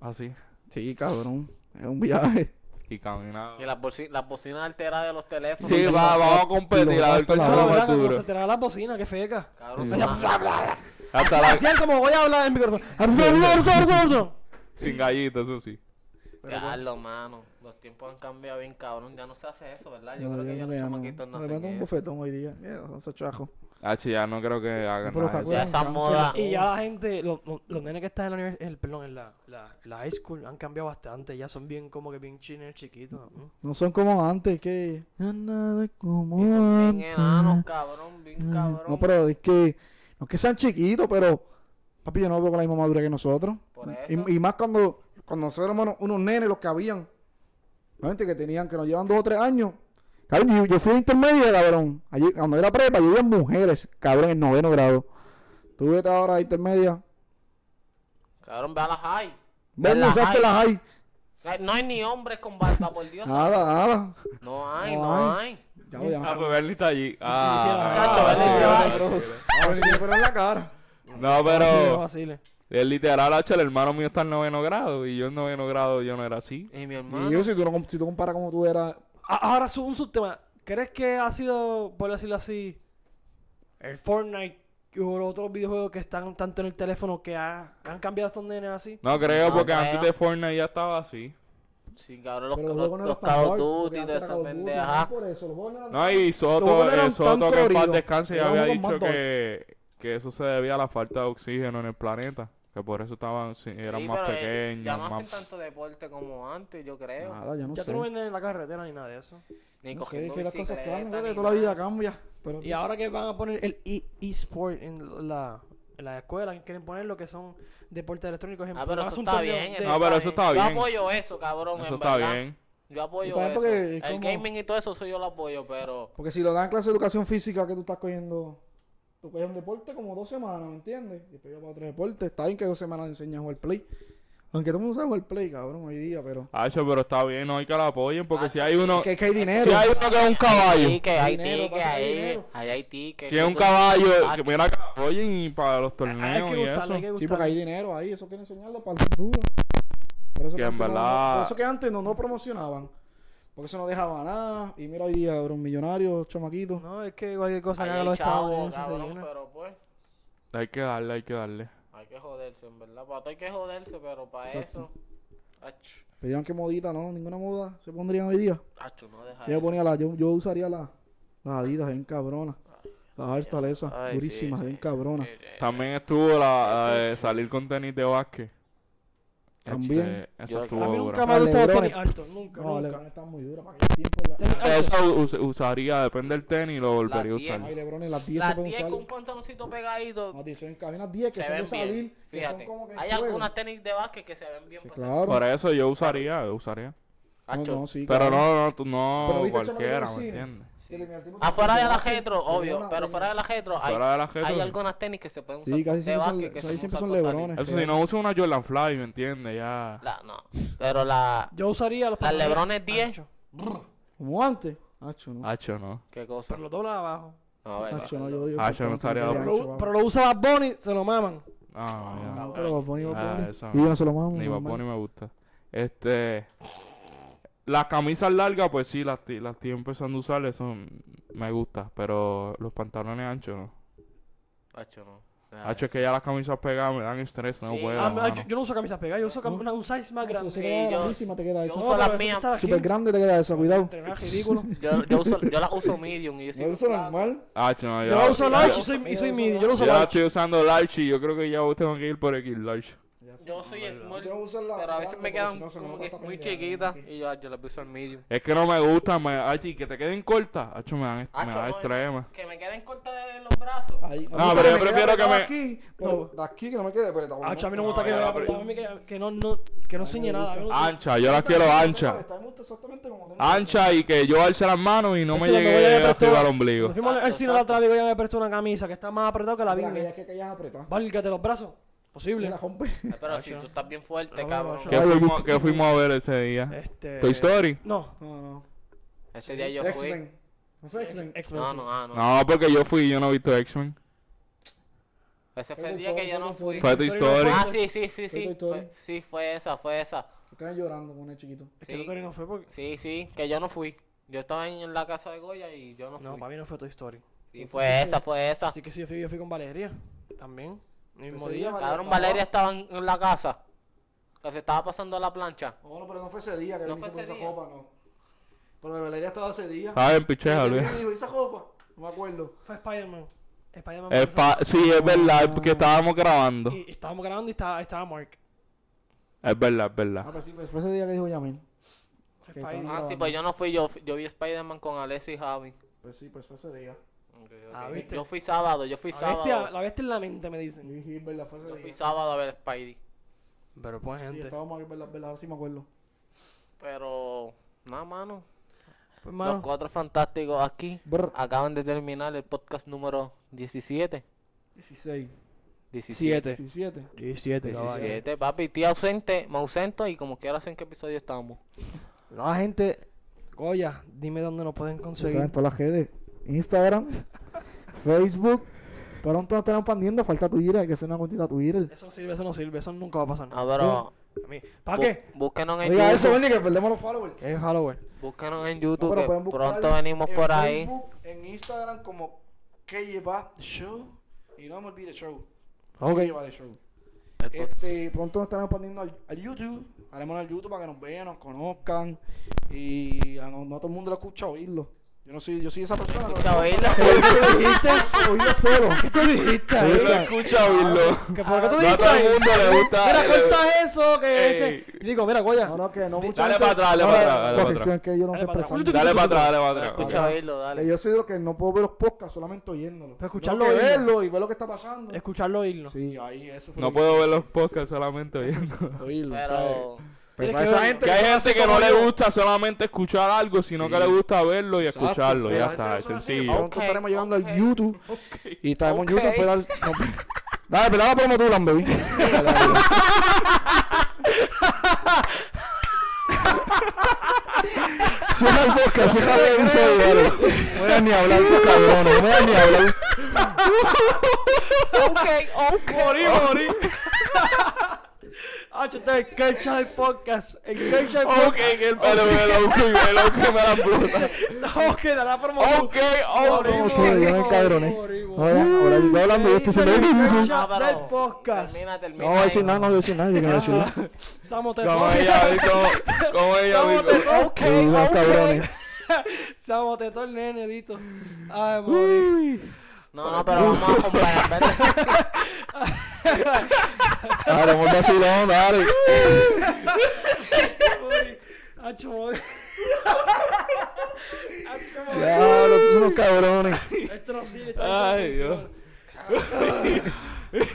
[SPEAKER 2] Así.
[SPEAKER 3] Sí, cabrón. Es un viaje.
[SPEAKER 2] Y caminaba.
[SPEAKER 4] Y las bolsi- las bocinas alteradas de los teléfonos.
[SPEAKER 2] Sí,
[SPEAKER 3] Porque
[SPEAKER 2] va,
[SPEAKER 3] no-
[SPEAKER 2] vamos a competir
[SPEAKER 3] lo
[SPEAKER 2] a ver
[SPEAKER 3] mata
[SPEAKER 2] cuál se
[SPEAKER 3] la
[SPEAKER 1] Eso
[SPEAKER 2] va
[SPEAKER 1] la
[SPEAKER 3] boca.
[SPEAKER 2] más
[SPEAKER 1] verdad, cuando
[SPEAKER 2] duro.
[SPEAKER 1] se te la bocina, qué feca.
[SPEAKER 4] Cabrón,
[SPEAKER 1] Sí,
[SPEAKER 4] suena-
[SPEAKER 2] Hasta la...
[SPEAKER 1] (laughs) Hacían como voy a hablar en micrófono. ¡Gordo,
[SPEAKER 2] Sin gallitas, eso sí.
[SPEAKER 4] Diablo, mano. Los tiempos han cambiado bien, cabrón. Ya no se hace eso, ¿verdad? Yo
[SPEAKER 3] No,
[SPEAKER 4] creo
[SPEAKER 3] yo
[SPEAKER 4] que ya
[SPEAKER 3] no
[SPEAKER 4] los
[SPEAKER 3] le llamo.
[SPEAKER 4] chamaquitos no
[SPEAKER 3] Me
[SPEAKER 4] hacen
[SPEAKER 3] meto un
[SPEAKER 4] eso.
[SPEAKER 3] bofetón hoy día. Mira, son esos chajos.
[SPEAKER 2] Ah, chi, ya no creo que hagan
[SPEAKER 3] Pero
[SPEAKER 2] nada de
[SPEAKER 3] cacos
[SPEAKER 2] eso.
[SPEAKER 4] Ya
[SPEAKER 3] eran
[SPEAKER 4] esa
[SPEAKER 3] cáncer.
[SPEAKER 4] moda.
[SPEAKER 1] Y ya la gente, lo- lo- los nenes que están en la, univers- en el- perdón, en la, la- en la high school han cambiado bastante. Ya son bien como que bien chinos, chiquitos. Mm. ¿no?
[SPEAKER 3] No son como antes, que. Ya Nada como
[SPEAKER 4] Y son bien
[SPEAKER 3] antes.
[SPEAKER 4] enanos, cabrón. Bien cabrón.
[SPEAKER 3] No, pero es que. No es que sean chiquitos, pero. Papi, yo no veo con la misma madura que nosotros.
[SPEAKER 4] Por
[SPEAKER 3] Y-
[SPEAKER 4] eso.
[SPEAKER 3] Y, más cuando, cuando nosotros éramos unos nenes los que habían. La gente que tenían, que nos llevan dos o tres años. Cabrón, yo, yo fui a intermedia, cabrón. Allí, cuando era prepa, yo iba mujeres, cabrón, en noveno grado. Tú vete ahora a intermedia.
[SPEAKER 4] Cabrón, ve a las high.
[SPEAKER 3] Ven,
[SPEAKER 4] la
[SPEAKER 3] usaste
[SPEAKER 4] high.
[SPEAKER 3] las hay.
[SPEAKER 4] Ay, No hay ni hombres con barba, por Dios.
[SPEAKER 3] Nada, nada.
[SPEAKER 4] No hay,
[SPEAKER 3] Ah. No
[SPEAKER 4] no
[SPEAKER 3] hay.
[SPEAKER 4] hay.
[SPEAKER 3] Ya lo
[SPEAKER 2] Ah,
[SPEAKER 3] llamaron.
[SPEAKER 2] pues Bernie está allí. Ah,
[SPEAKER 4] Chacho, Bernie,
[SPEAKER 2] ah,
[SPEAKER 4] ya
[SPEAKER 2] sí,
[SPEAKER 3] va.
[SPEAKER 2] sí, sí.
[SPEAKER 3] Ahora sí, pero en la cara.
[SPEAKER 2] No,
[SPEAKER 1] Sí, no
[SPEAKER 2] pero
[SPEAKER 1] vaciles.
[SPEAKER 2] es literal, H, el hermano mío está en noveno grado y yo en noveno grado yo no era así.
[SPEAKER 4] Y mi hermano.
[SPEAKER 3] Y yo, si tú, no, com- si tú comparas como tú eras.
[SPEAKER 1] A- Ahora sub un subtema. ¿Crees que ha sido, por decirlo así, el Fortnite o los otros videojuegos que están tanto en el teléfono que ha- han cambiado estos nenes así?
[SPEAKER 2] No creo,
[SPEAKER 4] No
[SPEAKER 2] porque
[SPEAKER 4] creo.
[SPEAKER 2] antes de Fortnite ya estaba así.
[SPEAKER 4] Sí, cabrón, los,
[SPEAKER 3] pero los
[SPEAKER 4] los,
[SPEAKER 3] juegos no
[SPEAKER 4] los
[SPEAKER 3] eran
[SPEAKER 4] Call
[SPEAKER 3] tan
[SPEAKER 4] of
[SPEAKER 3] hard.
[SPEAKER 4] Duty,
[SPEAKER 3] porque
[SPEAKER 4] de
[SPEAKER 3] antes era
[SPEAKER 4] esas
[SPEAKER 3] Call of Duty,
[SPEAKER 4] pendejas.
[SPEAKER 3] Por eso, los juegos no eran
[SPEAKER 2] No, y Soto,
[SPEAKER 3] juegos
[SPEAKER 2] eh,
[SPEAKER 3] eran
[SPEAKER 2] Soto
[SPEAKER 3] tan
[SPEAKER 2] que en paz
[SPEAKER 3] coloridos.
[SPEAKER 2] descanse ya
[SPEAKER 3] Eran
[SPEAKER 2] había
[SPEAKER 3] unos
[SPEAKER 2] dicho
[SPEAKER 3] mandos.
[SPEAKER 2] que, que eso se debía a la falta de oxígeno en el planeta. Que por eso estaban, si- eran
[SPEAKER 4] Sí,
[SPEAKER 2] más
[SPEAKER 4] pero, eh, Ya
[SPEAKER 2] pequeños,
[SPEAKER 4] no hacen
[SPEAKER 2] más...
[SPEAKER 4] tanto deporte como antes, yo creo.
[SPEAKER 3] Nada, ya no
[SPEAKER 1] ya
[SPEAKER 3] sé.
[SPEAKER 1] tú no vendes en la carretera ni nada de eso.
[SPEAKER 4] Ni
[SPEAKER 3] Ah, No sé,
[SPEAKER 4] cogiendo
[SPEAKER 3] que las cosas
[SPEAKER 4] bicicleta,
[SPEAKER 3] cambian, fíjate,
[SPEAKER 4] ni
[SPEAKER 3] toda
[SPEAKER 4] nada.
[SPEAKER 3] la
[SPEAKER 4] Ah,
[SPEAKER 3] vida cambia. Pero
[SPEAKER 1] Y ahora que van a poner el e- eSport en la, en la escuela, que quieren poner lo que son deportes electrónicos. en-
[SPEAKER 4] Ah, pero
[SPEAKER 1] van a
[SPEAKER 4] eso
[SPEAKER 1] hacer un
[SPEAKER 4] está
[SPEAKER 1] torneo
[SPEAKER 4] bien.
[SPEAKER 1] de-
[SPEAKER 2] No, pero eso está bien.
[SPEAKER 4] Yo apoyo eso, cabrón,
[SPEAKER 2] Eso
[SPEAKER 4] en
[SPEAKER 2] está
[SPEAKER 4] verdad.
[SPEAKER 2] bien.
[SPEAKER 4] Yo apoyo
[SPEAKER 3] Y también
[SPEAKER 4] eso.
[SPEAKER 3] porque es
[SPEAKER 4] El
[SPEAKER 3] como-
[SPEAKER 4] gaming y todo eso, eso yo lo apoyo, pero...
[SPEAKER 3] Porque si lo dan clase de educación física que tú estás cogiendo, tú coges un deporte como dos semanas, ¿me entiendes? Y después yo para otro deporte. Está bien que dos semanas enseñas a jugar play. Aunque todo el mundo sabe jugar play, cabrón, hoy día, pero.
[SPEAKER 2] Hacho, pero está bien, no hay que la apoyen, porque si hay uno...
[SPEAKER 3] Que es que hay dinero.
[SPEAKER 2] Si hay uno que es un caballo...
[SPEAKER 4] Hay tickets, hay
[SPEAKER 3] dinero,
[SPEAKER 4] tickets,
[SPEAKER 3] pasa que hay
[SPEAKER 4] ahí.
[SPEAKER 3] dinero.
[SPEAKER 4] Ahí hay tickets.
[SPEAKER 2] Si es un
[SPEAKER 4] Eso-
[SPEAKER 2] caballo,
[SPEAKER 4] Ah,
[SPEAKER 2] que mira que la apoyen y para los
[SPEAKER 1] Ah, Hay
[SPEAKER 2] torneos
[SPEAKER 1] que
[SPEAKER 2] y
[SPEAKER 1] gustarle, hay que
[SPEAKER 2] eso.
[SPEAKER 3] Sí,
[SPEAKER 1] gustarle.
[SPEAKER 3] porque hay dinero ahí, eso quieren enseñarlo para el futuro. Por eso
[SPEAKER 2] Que en
[SPEAKER 3] antes no-
[SPEAKER 2] verdad-
[SPEAKER 3] por eso que antes no, no promocionaban. Porque eso no dejaba nada. Y mira hoy día, cabrón, millonarios, chamaquitos.
[SPEAKER 1] No, es que cualquier cosa
[SPEAKER 4] Ahí
[SPEAKER 1] que hagan
[SPEAKER 4] hay
[SPEAKER 1] los
[SPEAKER 4] chavo,
[SPEAKER 1] estadounidenses se
[SPEAKER 4] cabrón,
[SPEAKER 1] llena.
[SPEAKER 4] pero pues...
[SPEAKER 2] Hay que darle, hay que darle.
[SPEAKER 4] Hay que joderse, en verdad. Para todo hay que joderse, pero para
[SPEAKER 3] Exacto.
[SPEAKER 4] eso... Ach,
[SPEAKER 3] Pedían que modita, no, ninguna moda se pondrían hoy día.
[SPEAKER 4] ach, no deja
[SPEAKER 3] Yo
[SPEAKER 4] eso.
[SPEAKER 3] ponía la, yo, yo usaría la, las Adidas, bien cabrona. Las Alta esas,
[SPEAKER 4] Ay, sí,
[SPEAKER 3] durísimas,
[SPEAKER 4] sí.
[SPEAKER 3] bien cabrona.
[SPEAKER 4] Eh,
[SPEAKER 2] También estuvo la, la de salir con tenis de básquet.
[SPEAKER 3] También.
[SPEAKER 2] Este,
[SPEAKER 4] Yo-
[SPEAKER 2] Eso estuvo
[SPEAKER 1] A mí nunca
[SPEAKER 2] dura.
[SPEAKER 1] me ha
[SPEAKER 3] Los
[SPEAKER 1] gustado
[SPEAKER 3] Lebrones.
[SPEAKER 1] tenis alto, nunca,
[SPEAKER 3] No,
[SPEAKER 1] nunca.
[SPEAKER 3] Lebron está muy dura para aquel tiempo. La,
[SPEAKER 1] Tenis alto.
[SPEAKER 2] Eso us- usaría, depende del tenis, lo volvería a
[SPEAKER 4] diez.
[SPEAKER 2] usar.
[SPEAKER 3] ay, Lebron, las 10 se
[SPEAKER 4] Las
[SPEAKER 3] pueden
[SPEAKER 4] 10
[SPEAKER 3] usar.
[SPEAKER 4] con un pantaloncito pegadito.
[SPEAKER 3] Las 10 se ven cabrón, unas 10 Ah, que
[SPEAKER 4] se
[SPEAKER 3] son de
[SPEAKER 4] ven
[SPEAKER 3] salir,
[SPEAKER 4] bien.
[SPEAKER 3] que
[SPEAKER 4] Fíjate.
[SPEAKER 3] son como que
[SPEAKER 4] Hay
[SPEAKER 3] juego.
[SPEAKER 4] algunas tenis de básquet que se ven bien.
[SPEAKER 3] Sí,
[SPEAKER 4] pues,
[SPEAKER 3] claro.
[SPEAKER 2] Por eso yo usaría, yo usaría.
[SPEAKER 3] No,
[SPEAKER 4] acho.
[SPEAKER 3] no, sí,
[SPEAKER 2] Pero
[SPEAKER 3] claro.
[SPEAKER 2] no, no, tú- no
[SPEAKER 3] Pero viste el chamaco del
[SPEAKER 2] cualquiera, ¿me
[SPEAKER 3] cine.
[SPEAKER 2] entiendes?
[SPEAKER 3] Que le mira el tipo que
[SPEAKER 4] Afuera
[SPEAKER 3] tiene
[SPEAKER 4] de la
[SPEAKER 3] básquet,
[SPEAKER 4] jetro,
[SPEAKER 3] tenía
[SPEAKER 4] obvio.
[SPEAKER 3] una-
[SPEAKER 4] Pero
[SPEAKER 3] tenía-
[SPEAKER 4] fuera de la jetro hay,
[SPEAKER 2] Fuera de la jetro.
[SPEAKER 4] hay algunas tenis que se pueden
[SPEAKER 3] Sí,
[SPEAKER 4] usar
[SPEAKER 3] casi
[SPEAKER 4] de
[SPEAKER 3] siempre son-
[SPEAKER 4] básquet. que
[SPEAKER 3] eso
[SPEAKER 4] se
[SPEAKER 3] ahí siempre
[SPEAKER 4] usan
[SPEAKER 3] son
[SPEAKER 4] para salir.
[SPEAKER 3] lebrones.
[SPEAKER 2] Eso si no usa una Jordan Fly, ¿me entiendes? Ya.
[SPEAKER 4] La- no, pero la...
[SPEAKER 1] Yo usaría los
[SPEAKER 4] Las
[SPEAKER 1] pantalones
[SPEAKER 4] Lebrones 10.
[SPEAKER 1] anchos,
[SPEAKER 3] Como antes. Acho, no.
[SPEAKER 2] Hacho, no.
[SPEAKER 4] ¿Qué cosa?
[SPEAKER 1] Pero los doblas abajo.
[SPEAKER 4] A ver.
[SPEAKER 3] Nacho, no, yo odio
[SPEAKER 2] Ah,
[SPEAKER 3] el
[SPEAKER 2] yo no
[SPEAKER 3] Fortnite,
[SPEAKER 2] estaría-
[SPEAKER 3] yo
[SPEAKER 2] Pero
[SPEAKER 1] Pero, lo-
[SPEAKER 3] odio el Fortnite,
[SPEAKER 1] pero lo usa Bad Bunny, se lo maman.
[SPEAKER 2] Ah,
[SPEAKER 3] No,
[SPEAKER 2] ya.
[SPEAKER 3] no, pero Bad Bunny, Bad
[SPEAKER 2] Ah,
[SPEAKER 3] Bunny.
[SPEAKER 2] eso
[SPEAKER 3] Y yo no se lo mamo,
[SPEAKER 2] Ni Bad
[SPEAKER 3] normal.
[SPEAKER 2] Bunny me gusta. Este. Las camisas largas, pues sí, las, ti- las estoy empezando a usar, eso m- me gusta. Pero los pantalones anchos no.
[SPEAKER 4] Nacho, no. Nada de
[SPEAKER 2] Hacho,
[SPEAKER 4] eso.
[SPEAKER 2] es que ya las camisas pegadas me dan estrés, no
[SPEAKER 4] Sí.
[SPEAKER 2] puedo.
[SPEAKER 4] Ah,
[SPEAKER 1] Ah,
[SPEAKER 2] mano.
[SPEAKER 1] yo, yo no uso camisas pegadas, yo uso cam-
[SPEAKER 3] No.
[SPEAKER 1] una- un size más
[SPEAKER 3] Eso
[SPEAKER 1] grande.
[SPEAKER 3] se
[SPEAKER 4] Sí,
[SPEAKER 3] queda
[SPEAKER 4] yo-
[SPEAKER 3] grandísima, te queda
[SPEAKER 4] yo-
[SPEAKER 3] eso.
[SPEAKER 4] uso las
[SPEAKER 1] pero eso
[SPEAKER 4] mías.
[SPEAKER 1] está aquí.
[SPEAKER 3] Súper grande te queda eso, cuidado.
[SPEAKER 1] Entrenar, ridículo.
[SPEAKER 4] Yo, yo, uso, yo la uso medium y yo
[SPEAKER 3] Yo
[SPEAKER 4] siempre
[SPEAKER 3] uso
[SPEAKER 4] flaco.
[SPEAKER 3] normal.
[SPEAKER 2] Hacho, no,
[SPEAKER 1] Yo
[SPEAKER 2] ya.
[SPEAKER 1] uso large y soy, y soy midi, yo no uso
[SPEAKER 2] ya
[SPEAKER 1] large.
[SPEAKER 2] estoy usando large y yo creo que ya vos tengo que ir por X large.
[SPEAKER 4] Yo soy small,
[SPEAKER 3] Yo uso la
[SPEAKER 4] pero a veces
[SPEAKER 3] grande
[SPEAKER 4] me
[SPEAKER 3] porque
[SPEAKER 4] quedan
[SPEAKER 3] si no se me
[SPEAKER 4] como
[SPEAKER 3] nota
[SPEAKER 4] que
[SPEAKER 3] esta
[SPEAKER 4] muy
[SPEAKER 3] pendeja,
[SPEAKER 4] chiquitas
[SPEAKER 3] ¿no?
[SPEAKER 4] y yo, yo las uso en medium.
[SPEAKER 2] Es que no me gusta, me, hachi, que te queden cortas. Hacho, me dan, est- me
[SPEAKER 4] Hacho,
[SPEAKER 2] dan
[SPEAKER 4] no,
[SPEAKER 2] estrés, man.
[SPEAKER 4] Que me queden cortas de los brazos.
[SPEAKER 3] Ahí.
[SPEAKER 2] No,
[SPEAKER 3] A mí
[SPEAKER 2] pero yo
[SPEAKER 3] me queda
[SPEAKER 2] prefiero que
[SPEAKER 3] pegada
[SPEAKER 2] me-
[SPEAKER 3] Aquí, pero de aquí que no me quede. Pero tampoco
[SPEAKER 1] Ah, a mí no me gusta
[SPEAKER 2] No,
[SPEAKER 1] que,
[SPEAKER 2] ya,
[SPEAKER 1] me-
[SPEAKER 2] pero-
[SPEAKER 1] a mí que, que no, no, que no enseñe
[SPEAKER 3] me
[SPEAKER 1] nada.
[SPEAKER 3] gusta.
[SPEAKER 1] yo no-
[SPEAKER 2] Ancha, yo las quiero ancha.
[SPEAKER 3] Está- me gusta exactamente como tengo.
[SPEAKER 2] Ancha y que yo alce las manos y no me
[SPEAKER 1] Entonces, cuando ella
[SPEAKER 2] llegue
[SPEAKER 1] me prestó-
[SPEAKER 2] arriba al ombligo.
[SPEAKER 1] Cuando fuimos al- al
[SPEAKER 4] Exacto,
[SPEAKER 1] cine la otra
[SPEAKER 4] exacto.
[SPEAKER 1] vez, ya me prestó una camisa que está más apretada que la
[SPEAKER 3] Mira, que ya
[SPEAKER 1] Biblia.
[SPEAKER 3] que que ya es apretada.
[SPEAKER 1] Válgate los brazos.
[SPEAKER 3] Y
[SPEAKER 1] Posible.
[SPEAKER 3] la rompe.
[SPEAKER 4] Ay, Pero si tú estás bien fuerte,
[SPEAKER 1] No,
[SPEAKER 4] cabrón.
[SPEAKER 1] macho.
[SPEAKER 2] ¿Qué
[SPEAKER 3] Ay,
[SPEAKER 2] fuimos,
[SPEAKER 3] viste.
[SPEAKER 2] qué fuimos a ver ese día?
[SPEAKER 1] Este...
[SPEAKER 2] ¿Toy Story?
[SPEAKER 1] No.
[SPEAKER 3] No, no.
[SPEAKER 4] Ese día yo fui.
[SPEAKER 3] X-Men. No fue X-Men.
[SPEAKER 1] X-Men,
[SPEAKER 4] No,
[SPEAKER 1] sí.
[SPEAKER 4] no, ah, no.
[SPEAKER 2] No, porque yo fui y yo no he visto X-Men.
[SPEAKER 4] Ese fue el
[SPEAKER 3] Toy
[SPEAKER 4] día que
[SPEAKER 3] Story,
[SPEAKER 4] yo
[SPEAKER 3] Toy
[SPEAKER 4] no fui.
[SPEAKER 3] Story.
[SPEAKER 2] Fue Toy Story.
[SPEAKER 4] Ah, sí, sí, sí,
[SPEAKER 3] Fue
[SPEAKER 4] sí.
[SPEAKER 3] Toy Story.
[SPEAKER 4] fue- Sí, fue esa, fue esa.
[SPEAKER 3] Lo quedan llorando con el chiquito.
[SPEAKER 1] Es que Toy Story no fue porque...
[SPEAKER 4] Sí, sí, que yo no fui. Yo estaba en la casa de Goya y yo no fui.
[SPEAKER 1] No, para mí no fue Toy Story.
[SPEAKER 4] Sí, fue esa, fue esa.
[SPEAKER 1] Así que sí, yo fui, yo fui con Valeria. También. El mismo
[SPEAKER 3] Ese
[SPEAKER 1] día.
[SPEAKER 3] día,
[SPEAKER 4] Cabrón,
[SPEAKER 3] estaba-
[SPEAKER 4] Valeria estaba en, en la casa. Que se estaba pasando la plancha.
[SPEAKER 3] No, no, pero no fue ese día que
[SPEAKER 4] No
[SPEAKER 3] no
[SPEAKER 4] fue
[SPEAKER 3] hizo con
[SPEAKER 4] ese
[SPEAKER 3] esa
[SPEAKER 4] día.
[SPEAKER 3] copa, no. Pero Valeria estaba ese día.
[SPEAKER 2] ¿Saben, picheja,
[SPEAKER 3] Y
[SPEAKER 2] Luis?
[SPEAKER 3] dijo, ¿y esa copa? No me acuerdo.
[SPEAKER 1] Fue Spider-Man. Spider-Man.
[SPEAKER 2] Es
[SPEAKER 1] fue
[SPEAKER 2] pa- sí, es verdad, es porque estábamos grabando.
[SPEAKER 1] esa- Y, y estábamos grabando y estaba, estaba Mark.
[SPEAKER 2] Es verdad, es
[SPEAKER 3] Ah,
[SPEAKER 2] verdad.
[SPEAKER 3] pero sí, pues fue ese día que dijo Yamil.
[SPEAKER 1] Fue
[SPEAKER 3] Que
[SPEAKER 1] Spider-Man.
[SPEAKER 3] estaba-
[SPEAKER 4] Ah, sí, pues yo no fui. Yo, fui- yo vi Spider-Man con Alexis y Javi.
[SPEAKER 3] Pues sí, pues fue ese día.
[SPEAKER 1] Ah, ¿viste? Ah,
[SPEAKER 4] Yo fui sábado, yo fui
[SPEAKER 1] La bestia,
[SPEAKER 4] Ah, sábado.
[SPEAKER 1] la bestia en la mente, me
[SPEAKER 3] Y
[SPEAKER 1] dicen.
[SPEAKER 3] dije, verdad, fue ese
[SPEAKER 4] Yo
[SPEAKER 3] día.
[SPEAKER 4] fui sábado a ver Spidey.
[SPEAKER 1] Pero pues,
[SPEAKER 3] Sí,
[SPEAKER 1] gente.
[SPEAKER 3] estábamos ahí, verdad, verdad, sí me acuerdo.
[SPEAKER 4] Pero, nada, mano.
[SPEAKER 1] Pues,
[SPEAKER 4] Los
[SPEAKER 1] mano.
[SPEAKER 4] cuatro fantásticos aquí
[SPEAKER 3] Brr.
[SPEAKER 4] acaban de terminar el podcast número 17.
[SPEAKER 3] 16,
[SPEAKER 1] 7.
[SPEAKER 4] 17.
[SPEAKER 3] 17.
[SPEAKER 1] 17, caballo.
[SPEAKER 4] 17, papi. Estoy ausente, me ausento y como quiera sé en qué episodio estamos.
[SPEAKER 1] La gente, Goya, dime dónde nos pueden
[SPEAKER 3] Se
[SPEAKER 1] conseguir.
[SPEAKER 3] saben todas las redes. Instagram, (laughs) Facebook. Pronto nos estarán pandiendo. Falta Twitter, que sea una cuentita Twitter.
[SPEAKER 1] Eso no sirve, eso no sirve, eso nunca va a pasar.
[SPEAKER 4] Ah, pero
[SPEAKER 1] A mí- ¿Para
[SPEAKER 4] bú-
[SPEAKER 1] qué?
[SPEAKER 4] Búsquenos en
[SPEAKER 3] Oiga,
[SPEAKER 4] YouTube.
[SPEAKER 3] eso, Bernie, que perdemos los
[SPEAKER 4] Oh.
[SPEAKER 3] followers.
[SPEAKER 1] ¿Qué es Halloween?
[SPEAKER 4] Búsquenos en
[SPEAKER 3] No,
[SPEAKER 4] YouTube,
[SPEAKER 3] pero
[SPEAKER 4] que
[SPEAKER 3] pueden buscar
[SPEAKER 4] pronto venimos
[SPEAKER 3] en
[SPEAKER 4] por ahí.
[SPEAKER 3] Facebook, En Instagram como que lleva de show. Y no me olvide show.
[SPEAKER 1] Ok.
[SPEAKER 3] Que lleva de show.
[SPEAKER 4] El po-
[SPEAKER 3] Este, pronto nos estarán poniendo al, al YouTube. Haremos al YouTube para que nos vean, nos conozcan. Y a no, no todo el mundo lo escucha oírlo. Yo no soy, yo soy esa persona. pero-
[SPEAKER 4] Escucha, oíla.
[SPEAKER 1] ¿Qué tú dijiste?
[SPEAKER 3] Oírlo solo.
[SPEAKER 1] ¿Qué tú dijiste?
[SPEAKER 2] Yo lo
[SPEAKER 1] eh?
[SPEAKER 2] escucho oírlo.
[SPEAKER 1] ¿Que ¿Por qué tú
[SPEAKER 2] No a
[SPEAKER 1] dijiste?
[SPEAKER 2] todo el mundo le gusta.
[SPEAKER 1] Mira,
[SPEAKER 2] le-
[SPEAKER 1] corta eso, que
[SPEAKER 2] Ey.
[SPEAKER 1] este. Y Digo, mira, Goya.
[SPEAKER 3] No, no, que no mucha
[SPEAKER 2] Dale
[SPEAKER 3] gente-
[SPEAKER 2] para atrás, dale para atrás, dale para atrás.
[SPEAKER 3] Corrección, que yo no
[SPEAKER 1] Dale
[SPEAKER 3] sé
[SPEAKER 1] para atrás.
[SPEAKER 3] expresar.
[SPEAKER 2] Dale para atrás, dale para atrás.
[SPEAKER 4] Escucha, oírlo, dale.
[SPEAKER 3] Que yo soy de los que no puedo ver los podcasts solamente oyéndolo.
[SPEAKER 1] Pero escucharlo
[SPEAKER 3] Tengo que
[SPEAKER 1] oírlo.
[SPEAKER 3] verlo y ver lo que está pasando.
[SPEAKER 1] Escucharlo oírlo.
[SPEAKER 3] Sí, ahí eso fue
[SPEAKER 2] No
[SPEAKER 3] lo
[SPEAKER 2] puedo ver los podcasts solamente oyendo.
[SPEAKER 3] que- oírlo. ¿sabes?
[SPEAKER 4] Pero,
[SPEAKER 1] Tienes
[SPEAKER 3] Pero para
[SPEAKER 1] que
[SPEAKER 3] esa
[SPEAKER 1] verlo.
[SPEAKER 3] gente
[SPEAKER 2] (laughs) Que hay
[SPEAKER 3] no hace
[SPEAKER 2] gente que no
[SPEAKER 3] como
[SPEAKER 2] le
[SPEAKER 3] yo.
[SPEAKER 2] gusta solamente escuchar algo, sino que
[SPEAKER 3] Sí.
[SPEAKER 2] le gusta verlo y
[SPEAKER 3] Exacto,
[SPEAKER 2] escucharlo.
[SPEAKER 3] sí,
[SPEAKER 2] Ya
[SPEAKER 3] la gente
[SPEAKER 2] está,
[SPEAKER 3] no
[SPEAKER 2] es
[SPEAKER 3] son así.
[SPEAKER 2] sencillo.
[SPEAKER 3] Pronto
[SPEAKER 4] Ok,
[SPEAKER 3] estaremos llegando
[SPEAKER 4] ok.
[SPEAKER 3] al YouTube. Y
[SPEAKER 4] (laughs)
[SPEAKER 3] estaremos
[SPEAKER 4] Ok.
[SPEAKER 3] en YouTube. Pues, dale, no- dale, pero dale promo tú,
[SPEAKER 4] (laughs)
[SPEAKER 3] Lambevi. Dale, dale. Cierra el podcast, cierra el episodio, dale. No me das ni hablar, tú cabrón, no me das ni hablar.
[SPEAKER 4] ok, ok.
[SPEAKER 2] Morí, morí.
[SPEAKER 1] Ah, yo te el Kercha del podcast. El Kercha del
[SPEAKER 2] (laughs) Ok,
[SPEAKER 1] podcast.
[SPEAKER 2] que el pelo me lo me (laughs) lo me la explota.
[SPEAKER 1] (laughs) Ok, dará la promoción.
[SPEAKER 2] Ok,
[SPEAKER 1] Morí,
[SPEAKER 3] Como
[SPEAKER 2] ok.
[SPEAKER 3] ustedes, yo me encabroné. Ahora, ahora yo estoy hablando y este se me... No
[SPEAKER 4] No, pero
[SPEAKER 1] Del podcast.
[SPEAKER 4] Termina, termina.
[SPEAKER 3] voy a
[SPEAKER 4] ahí.
[SPEAKER 3] decir nada, no voy a decir nada, yo no voy a
[SPEAKER 1] (laughs)
[SPEAKER 3] decir nada.
[SPEAKER 1] Samo te
[SPEAKER 2] Como ella, como, como ella,
[SPEAKER 1] Samo te
[SPEAKER 2] dijo.
[SPEAKER 1] Ok,
[SPEAKER 3] Unos "Ah, cabrones.
[SPEAKER 1] Saboteó el nene, Dito. Ay, morí.
[SPEAKER 4] No, no, pero vamos a comparar. vete.
[SPEAKER 3] Ahora, un vacilón, dale.
[SPEAKER 1] morí. Hacho, morí. Hacho, morí.
[SPEAKER 3] Ya, los son unos cabrones.
[SPEAKER 1] Esto no sirve, está
[SPEAKER 2] Ay, Dios.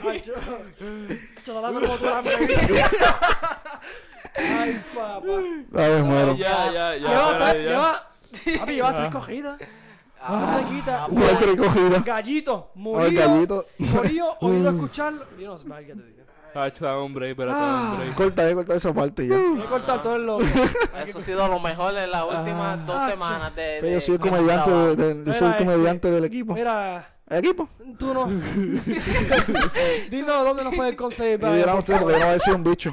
[SPEAKER 1] Hacho. Hacho, dame como tú la medí. Ay, papá.
[SPEAKER 3] Dale, muero.
[SPEAKER 2] Ya, ya, ya.
[SPEAKER 1] Lleva
[SPEAKER 2] ya,
[SPEAKER 1] tres,
[SPEAKER 2] ya.
[SPEAKER 1] lleva... Papi, lleva tres cogidas. No se quita.
[SPEAKER 4] Ah,
[SPEAKER 3] Cuatro recogidas.
[SPEAKER 1] Gallito,
[SPEAKER 3] Ay,
[SPEAKER 1] morido.
[SPEAKER 3] gallito.
[SPEAKER 1] Morido, oído escucharlo. Dios, válgate, Dios.
[SPEAKER 2] Hacho, dame un break, espérate, dame un break.
[SPEAKER 3] Corta, eh, corta esa parte ya.
[SPEAKER 4] Uh.
[SPEAKER 1] Voy a cortar todo el loco.
[SPEAKER 4] pues, Eso ha sido lo mejor en las últimas dos semanas de,
[SPEAKER 3] Pero
[SPEAKER 4] de-
[SPEAKER 3] yo soy el
[SPEAKER 4] de
[SPEAKER 3] comediante,
[SPEAKER 4] trabajo.
[SPEAKER 3] de- de- yo soy el
[SPEAKER 1] Mira, este.
[SPEAKER 3] comediante del equipo.
[SPEAKER 1] Mira,
[SPEAKER 3] ¿El equipo?
[SPEAKER 1] tú no. Dinos dónde nos puedes conseguir.
[SPEAKER 3] Y
[SPEAKER 1] para-
[SPEAKER 3] dirán ustedes porque yo no voy a decir un bicho.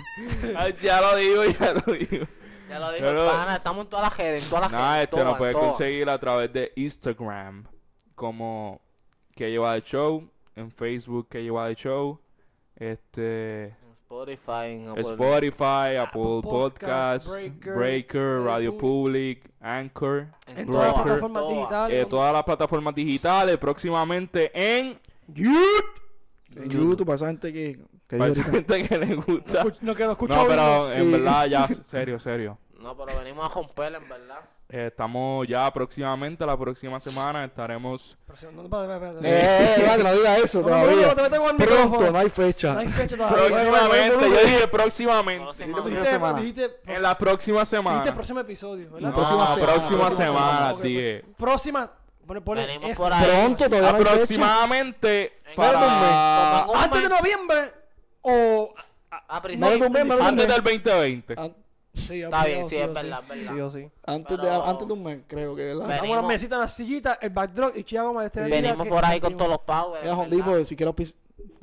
[SPEAKER 2] Ay, ya lo digo, ya lo digo.
[SPEAKER 4] Ya lo dijo
[SPEAKER 2] Pero-
[SPEAKER 4] el pana, estamos en todas las redes, en todas las
[SPEAKER 2] Nada,
[SPEAKER 4] redes.
[SPEAKER 2] este lo
[SPEAKER 4] todas,
[SPEAKER 2] puedes
[SPEAKER 4] todas.
[SPEAKER 2] conseguir a través de Instagram. Como que lleva de show. En Facebook que lleva de show. Este.
[SPEAKER 4] En Spotify, en Apple.
[SPEAKER 2] Spotify, Apple
[SPEAKER 1] Apple Ah, Podcast,
[SPEAKER 2] Podcasts,
[SPEAKER 1] Breaker,
[SPEAKER 2] Breaker, Radio
[SPEAKER 1] Public.
[SPEAKER 2] Public, Anchor,
[SPEAKER 1] En
[SPEAKER 4] Rapper,
[SPEAKER 1] todas las
[SPEAKER 2] Breaker,
[SPEAKER 1] plataformas
[SPEAKER 4] todas.
[SPEAKER 1] digitales.
[SPEAKER 2] eh, todas las plataformas digitales, próximamente en
[SPEAKER 3] En YouTube, para esa gente que, que
[SPEAKER 2] para
[SPEAKER 3] dijo
[SPEAKER 2] esa
[SPEAKER 3] ahorita.
[SPEAKER 2] gente que le gusta.
[SPEAKER 1] Escuch- No, que no escucho.
[SPEAKER 2] No,
[SPEAKER 1] audio.
[SPEAKER 2] pero en
[SPEAKER 3] Y- (laughs)
[SPEAKER 2] verdad ya, serio, serio.
[SPEAKER 4] No, pero venimos a romper, en verdad.
[SPEAKER 2] Eh, estamos ya próximamente, la próxima semana estaremos.
[SPEAKER 1] Pero si- no, no, espérate, espérate,
[SPEAKER 3] Eh,
[SPEAKER 1] espérate.
[SPEAKER 3] eh, eh, que no diga eso
[SPEAKER 1] No, no, no,
[SPEAKER 3] todavía.
[SPEAKER 1] no, te metas con el
[SPEAKER 3] Pronto,
[SPEAKER 1] micrófono.
[SPEAKER 3] no hay fecha.
[SPEAKER 1] No hay fecha todavía.
[SPEAKER 2] Próximamente,
[SPEAKER 3] Ah, bueno,
[SPEAKER 2] yo
[SPEAKER 3] bueno.
[SPEAKER 2] dije próximamente.
[SPEAKER 4] Próxima
[SPEAKER 3] Dijiste-
[SPEAKER 4] vez.
[SPEAKER 1] Dijiste-
[SPEAKER 3] semana.
[SPEAKER 1] dijiste-
[SPEAKER 2] En la próxima
[SPEAKER 1] dijiste
[SPEAKER 2] semana.
[SPEAKER 1] próximo episodio,
[SPEAKER 3] La
[SPEAKER 1] ¿verdad?
[SPEAKER 2] No,
[SPEAKER 3] próxima semana. Ah,
[SPEAKER 2] próxima
[SPEAKER 3] Próxima
[SPEAKER 2] semana,
[SPEAKER 1] ok,
[SPEAKER 2] dije.
[SPEAKER 1] pues. Próxima. Pone, pone
[SPEAKER 4] Venimos
[SPEAKER 1] ese.
[SPEAKER 4] por ahí.
[SPEAKER 3] Pronto, todavía no hay fecha.
[SPEAKER 2] Aproximadamente
[SPEAKER 4] Venga,
[SPEAKER 2] para
[SPEAKER 4] espérate un mes.
[SPEAKER 1] Antes de noviembre o. ah,
[SPEAKER 4] A
[SPEAKER 3] No
[SPEAKER 4] principio.
[SPEAKER 3] le conviene, no le
[SPEAKER 2] antes
[SPEAKER 3] conviene.
[SPEAKER 2] del 2020.
[SPEAKER 3] An-
[SPEAKER 1] Sí,
[SPEAKER 4] Está
[SPEAKER 1] yo
[SPEAKER 4] bien,
[SPEAKER 1] creo,
[SPEAKER 4] sí, es
[SPEAKER 1] o
[SPEAKER 4] verdad, es verdad.
[SPEAKER 1] Sí, o sí.
[SPEAKER 3] Antes, de,
[SPEAKER 4] Pero-
[SPEAKER 3] antes de un mes, creo que, ¿verdad?
[SPEAKER 1] Damos una
[SPEAKER 4] Venimos.
[SPEAKER 1] mesita, una sillita, el backdrop y Chiago más este día
[SPEAKER 4] Venimos
[SPEAKER 1] que-
[SPEAKER 4] por ahí con
[SPEAKER 1] que-
[SPEAKER 4] todos los powers.
[SPEAKER 3] Ya, Home
[SPEAKER 4] ¿verdad?
[SPEAKER 3] Depot, si quiero auspici-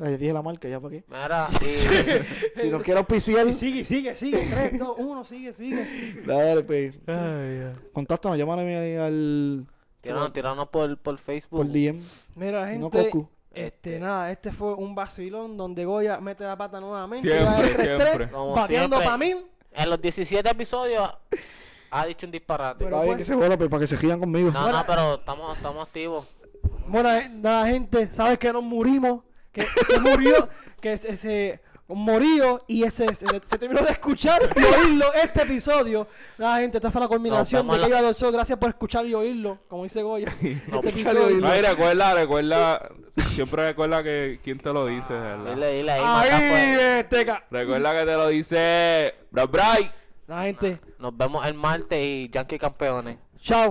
[SPEAKER 3] Ay, dije la marca, ya para qué.
[SPEAKER 4] Mira,
[SPEAKER 2] (laughs)
[SPEAKER 4] y.
[SPEAKER 3] Si nos quiero auspiciar,
[SPEAKER 1] Y sigue, sigue, sigue. 3, 2, 1, sigue, sigue.
[SPEAKER 3] dale, pues.
[SPEAKER 2] Ay,
[SPEAKER 3] Contáctanos, llámame ahí al.
[SPEAKER 4] Tiranos, tiranos por, por Facebook.
[SPEAKER 3] Por DM.
[SPEAKER 1] Mira,
[SPEAKER 3] Y
[SPEAKER 1] gente.
[SPEAKER 3] no Cocu.
[SPEAKER 1] Este,
[SPEAKER 4] Este.
[SPEAKER 1] nada, este fue un vacilón donde Goya mete la pata nuevamente.
[SPEAKER 2] Siempre,
[SPEAKER 1] va de 3-3,
[SPEAKER 2] siempre.
[SPEAKER 4] Como
[SPEAKER 1] Bateando
[SPEAKER 4] siempre.
[SPEAKER 1] para mil.
[SPEAKER 4] En los 17 episodios ha dicho un disparate.
[SPEAKER 1] Pero
[SPEAKER 3] Está bien
[SPEAKER 1] pues-
[SPEAKER 3] que se joda, pues, para que se giran conmigo.
[SPEAKER 4] no, no, pero estamos, estamos activos.
[SPEAKER 1] Bueno, eh, nada, gente, sabes que nos murimos, que (laughs) se murió, que se, se murió y ese, se, se terminó de escuchar y oírlo este episodio. Nada, gente, esta fue la culminación
[SPEAKER 4] Nos
[SPEAKER 1] de
[SPEAKER 4] vemos
[SPEAKER 1] que
[SPEAKER 4] la-
[SPEAKER 1] iba del sol. Gracias por escuchar y oírlo, como dice Goya.
[SPEAKER 4] Nos-
[SPEAKER 1] Este
[SPEAKER 3] escuchar y
[SPEAKER 1] episodio.
[SPEAKER 3] oírlo.
[SPEAKER 2] No, y recuerda, recuerda. siempre recuerda que quién te lo dice, de
[SPEAKER 4] Dile,
[SPEAKER 2] ¿verdad?
[SPEAKER 4] dile ahí, Maca,
[SPEAKER 1] Ahí,
[SPEAKER 2] eh.
[SPEAKER 4] pues.
[SPEAKER 1] este ca-
[SPEAKER 2] Recuerda que te lo dice. Bra, bra.
[SPEAKER 1] Nada, gente,
[SPEAKER 4] Nos vemos el martes y Yankee campeones.
[SPEAKER 1] chao.